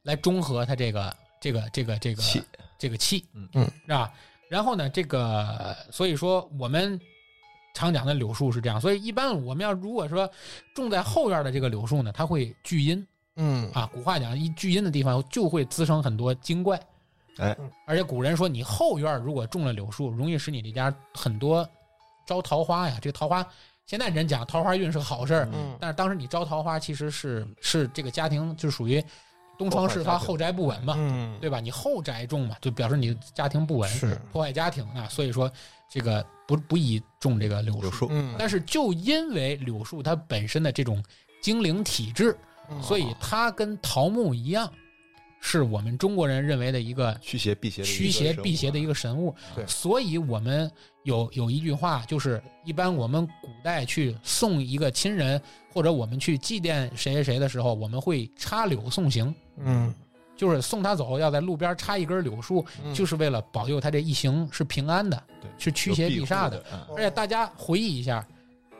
Speaker 1: 来中和它这个这个这个这个
Speaker 2: 气
Speaker 1: 这个气，
Speaker 2: 嗯
Speaker 3: 嗯
Speaker 1: 是吧？然后呢，这个所以说我们常讲的柳树是这样，所以一般我们要如果说种在后院的这个柳树呢，它会聚阴
Speaker 3: 嗯
Speaker 1: 啊。古话讲，一聚阴的地方就会滋生很多精怪。嗯
Speaker 2: 哎，
Speaker 1: 而且古人说，你后院如果种了柳树，容易使你这家很多招桃花呀。这个桃花，现在人讲桃花运是个好事儿，
Speaker 3: 嗯
Speaker 1: 但是当时你招桃花其实是是这个家庭就属于东窗事发
Speaker 2: 后
Speaker 1: 后宅不稳嘛。
Speaker 3: 嗯
Speaker 1: 对吧？你后宅重嘛，就表示你家庭不稳，
Speaker 3: 是
Speaker 1: 破坏家庭啊。所以说，这个不不宜种这个柳
Speaker 2: 柳
Speaker 1: 树。
Speaker 2: 树，
Speaker 3: 嗯，
Speaker 1: 但是就因为柳树它本身的这种精灵体质，
Speaker 2: 哦
Speaker 3: 嗯
Speaker 1: 所以它跟桃木一样，是我们中国人认为的一个
Speaker 2: 驱邪避邪的一
Speaker 1: 驱
Speaker 2: 个
Speaker 1: 邪
Speaker 2: 生物啊
Speaker 1: 避邪的一个神物。
Speaker 3: 对
Speaker 1: 所以我们有有一句话，就是一般我们古代去送一个亲人，或者我们去祭奠谁谁谁的时候，我们会插柳送行。
Speaker 3: 嗯
Speaker 1: 就是送他走要在路边插一根柳树，就是为了保佑他这一行是平安的，
Speaker 2: 嗯对
Speaker 1: 是驱邪避煞的。嗯
Speaker 2: 的，啊
Speaker 1: 而且大家回忆一下，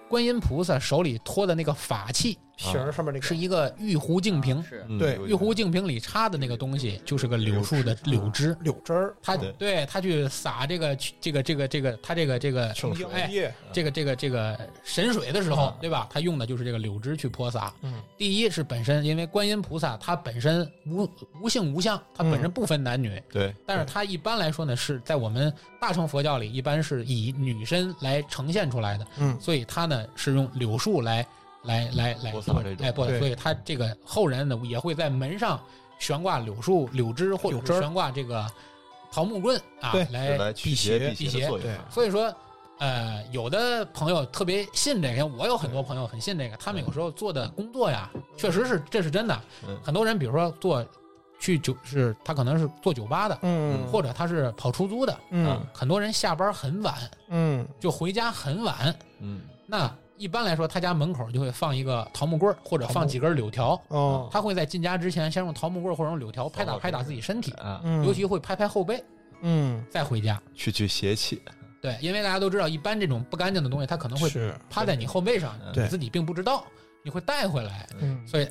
Speaker 1: 观音菩萨手里托的那个法器
Speaker 3: 瓶儿上面那个
Speaker 1: 是一个玉壶净瓶，
Speaker 5: 啊是
Speaker 2: 嗯
Speaker 3: 对
Speaker 1: 玉壶净瓶里插的那个东西就是个柳树的柳枝。
Speaker 3: 柳枝儿，
Speaker 1: 他
Speaker 2: 啊对
Speaker 1: 对他去撒这个这个这个这个他这个这个
Speaker 2: 圣水
Speaker 1: 哎
Speaker 3: 叶，
Speaker 1: 这个这个这个神水的时候
Speaker 2: 嗯，
Speaker 1: 对吧？他用的就是这个柳枝去泼洒。
Speaker 3: 嗯，
Speaker 1: 第一是本身，因为观音菩萨他本身无无性无相，他本身不分男女，
Speaker 2: 嗯对，
Speaker 1: 但是他一般来说呢是在我们大乘佛教里一般是以女身来呈现出来的，
Speaker 3: 嗯，
Speaker 1: 所以他呢是用柳树来来来来
Speaker 2: 播撒这种
Speaker 1: 哎播撒
Speaker 3: 对
Speaker 1: 所以他这个后人呢也会在门上悬挂柳树、柳枝或者
Speaker 3: 柳枝
Speaker 1: 是
Speaker 3: 儿
Speaker 1: 悬挂这个桃木棍啊
Speaker 3: 对，
Speaker 2: 是来
Speaker 1: 来
Speaker 2: 驱哎邪
Speaker 3: 辟
Speaker 1: 邪
Speaker 2: 邪的作用
Speaker 3: 对
Speaker 2: 啊。
Speaker 1: 所以说，呃，有的朋友特别信这个，我有很多朋友很信这个，他们有时候做的工作呀，确实是这是真的。
Speaker 2: 嗯
Speaker 1: 很多人比如说做去酒是，他可能是做酒吧的，
Speaker 3: 嗯，
Speaker 1: 或者他是跑出租的，
Speaker 3: 嗯
Speaker 2: 啊
Speaker 1: 很多人下班很晚，
Speaker 3: 嗯
Speaker 1: 就回家很晚。
Speaker 2: 嗯，
Speaker 1: 那一般来说，他家门口就会放一个桃木棍儿，或者放几根柳条。
Speaker 3: 哦，
Speaker 1: 他会在进家之前，先用桃木棍儿或者用柳条拍打拍打自己身体，
Speaker 2: 啊，
Speaker 3: 嗯，
Speaker 1: 尤其会拍拍后背，
Speaker 3: 嗯
Speaker 1: 再回家。
Speaker 2: 去去邪气，
Speaker 1: 对，因为大家都知道，一般这种不干净的东西，它可能会
Speaker 3: 是
Speaker 1: 趴在你后背上，
Speaker 2: 嗯
Speaker 3: 对
Speaker 1: 你自己并不知道，你会带回来，
Speaker 3: 嗯，
Speaker 1: 所以，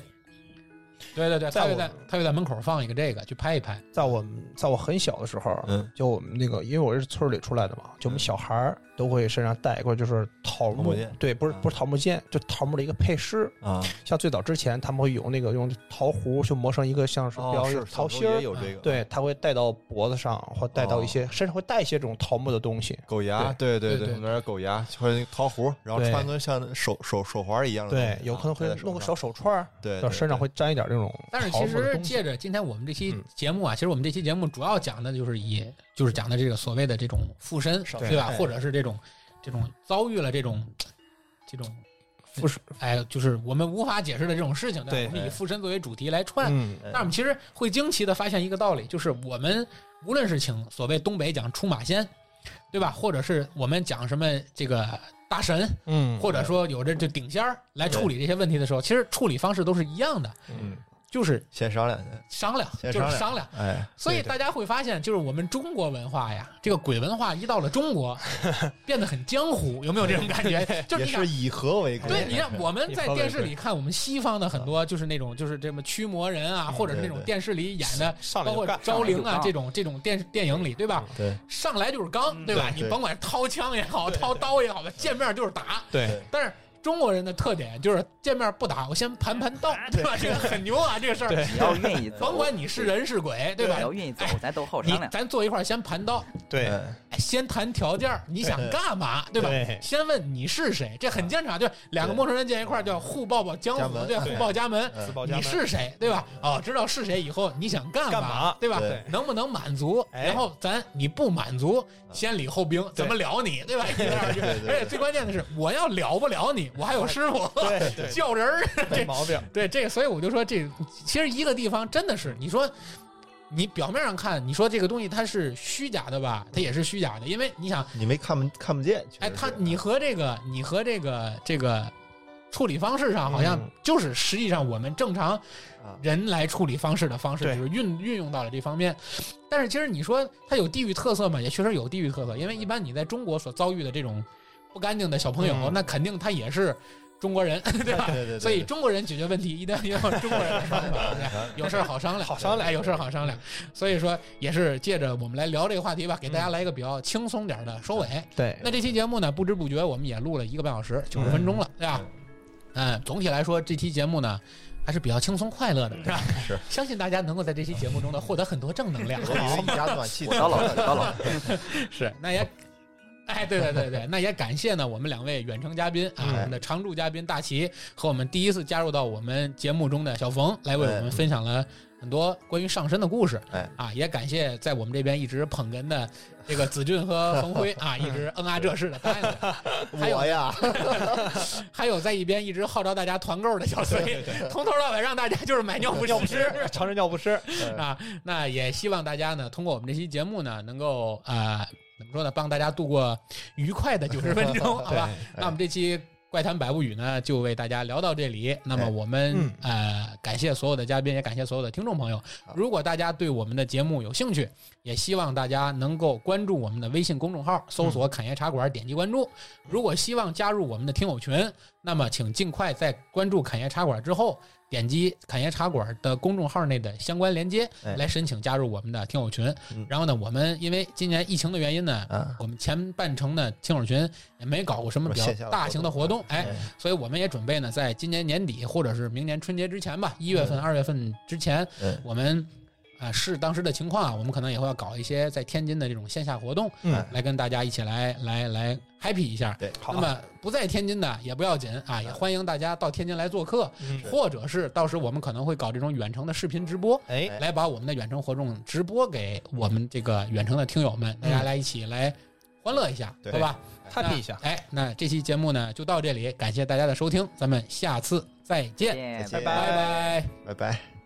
Speaker 1: 对对对，
Speaker 3: 在
Speaker 1: 他会
Speaker 3: 我
Speaker 1: 在他会在门口放一个这个去拍一拍，
Speaker 3: 在我们在我很小的时候，
Speaker 2: 嗯，
Speaker 3: 就我们那个，因为我是村里出来的嘛，就我们
Speaker 2: 嗯
Speaker 3: 小孩儿都会身上带一块就是桃
Speaker 2: 桃
Speaker 3: 木
Speaker 2: 木剑，
Speaker 3: 对，不是
Speaker 2: 啊
Speaker 3: 不是桃木剑，就桃木的一个配饰。
Speaker 2: 啊，
Speaker 3: 像最早之前，他们会有那个用桃核去磨成一个像是
Speaker 2: 哦
Speaker 3: 标
Speaker 2: 是小
Speaker 3: 桃
Speaker 2: 时候
Speaker 3: 心儿
Speaker 2: 也，有哦这个，，
Speaker 3: 对，他会戴到脖子上，或戴到一些身上会带一些这种桃木的东西。
Speaker 2: 狗牙，对对
Speaker 1: 对对
Speaker 2: 我们那儿有狗牙或者桃核，然后
Speaker 3: 对
Speaker 2: 穿个像手手手环一样的东西，
Speaker 3: 对，有可能会
Speaker 2: 嗯戴在
Speaker 3: 弄个小
Speaker 2: 上，
Speaker 3: 手串儿，
Speaker 2: 对，
Speaker 3: 然后
Speaker 2: 对
Speaker 3: 身上，会沾一点这种
Speaker 1: 但是
Speaker 3: 桃
Speaker 1: 其
Speaker 3: 木的
Speaker 1: 实
Speaker 3: 东西。
Speaker 1: 借着今天我们这期
Speaker 3: 嗯
Speaker 1: 节目啊，其实我们这期节目主要讲的就是以就是讲的这个所谓的这种附身，
Speaker 3: 对
Speaker 1: 对吧？
Speaker 3: 对
Speaker 1: 或者是这种这种遭遇了这种这种
Speaker 3: 附身，
Speaker 1: 哎，就是我们无法解释的这种事情，
Speaker 3: 对
Speaker 1: 吧？我们以附身作为主题来串。
Speaker 3: 嗯，
Speaker 2: 对
Speaker 1: 那我们其实会惊奇的发现一个道理，就是我们无论是请所谓东北讲出马仙，对吧？或者是我们讲什么这个大神，
Speaker 3: 嗯，
Speaker 1: 或者说有着这顶仙儿来处理这些问题的时候，其实处理方式都是一样的，
Speaker 2: 嗯，
Speaker 1: 就是
Speaker 2: 先商量，
Speaker 1: 商量，
Speaker 2: 先
Speaker 1: 就
Speaker 2: 商量
Speaker 1: 是商量。
Speaker 2: 哎，
Speaker 1: 所以
Speaker 3: 对对
Speaker 1: 大家会发现，就是我们中国文化呀，这个鬼文化一到了中国，变得很江湖，有没有这种感觉？就是
Speaker 2: 也
Speaker 1: 你想
Speaker 2: 是。以和为贵，
Speaker 1: 对，你看我们在
Speaker 3: 以和为
Speaker 1: 电视里看我们西方的很多，就是那种就是这么驱魔人啊，或者是那种
Speaker 2: 对对
Speaker 1: 电视里演的
Speaker 3: 上来
Speaker 1: 包
Speaker 3: 就
Speaker 1: 括
Speaker 3: 干，
Speaker 1: 招灵
Speaker 5: 上来
Speaker 1: 啊
Speaker 5: 就杠
Speaker 1: 这种这种电视电影里，对吧？
Speaker 2: 对
Speaker 1: 上来就是刚，
Speaker 6: 嗯
Speaker 1: 对吧？
Speaker 2: 嗯对对
Speaker 1: 你甭管掏枪也好，掏刀也好吧，见面就是打。
Speaker 3: 对，
Speaker 1: 但是中国人的特点就是见面不打，我先盘盘道，对吧？这个很牛啊，这个事儿。
Speaker 3: 对
Speaker 5: 只要愿意走，
Speaker 1: 甭管你是人是鬼，对吧
Speaker 5: 只？要愿意走，咱都好
Speaker 1: 你
Speaker 5: 商量。
Speaker 1: 咱坐一块儿先盘道，
Speaker 3: 对，
Speaker 2: 哎
Speaker 1: 哎先谈条件儿，你想干嘛，对吧？
Speaker 3: 对
Speaker 1: 先问你是谁，这很正常，就两个
Speaker 2: 对
Speaker 1: 陌生人见一块儿叫互报报江
Speaker 2: 家
Speaker 1: 湖，
Speaker 2: 门
Speaker 1: 对，
Speaker 2: 对
Speaker 1: 互报家门。
Speaker 2: 哎
Speaker 3: 自报家
Speaker 1: 你
Speaker 3: 门
Speaker 1: 是谁，对吧？哦，知道是谁以后，你想干
Speaker 3: 干嘛
Speaker 1: 对吧？
Speaker 2: 对
Speaker 1: 能不能满足？
Speaker 3: 哎
Speaker 1: 然后咱你不满足，先礼后兵，怎么聊你，对吧？你这样就
Speaker 2: 对对对
Speaker 1: 而且最关键的是，我要了不了你，我还有师傅
Speaker 3: 对 对，
Speaker 1: 叫人儿，
Speaker 3: 没毛病。
Speaker 1: 对这个，所以我就说这其实一个地方真的是你说。你表面上看，你说这个东西它是虚假的吧？它也是虚假的，因为你想，
Speaker 2: 你没看不看不见，确
Speaker 1: 哎，
Speaker 2: 实
Speaker 3: 啊
Speaker 1: 它
Speaker 2: 是啊
Speaker 1: 你和这个你和这个这个处理方式上，好像
Speaker 3: 嗯
Speaker 1: 就是实际上我们正常
Speaker 2: 啊
Speaker 1: 人来处理方式的方式，
Speaker 3: 对
Speaker 1: 就是运运用到了这方面。但是其实你说它有地域特色嘛，也确实有地域特色，因为一般你在中国所遭遇的这种不干净的小朋友，
Speaker 3: 嗯
Speaker 1: 那肯定他也是中国人， 对吧？
Speaker 2: 对对对，
Speaker 1: 所以
Speaker 2: 对
Speaker 1: 中国人解决问题一定要用中国人来方法，是吧有事儿好商量，
Speaker 3: 好商量
Speaker 1: 哎有事儿好商量。所以说，也是借着我们来聊这个话题吧，给大家来一个比较轻松点儿的收尾。
Speaker 3: 对，
Speaker 1: 那这期节目呢，不知不觉我们也录了一个半小时，九十分钟了，对吧？嗯，总体来说，这期节目呢。还是比较轻松快乐的，是吧？
Speaker 2: 是，
Speaker 1: 相信大家能够在这期节目中呢获得很多正能 量。
Speaker 2: 我以为一家暖气，
Speaker 5: 我到老了，我到老 了。
Speaker 1: 是，那也，哎，对对对对，那也感谢呢，我们两位远程嘉宾啊，
Speaker 2: 嗯
Speaker 1: 我们的常驻嘉宾大齐和我们第一次加入到我们节目中的小冯，来为我们分享了很多关于上身的故事。
Speaker 2: 哎，
Speaker 1: 啊，也感谢在我们这边一直捧哏的这个子俊和冯辉啊，一直嗯啊这事的答应我还有
Speaker 2: 我呀，
Speaker 1: 还有在一边一直号召大家团购的小崔，从头到尾让大家就是买尿不湿。
Speaker 3: 长生尿不湿，
Speaker 2: 哎
Speaker 1: 啊，那也希望大家呢，通过我们这期节目呢，能够啊、呃怎么说呢，帮大家度过愉快的九十分钟，好吧？那我们这期怪谈百物语》呢，就为大家聊到这里。那么
Speaker 2: 哎
Speaker 1: 我们、
Speaker 3: 嗯
Speaker 1: 呃，感谢所有的嘉宾，也感谢所有的听众朋友。如果大家对我们的节目有兴趣，也希望大家能够关注我们的微信公众号，搜
Speaker 2: 嗯
Speaker 1: 索“侃爷茶馆”，点击关注。如果希望加入我们的听友群，那么请尽快在关注“侃爷茶馆”之后，点击“侃爷茶馆”的公众号内的相关连接，
Speaker 2: 哎
Speaker 1: 来申请加入我们的听友群
Speaker 2: 嗯。
Speaker 1: 然后呢，我们因为今年疫情的原因呢，
Speaker 2: 啊，
Speaker 1: 我们前半程的听友群也没搞过什么比
Speaker 2: 线下
Speaker 1: 较
Speaker 2: 的
Speaker 1: 大型的活动，哎，
Speaker 2: 哎
Speaker 1: 所以我们也准备呢，在今年年底或者是明年春节之前吧，一月份、二月份之前，
Speaker 2: 嗯
Speaker 1: 我们啊视当时的情况啊，我们可能也会要搞一些在天津的这种线下活动，
Speaker 3: 嗯，
Speaker 1: 来跟大家一起来来来 happy 一下。
Speaker 2: 对，
Speaker 3: 好
Speaker 1: 那么不在天津的也不要紧啊，也欢迎大家到天津来做客，
Speaker 3: 嗯
Speaker 1: 或者是到时我们可能会搞这种远程的视频直播，
Speaker 3: 哎
Speaker 1: 来把我们的远程活动直播给我们这个远程的听友们，大家来一起来欢乐一下，
Speaker 2: 对
Speaker 1: 对吧？
Speaker 3: ，happy 一下，
Speaker 1: 哎，那这期节目呢就到这里，感谢大家的收听，咱们下次再见，
Speaker 5: 见
Speaker 2: 再见
Speaker 1: 拜拜
Speaker 3: 拜
Speaker 2: 拜拜。